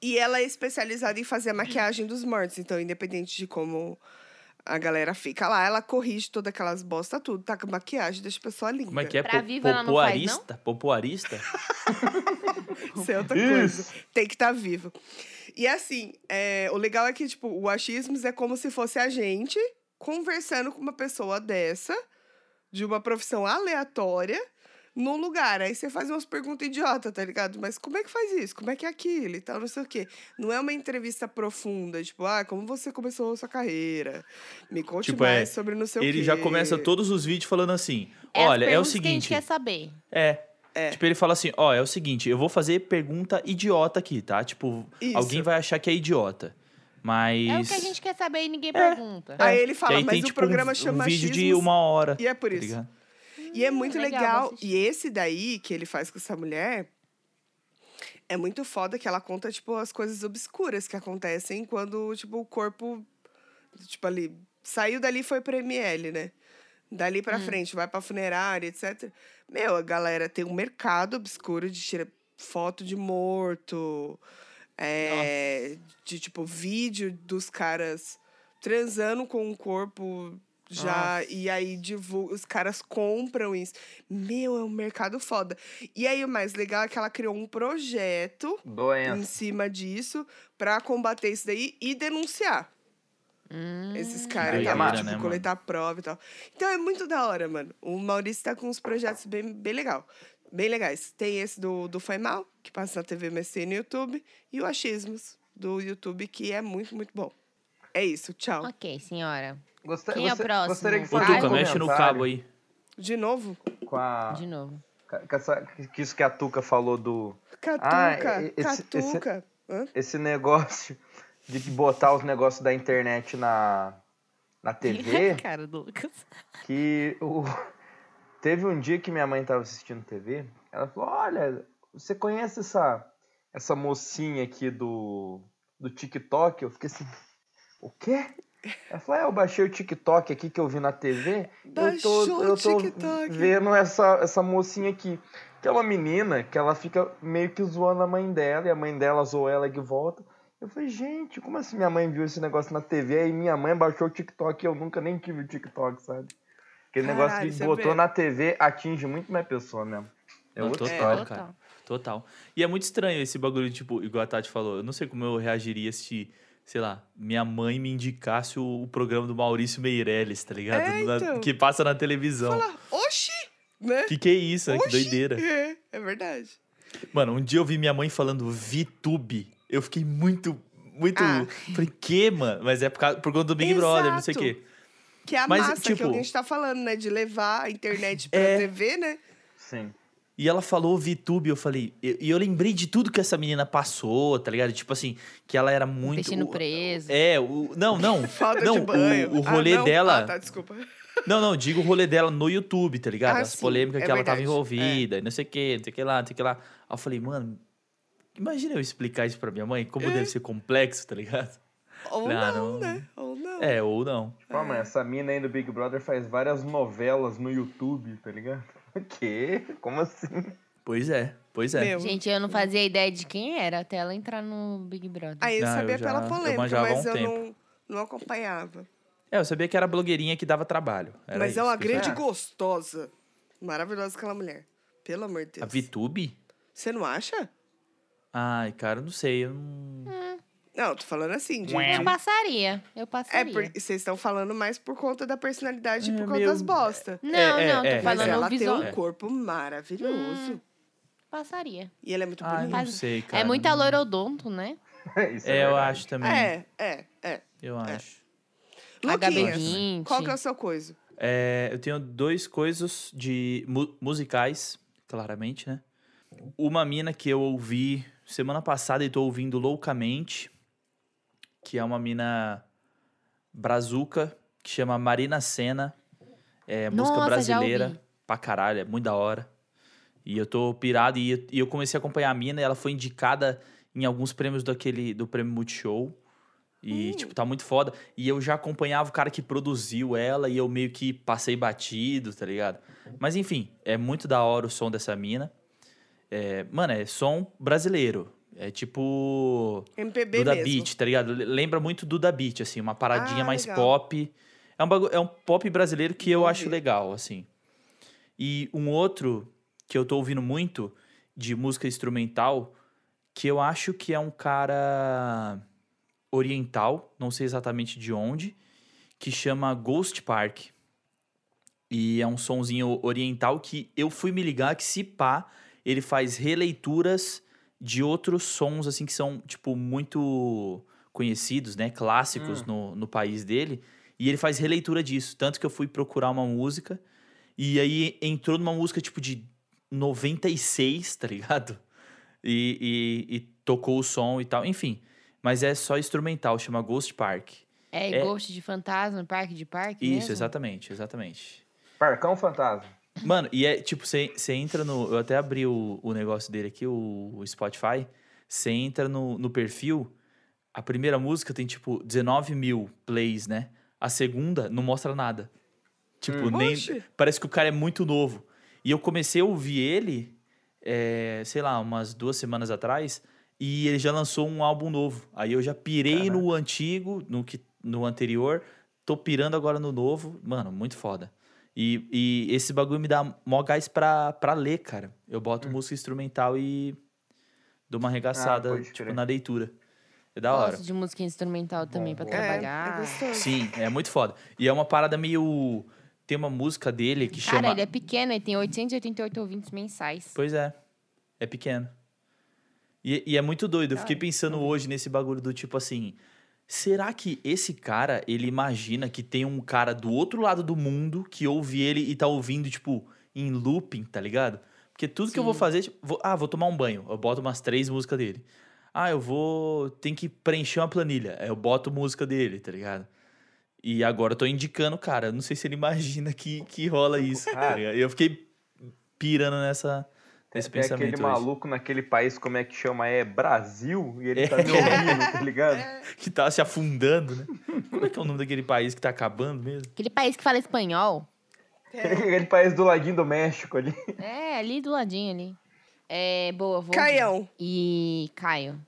E ela é especializada em fazer a maquiagem dos mortos. Então, independente de como a galera fica lá, ela corrige todas aquelas bosta, tudo. Tá com maquiagem, deixa a pessoa linda. Como é que é? Pra Po- viva ela não faz, não? Popoarista? Popoarista? Isso é outra coisa. Tem que estar vivo. E assim, é, o legal é que, tipo, o achismos é como se fosse a gente conversando com uma pessoa dessa, de uma profissão aleatória, num lugar. Aí você faz umas perguntas idiota, tá ligado? Mas como é que faz isso? Como é que é aquilo e tal, não sei o quê. Não é uma entrevista profunda, tipo, ah, como você começou a sua carreira? Me conte Tipo, mais é, sobre não sei o quê. Ele já começa todos os vídeos falando assim: Então É as olha, é o perguntas Que a gente seguinte. quer saber. É. É. Tipo, ele fala assim: ó, é o seguinte, eu vou fazer pergunta idiota aqui, tá? Tipo, Isso. alguém vai achar que é idiota. Mas. É o que a gente quer saber e ninguém pergunta. Aí ele Que fala, aí mas tem, o tipo, programa um, chama um vídeo de Achismos, uma hora. E é por tá isso. ligado? E é muito legal, legal. vou assistir. E esse daí que ele faz com essa mulher é muito foda que ela conta, tipo, as coisas obscuras que acontecem quando, tipo, o corpo, tipo, ali, saiu dali e foi pra ML, né? Dali Hum. pra frente, vai pra funerária, etc. Meu, a galera tem um mercado obscuro de tirar foto de morto, é, de, tipo, vídeo dos caras transando com um corpo já. E aí divulga, os caras compram isso. Meu, é um mercado foda. E aí o mais legal é que ela criou um projeto em Doença. cima disso pra combater isso daí e denunciar. Hum. Esses caras, Aí tá, é massa, tipo, né, mano? coletar prova e tal. Então é muito da hora, mano. O Maurício tá com uns projetos bem, bem legal. Bem legais. Tem esse do, do Foi Mal, que passa na TV MSC e no YouTube, e o Achismos, do YouTube, que é muito, muito bom. É isso, tchau. Ok, senhora. Gosta- Quem é o gosta- próximo? Gostaria que Ô, fosse Vai. Tuca, um mexe no comentário cabo aí. De novo? Com a, De novo. com essa- que isso que a Tuca falou do. Catuca, Ah, e- esse- catuca. é Hã? Esse negócio de botar os negócios da internet na, na TV. Cara do Lucas. que o... teve um dia que minha mãe tava assistindo TV, ela falou: "Olha, você conhece essa essa mocinha aqui do do TikTok?" Eu fiquei assim: "O quê?" Ela falou: "É, eu baixei o TikTok aqui que eu vi na TV, eu Baixou tô o eu tô TikTok. vendo essa essa mocinha aqui, que é uma menina que ela fica meio que zoando a mãe dela e a mãe dela zoou ela de volta." Eu falei, gente, como assim minha mãe viu esse negócio na TV aí minha mãe baixou o TikTok e eu nunca nem tive o TikTok, sabe? Aquele Caralho, negócio que você botou vê. na TV atinge muito mais pessoa mesmo. É Não, outra total, história. total. cara. Total. E é muito estranho esse bagulho, tipo, igual a Tati falou. Eu não sei como eu reagiria se, sei lá, minha mãe me indicasse o, o programa do Maurício Meirelles, tá ligado? É, Na- então. que passa na televisão. Fala, oxi! Né? Que que é isso? né? Que Oxi! doideira. É, é verdade. Mano, um dia eu vi minha mãe falando VTube. Eu fiquei muito, muito. Ah. Falei, que, mano? Mas é por, causa, por conta do Big Brother, não sei o Exato. quê. Que é a Mas, massa que tipo- a gente tá falando, né? De levar a internet pra É. TV, né? Sim. E ela falou VTube, eu falei. E e eu lembrei de tudo que essa menina passou, tá ligado? Tipo assim, que ela era muito. Intestino o- preso. É, o. Não, não. Falta não, de banho. O, o rolê Ah, não? dela. Ah, tá, desculpa. Não, não, digo o rolê dela no YouTube, tá ligado? Ah, As sim, polêmicas é que ela tava verdade, envolvida, e não sei o que, não sei o que lá, não sei o que lá. Aí eu falei, mano, É. imagina eu explicar isso pra minha mãe, como deve ser complexo, tá ligado? Ou Ah, não, não. né? Ou não. É, ou não. Tipo, ah, mas essa mina aí do Big Brother faz várias novelas no YouTube, tá ligado? O quê? Como assim? Pois é, pois é. Meu. Gente, eu não fazia ideia de quem era até ela entrar no Big Brother. Aí eu Ah, eu sabia já- pela eu polêmica, manjava há mas um eu tempo. não, não acompanhava. É, eu sabia que era blogueirinha que dava trabalho. Era mas isso, é uma que eu grande sabia. gostosa. Maravilhosa aquela mulher. Pelo amor de A Deus. Vitube? Você não acha? Ai, cara, eu não sei. Eu não... Não, eu tô falando assim. De, Ué. de- Eu passaria, eu É, passaria. porque vocês estão falando mais por conta da personalidade e É, por conta meu- das bosta. Não, É, é, não, tô é. Hum. Mas falando ela visual. tem um corpo maravilhoso. Passaria. E ela é muito Ai, bonita. não Mas- sei, cara. é muita loirodonto, né? Isso É, eu verdade. acho também. É, é, é. Eu acho. Luquinhas, HB20. qual que é o seu coisa? É, eu tenho dois coisas de mu- musicais, claramente, né? Uma mina que eu ouvi semana passada e tô ouvindo loucamente, que é uma mina brazuca, que chama Marina Senna. É música Nossa, já brasileira ouvi. pra caralho, é muito da hora. E eu tô pirado e, e eu comecei a acompanhar a mina e ela foi indicada em alguns prêmios daquele do prêmio Multishow. E, tipo, tá muito foda. E eu já acompanhava o cara que produziu ela e eu meio que passei batido, tá ligado? Mas enfim, é muito da hora o som dessa mina. É, mano, é som brasileiro. É tipo. MPB Duda mesmo. Beat, tá ligado? L- Lembra muito Duda Beat, assim, uma paradinha Ah, mais legal. pop. É um, bagu- é um pop brasileiro que eu Entendi. acho legal, assim. E um outro que eu tô ouvindo muito de música instrumental, que eu acho que é um cara oriental, não sei exatamente de onde, que chama Ghost Park. E é um sonzinho oriental que eu fui me ligar que se pá, ele faz releituras de outros sons assim que são tipo muito conhecidos, né, clássicos no, no país dele, e ele faz releitura disso, tanto que eu fui procurar uma música e aí entrou numa música tipo de 96, tá ligado? E, e, e tocou o som e tal, enfim. Mas é só instrumental, chama Ghost Park. É, É. Ghost de Fantasma, Parque de Parque Isso, mesmo? exatamente, exatamente. Parcão Fantasma. Mano, e é tipo, você entra no. Eu até abri o, o negócio dele aqui, o, o Spotify. Você entra no, no perfil, a primeira música tem tipo 19 mil plays, né? A segunda não mostra nada. Tipo, nem. Oxe. Parece que o cara é muito novo. E eu comecei a ouvir ele, é, sei lá, umas duas semanas atrás, e ele já lançou um álbum novo. Aí eu já pirei no antigo, no, que, no anterior, tô pirando agora no novo. Mano, muito foda. E, e esse bagulho me dá mó gás pra, pra ler, cara. Eu Hum. boto música instrumental e dou uma arregaçada, Ah, pode tipo, crer. na leitura. É da hora. Gosto de música instrumental também pra bom. É, trabalhar. é gostoso. Sim, é muito foda. E é uma parada meio. Tem uma música dele que Cara, chama. ele é pequeno, ele tem 888 ouvintes mensais. Pois é. É pequeno. E, e é muito doido. Eu fiquei pensando hoje nesse bagulho do tipo assim. Será que esse cara, ele imagina que tem um cara do outro lado do mundo que ouve ele e tá ouvindo, tipo, em looping, tá ligado? Porque tudo que eu vou Sim. fazer, tipo, vou- ah, vou tomar um banho. Eu boto umas três músicas dele. Ah, eu vou. Tem que preencher uma planilha. Aí Eu boto música dele, tá ligado? E agora eu tô indicando, cara. eu Não sei se ele imagina que, que rola isso. Tá Ah. ligado? Eu fiquei pirando nessa, nesse É, Tem pensamento. aquele hoje. maluco naquele país, como é que chama? É Brasil? E ele tá me ouvindo, tá ligado? É. Que tá se afundando, né? Como é que é o nome daquele país que tá acabando mesmo? Aquele país que fala espanhol. Aquele país do laguinho do México ali. É, ali do ladinho ali. É, boa, vou. Caião. E Caio.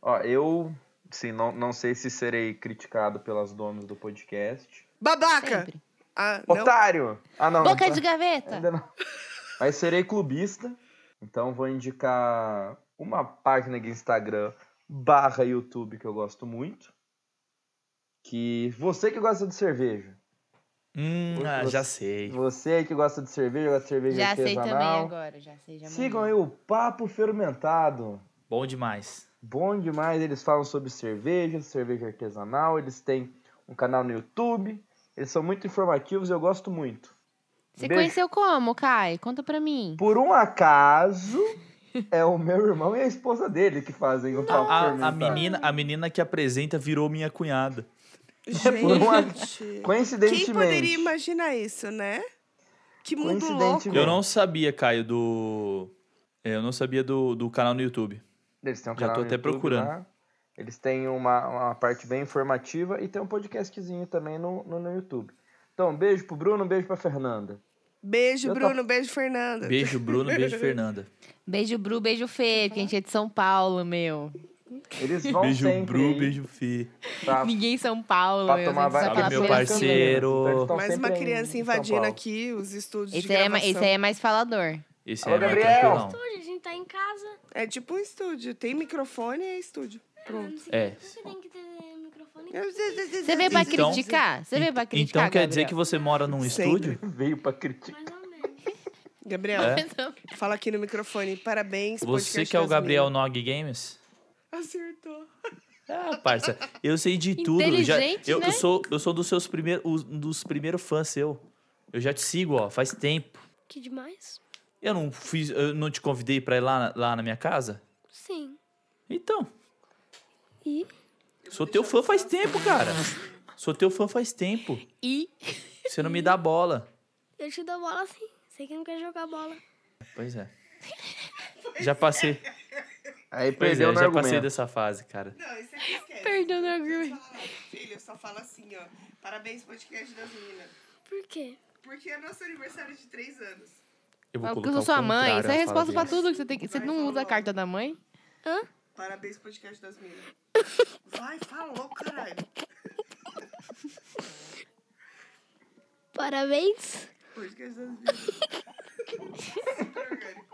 Ó, eu, sim, não, não sei se serei criticado pelas donas do podcast. Babaca. Sempre. Ah, não. Otário! Ah, não. Boca não, de tá- gaveta. Ainda não. Mas serei clubista, então vou indicar uma página de Instagram barra YouTube que eu gosto muito. Que você que gosta de cerveja, Hum, ah, Você- tá já sei. você que gosta de cerveja, gosta de cerveja Já sei artesanal, também agora, já sei. Já sigam mandei. aí o Papo Fermentado. Bom demais. Bom demais, eles falam sobre cerveja, cerveja artesanal, eles têm um canal no YouTube, eles são muito informativos, eu gosto muito. Você Beijo. conheceu como, Caio? Conta pra mim. Por um acaso, é o meu irmão e a esposa dele que fazem o papo A, a fermentado. menina, a menina que apresenta virou minha cunhada. né? por um uma- Gente. Coincidentemente. Quem poderia imaginar isso, né? Que mundo louco. Coincidentemente. Eu não sabia, Caio, do. é, Eu não sabia do, do canal no YouTube. Eles têm um Já canal tô no até YouTube procurando. lá. Eles têm uma, uma parte bem informativa e tem um podcastzinho também no, no, no YouTube. Então, beijo pro Bruno, beijo pra Fernanda. Beijo, Eu tô- Bruno. Beijo, Fernanda. Beijo, Bruno. Beijo, Fernanda. Beijo, Bru, beijo, Fê, que a gente é de São Paulo, meu. Eles vão beijo, sempre Bru. aí Beijo, Fi. pra- Ninguém em São Paulo, pra meu. tomar Você precisa vai- falar Meu pra pelas você. parceiro. câmeras. Então, eles tão Mais uma sempre em- criança em São invadindo Paulo. aqui os estúdios Esse de aí, é, ma- gravação. esse aí é mais falador. Esse Alô, é mais Gabriel. tranquilão. Estúdio, a gente tá em casa. É tipo um estúdio. Tem microfone e é estúdio. Pronto. É. Você tem que ter microfone. Você Você veio pra Então- criticar? Você veio pra criticar, Então quer dizer que Gabriel? você mora num Sempre. estúdio? Veio pra criticar. Mais ou menos. Gabriel, É. fala aqui no microfone. Parabéns. Você podcast que é o das Gabriel minas. Nog Games? Acertou. Ah, parça, eu sei de tudo. Já, Inteligente, eu, né? eu sou, eu sou dos seus primeiros, os- um dos primeiros fãs seu. Eu já te sigo, ó, faz tempo. Que demais? Eu não fiz, eu não te convidei pra ir lá, na- lá na minha casa? Sim. Então, E? sou teu fã faz tempo, cara. Sou teu fã faz tempo. E Você não me dá bola. Eu te dou bola sim. Sei que não quer jogar bola. Pois é. Já passei, Aí pois perdeu é, no já passei argumento. dessa fase, cara. Não, isso aqui esquece. perdeu no argumento. Filho, só fala assim, ó. Parabéns, podcast das minas. Por quê? Porque é nosso aniversário de três anos. Eu vou Fala, colocar Porque eu o sou sua mãe. contrário, Isso é ela resposta fala pra dele. tudo que você tem que. Você Vai, não fala usa a logo. carta da mãe? Parabéns, podcast das minas. Vai, falou, caralho. Parabéns. Podcast das minas. Super orgânico.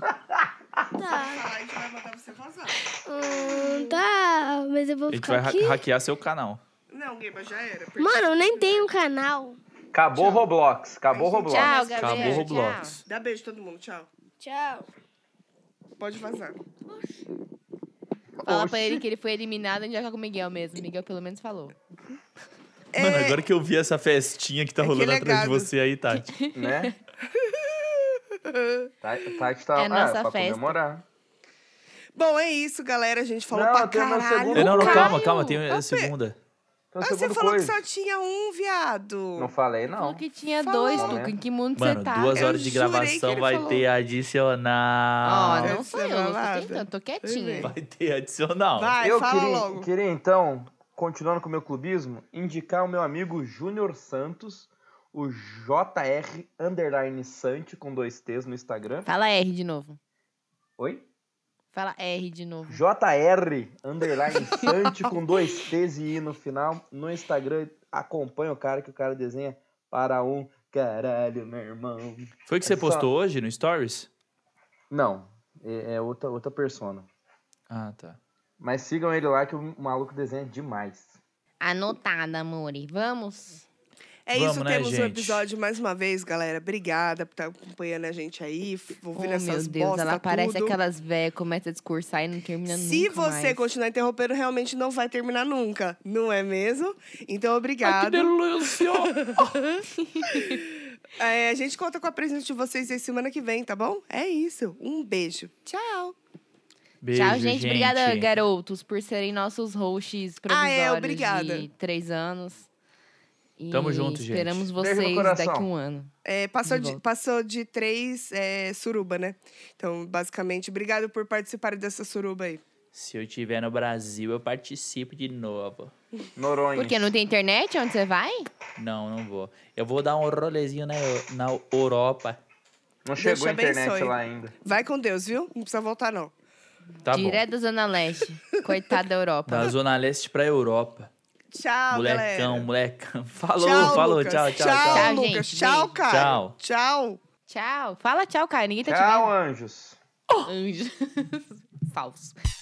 Tá. Falar, a gente vai mandar você vazar. Hum, tá. Mas eu vou A gente vai ficar ha- aqui. hackear seu canal. Não, Gueba, já era. porque- Mano, eu nem tenho um canal. Acabou o Roblox, acabou o Roblox. Tchau, Gabriel. Acabou o Tchau. Roblox. Dá beijo todo mundo, tchau. Tchau. Pode vazar. Fala pra ele que ele foi eliminado e joga com o Miguel mesmo. O Miguel pelo menos falou. Mano, agora que eu vi essa festinha que tá é que rolando ele é atrás de gado. você aí, Tati. né? Tati, Tati tá É a nossa ah, pra festa. comemorar. Bom, é isso, galera. A gente falou Não, pra tem uma caralho. segunda- É Não, não, Caio, calma, calma, tem tá a segunda. Então, Ah, você segunda falou coisa. que só tinha um, viado. Não falei, Falou não. que tinha Falou. dois, Não, né? Tuca. Em que mundo Mano, você tá? duas Eu horas de jurei que gravação ele vai falou. ter adicional. Ó, não Essa é sou eu, eu tô balada. tentando, tô Ei, quietinha. Vai ter adicional. Vai, eu fala queria, logo. queria, então, continuando com o meu clubismo, indicar o meu amigo Júnior Santos, o JR Underline Sante, com dois T's no Instagram. Fala R de novo. Oi? Fala R de novo. JR Underline Sante, com dois T's e I no final, no Instagram. Acompanha o cara, que o cara desenha para um caralho, meu irmão. Foi o que você É só- postou hoje no Stories? Não, é, é outra, outra persona. Ah, tá. Mas sigam ele lá que o maluco desenha demais. Anotada, amore. Vamos? É Vamos, isso, né, temos um gente? episódio mais uma vez, galera. Obrigada por estar acompanhando a gente aí, f- Oh, ouvindo meu essas Deus, bosta, ela parece tudo. aquelas véias, começa a discursar e não termina Se nunca você mais. continuar interrompendo, realmente não vai terminar nunca, não é mesmo? Então, Ai, que obrigado. delícia! É, a gente conta com a presença de vocês aí semana que vem, tá bom? É isso. Um beijo. Tchau. Beijo, Tchau, gente. Obrigada, garotos, por serem nossos hosts Ah, provisórios é, obrigada. de três anos. E Tamo junto, gente. Esperamos Beijo no vocês coração. daqui um ano. É, passou, De de, volta. passou de três é, suruba, né? Então, basicamente, obrigado por participar dessa suruba aí. Se eu tiver no Brasil, eu participo de novo. Noronha. Porque não tem internet onde você vai? Não, não vou. Eu vou dar um rolezinho na, Eu- na Europa. Não Deus chegou a te internet abençoe. lá ainda. Vai com Deus, viu? Não precisa voltar, não. Tá Direto da Zona Leste. Coitada da bom. Europa. Da Zona Leste pra Europa. Tchau, molecão, galera. molecão. Falou, tchau, falou. Lucas. Tchau, tchau, tchau. Tchau, Lucas. gente. Tchau, Beijo. cara. Tchau. Tchau. tá Tchau. Fala tchau, cara. Ninguém tá te Tchau, vendo. anjos. Anjo. Falso.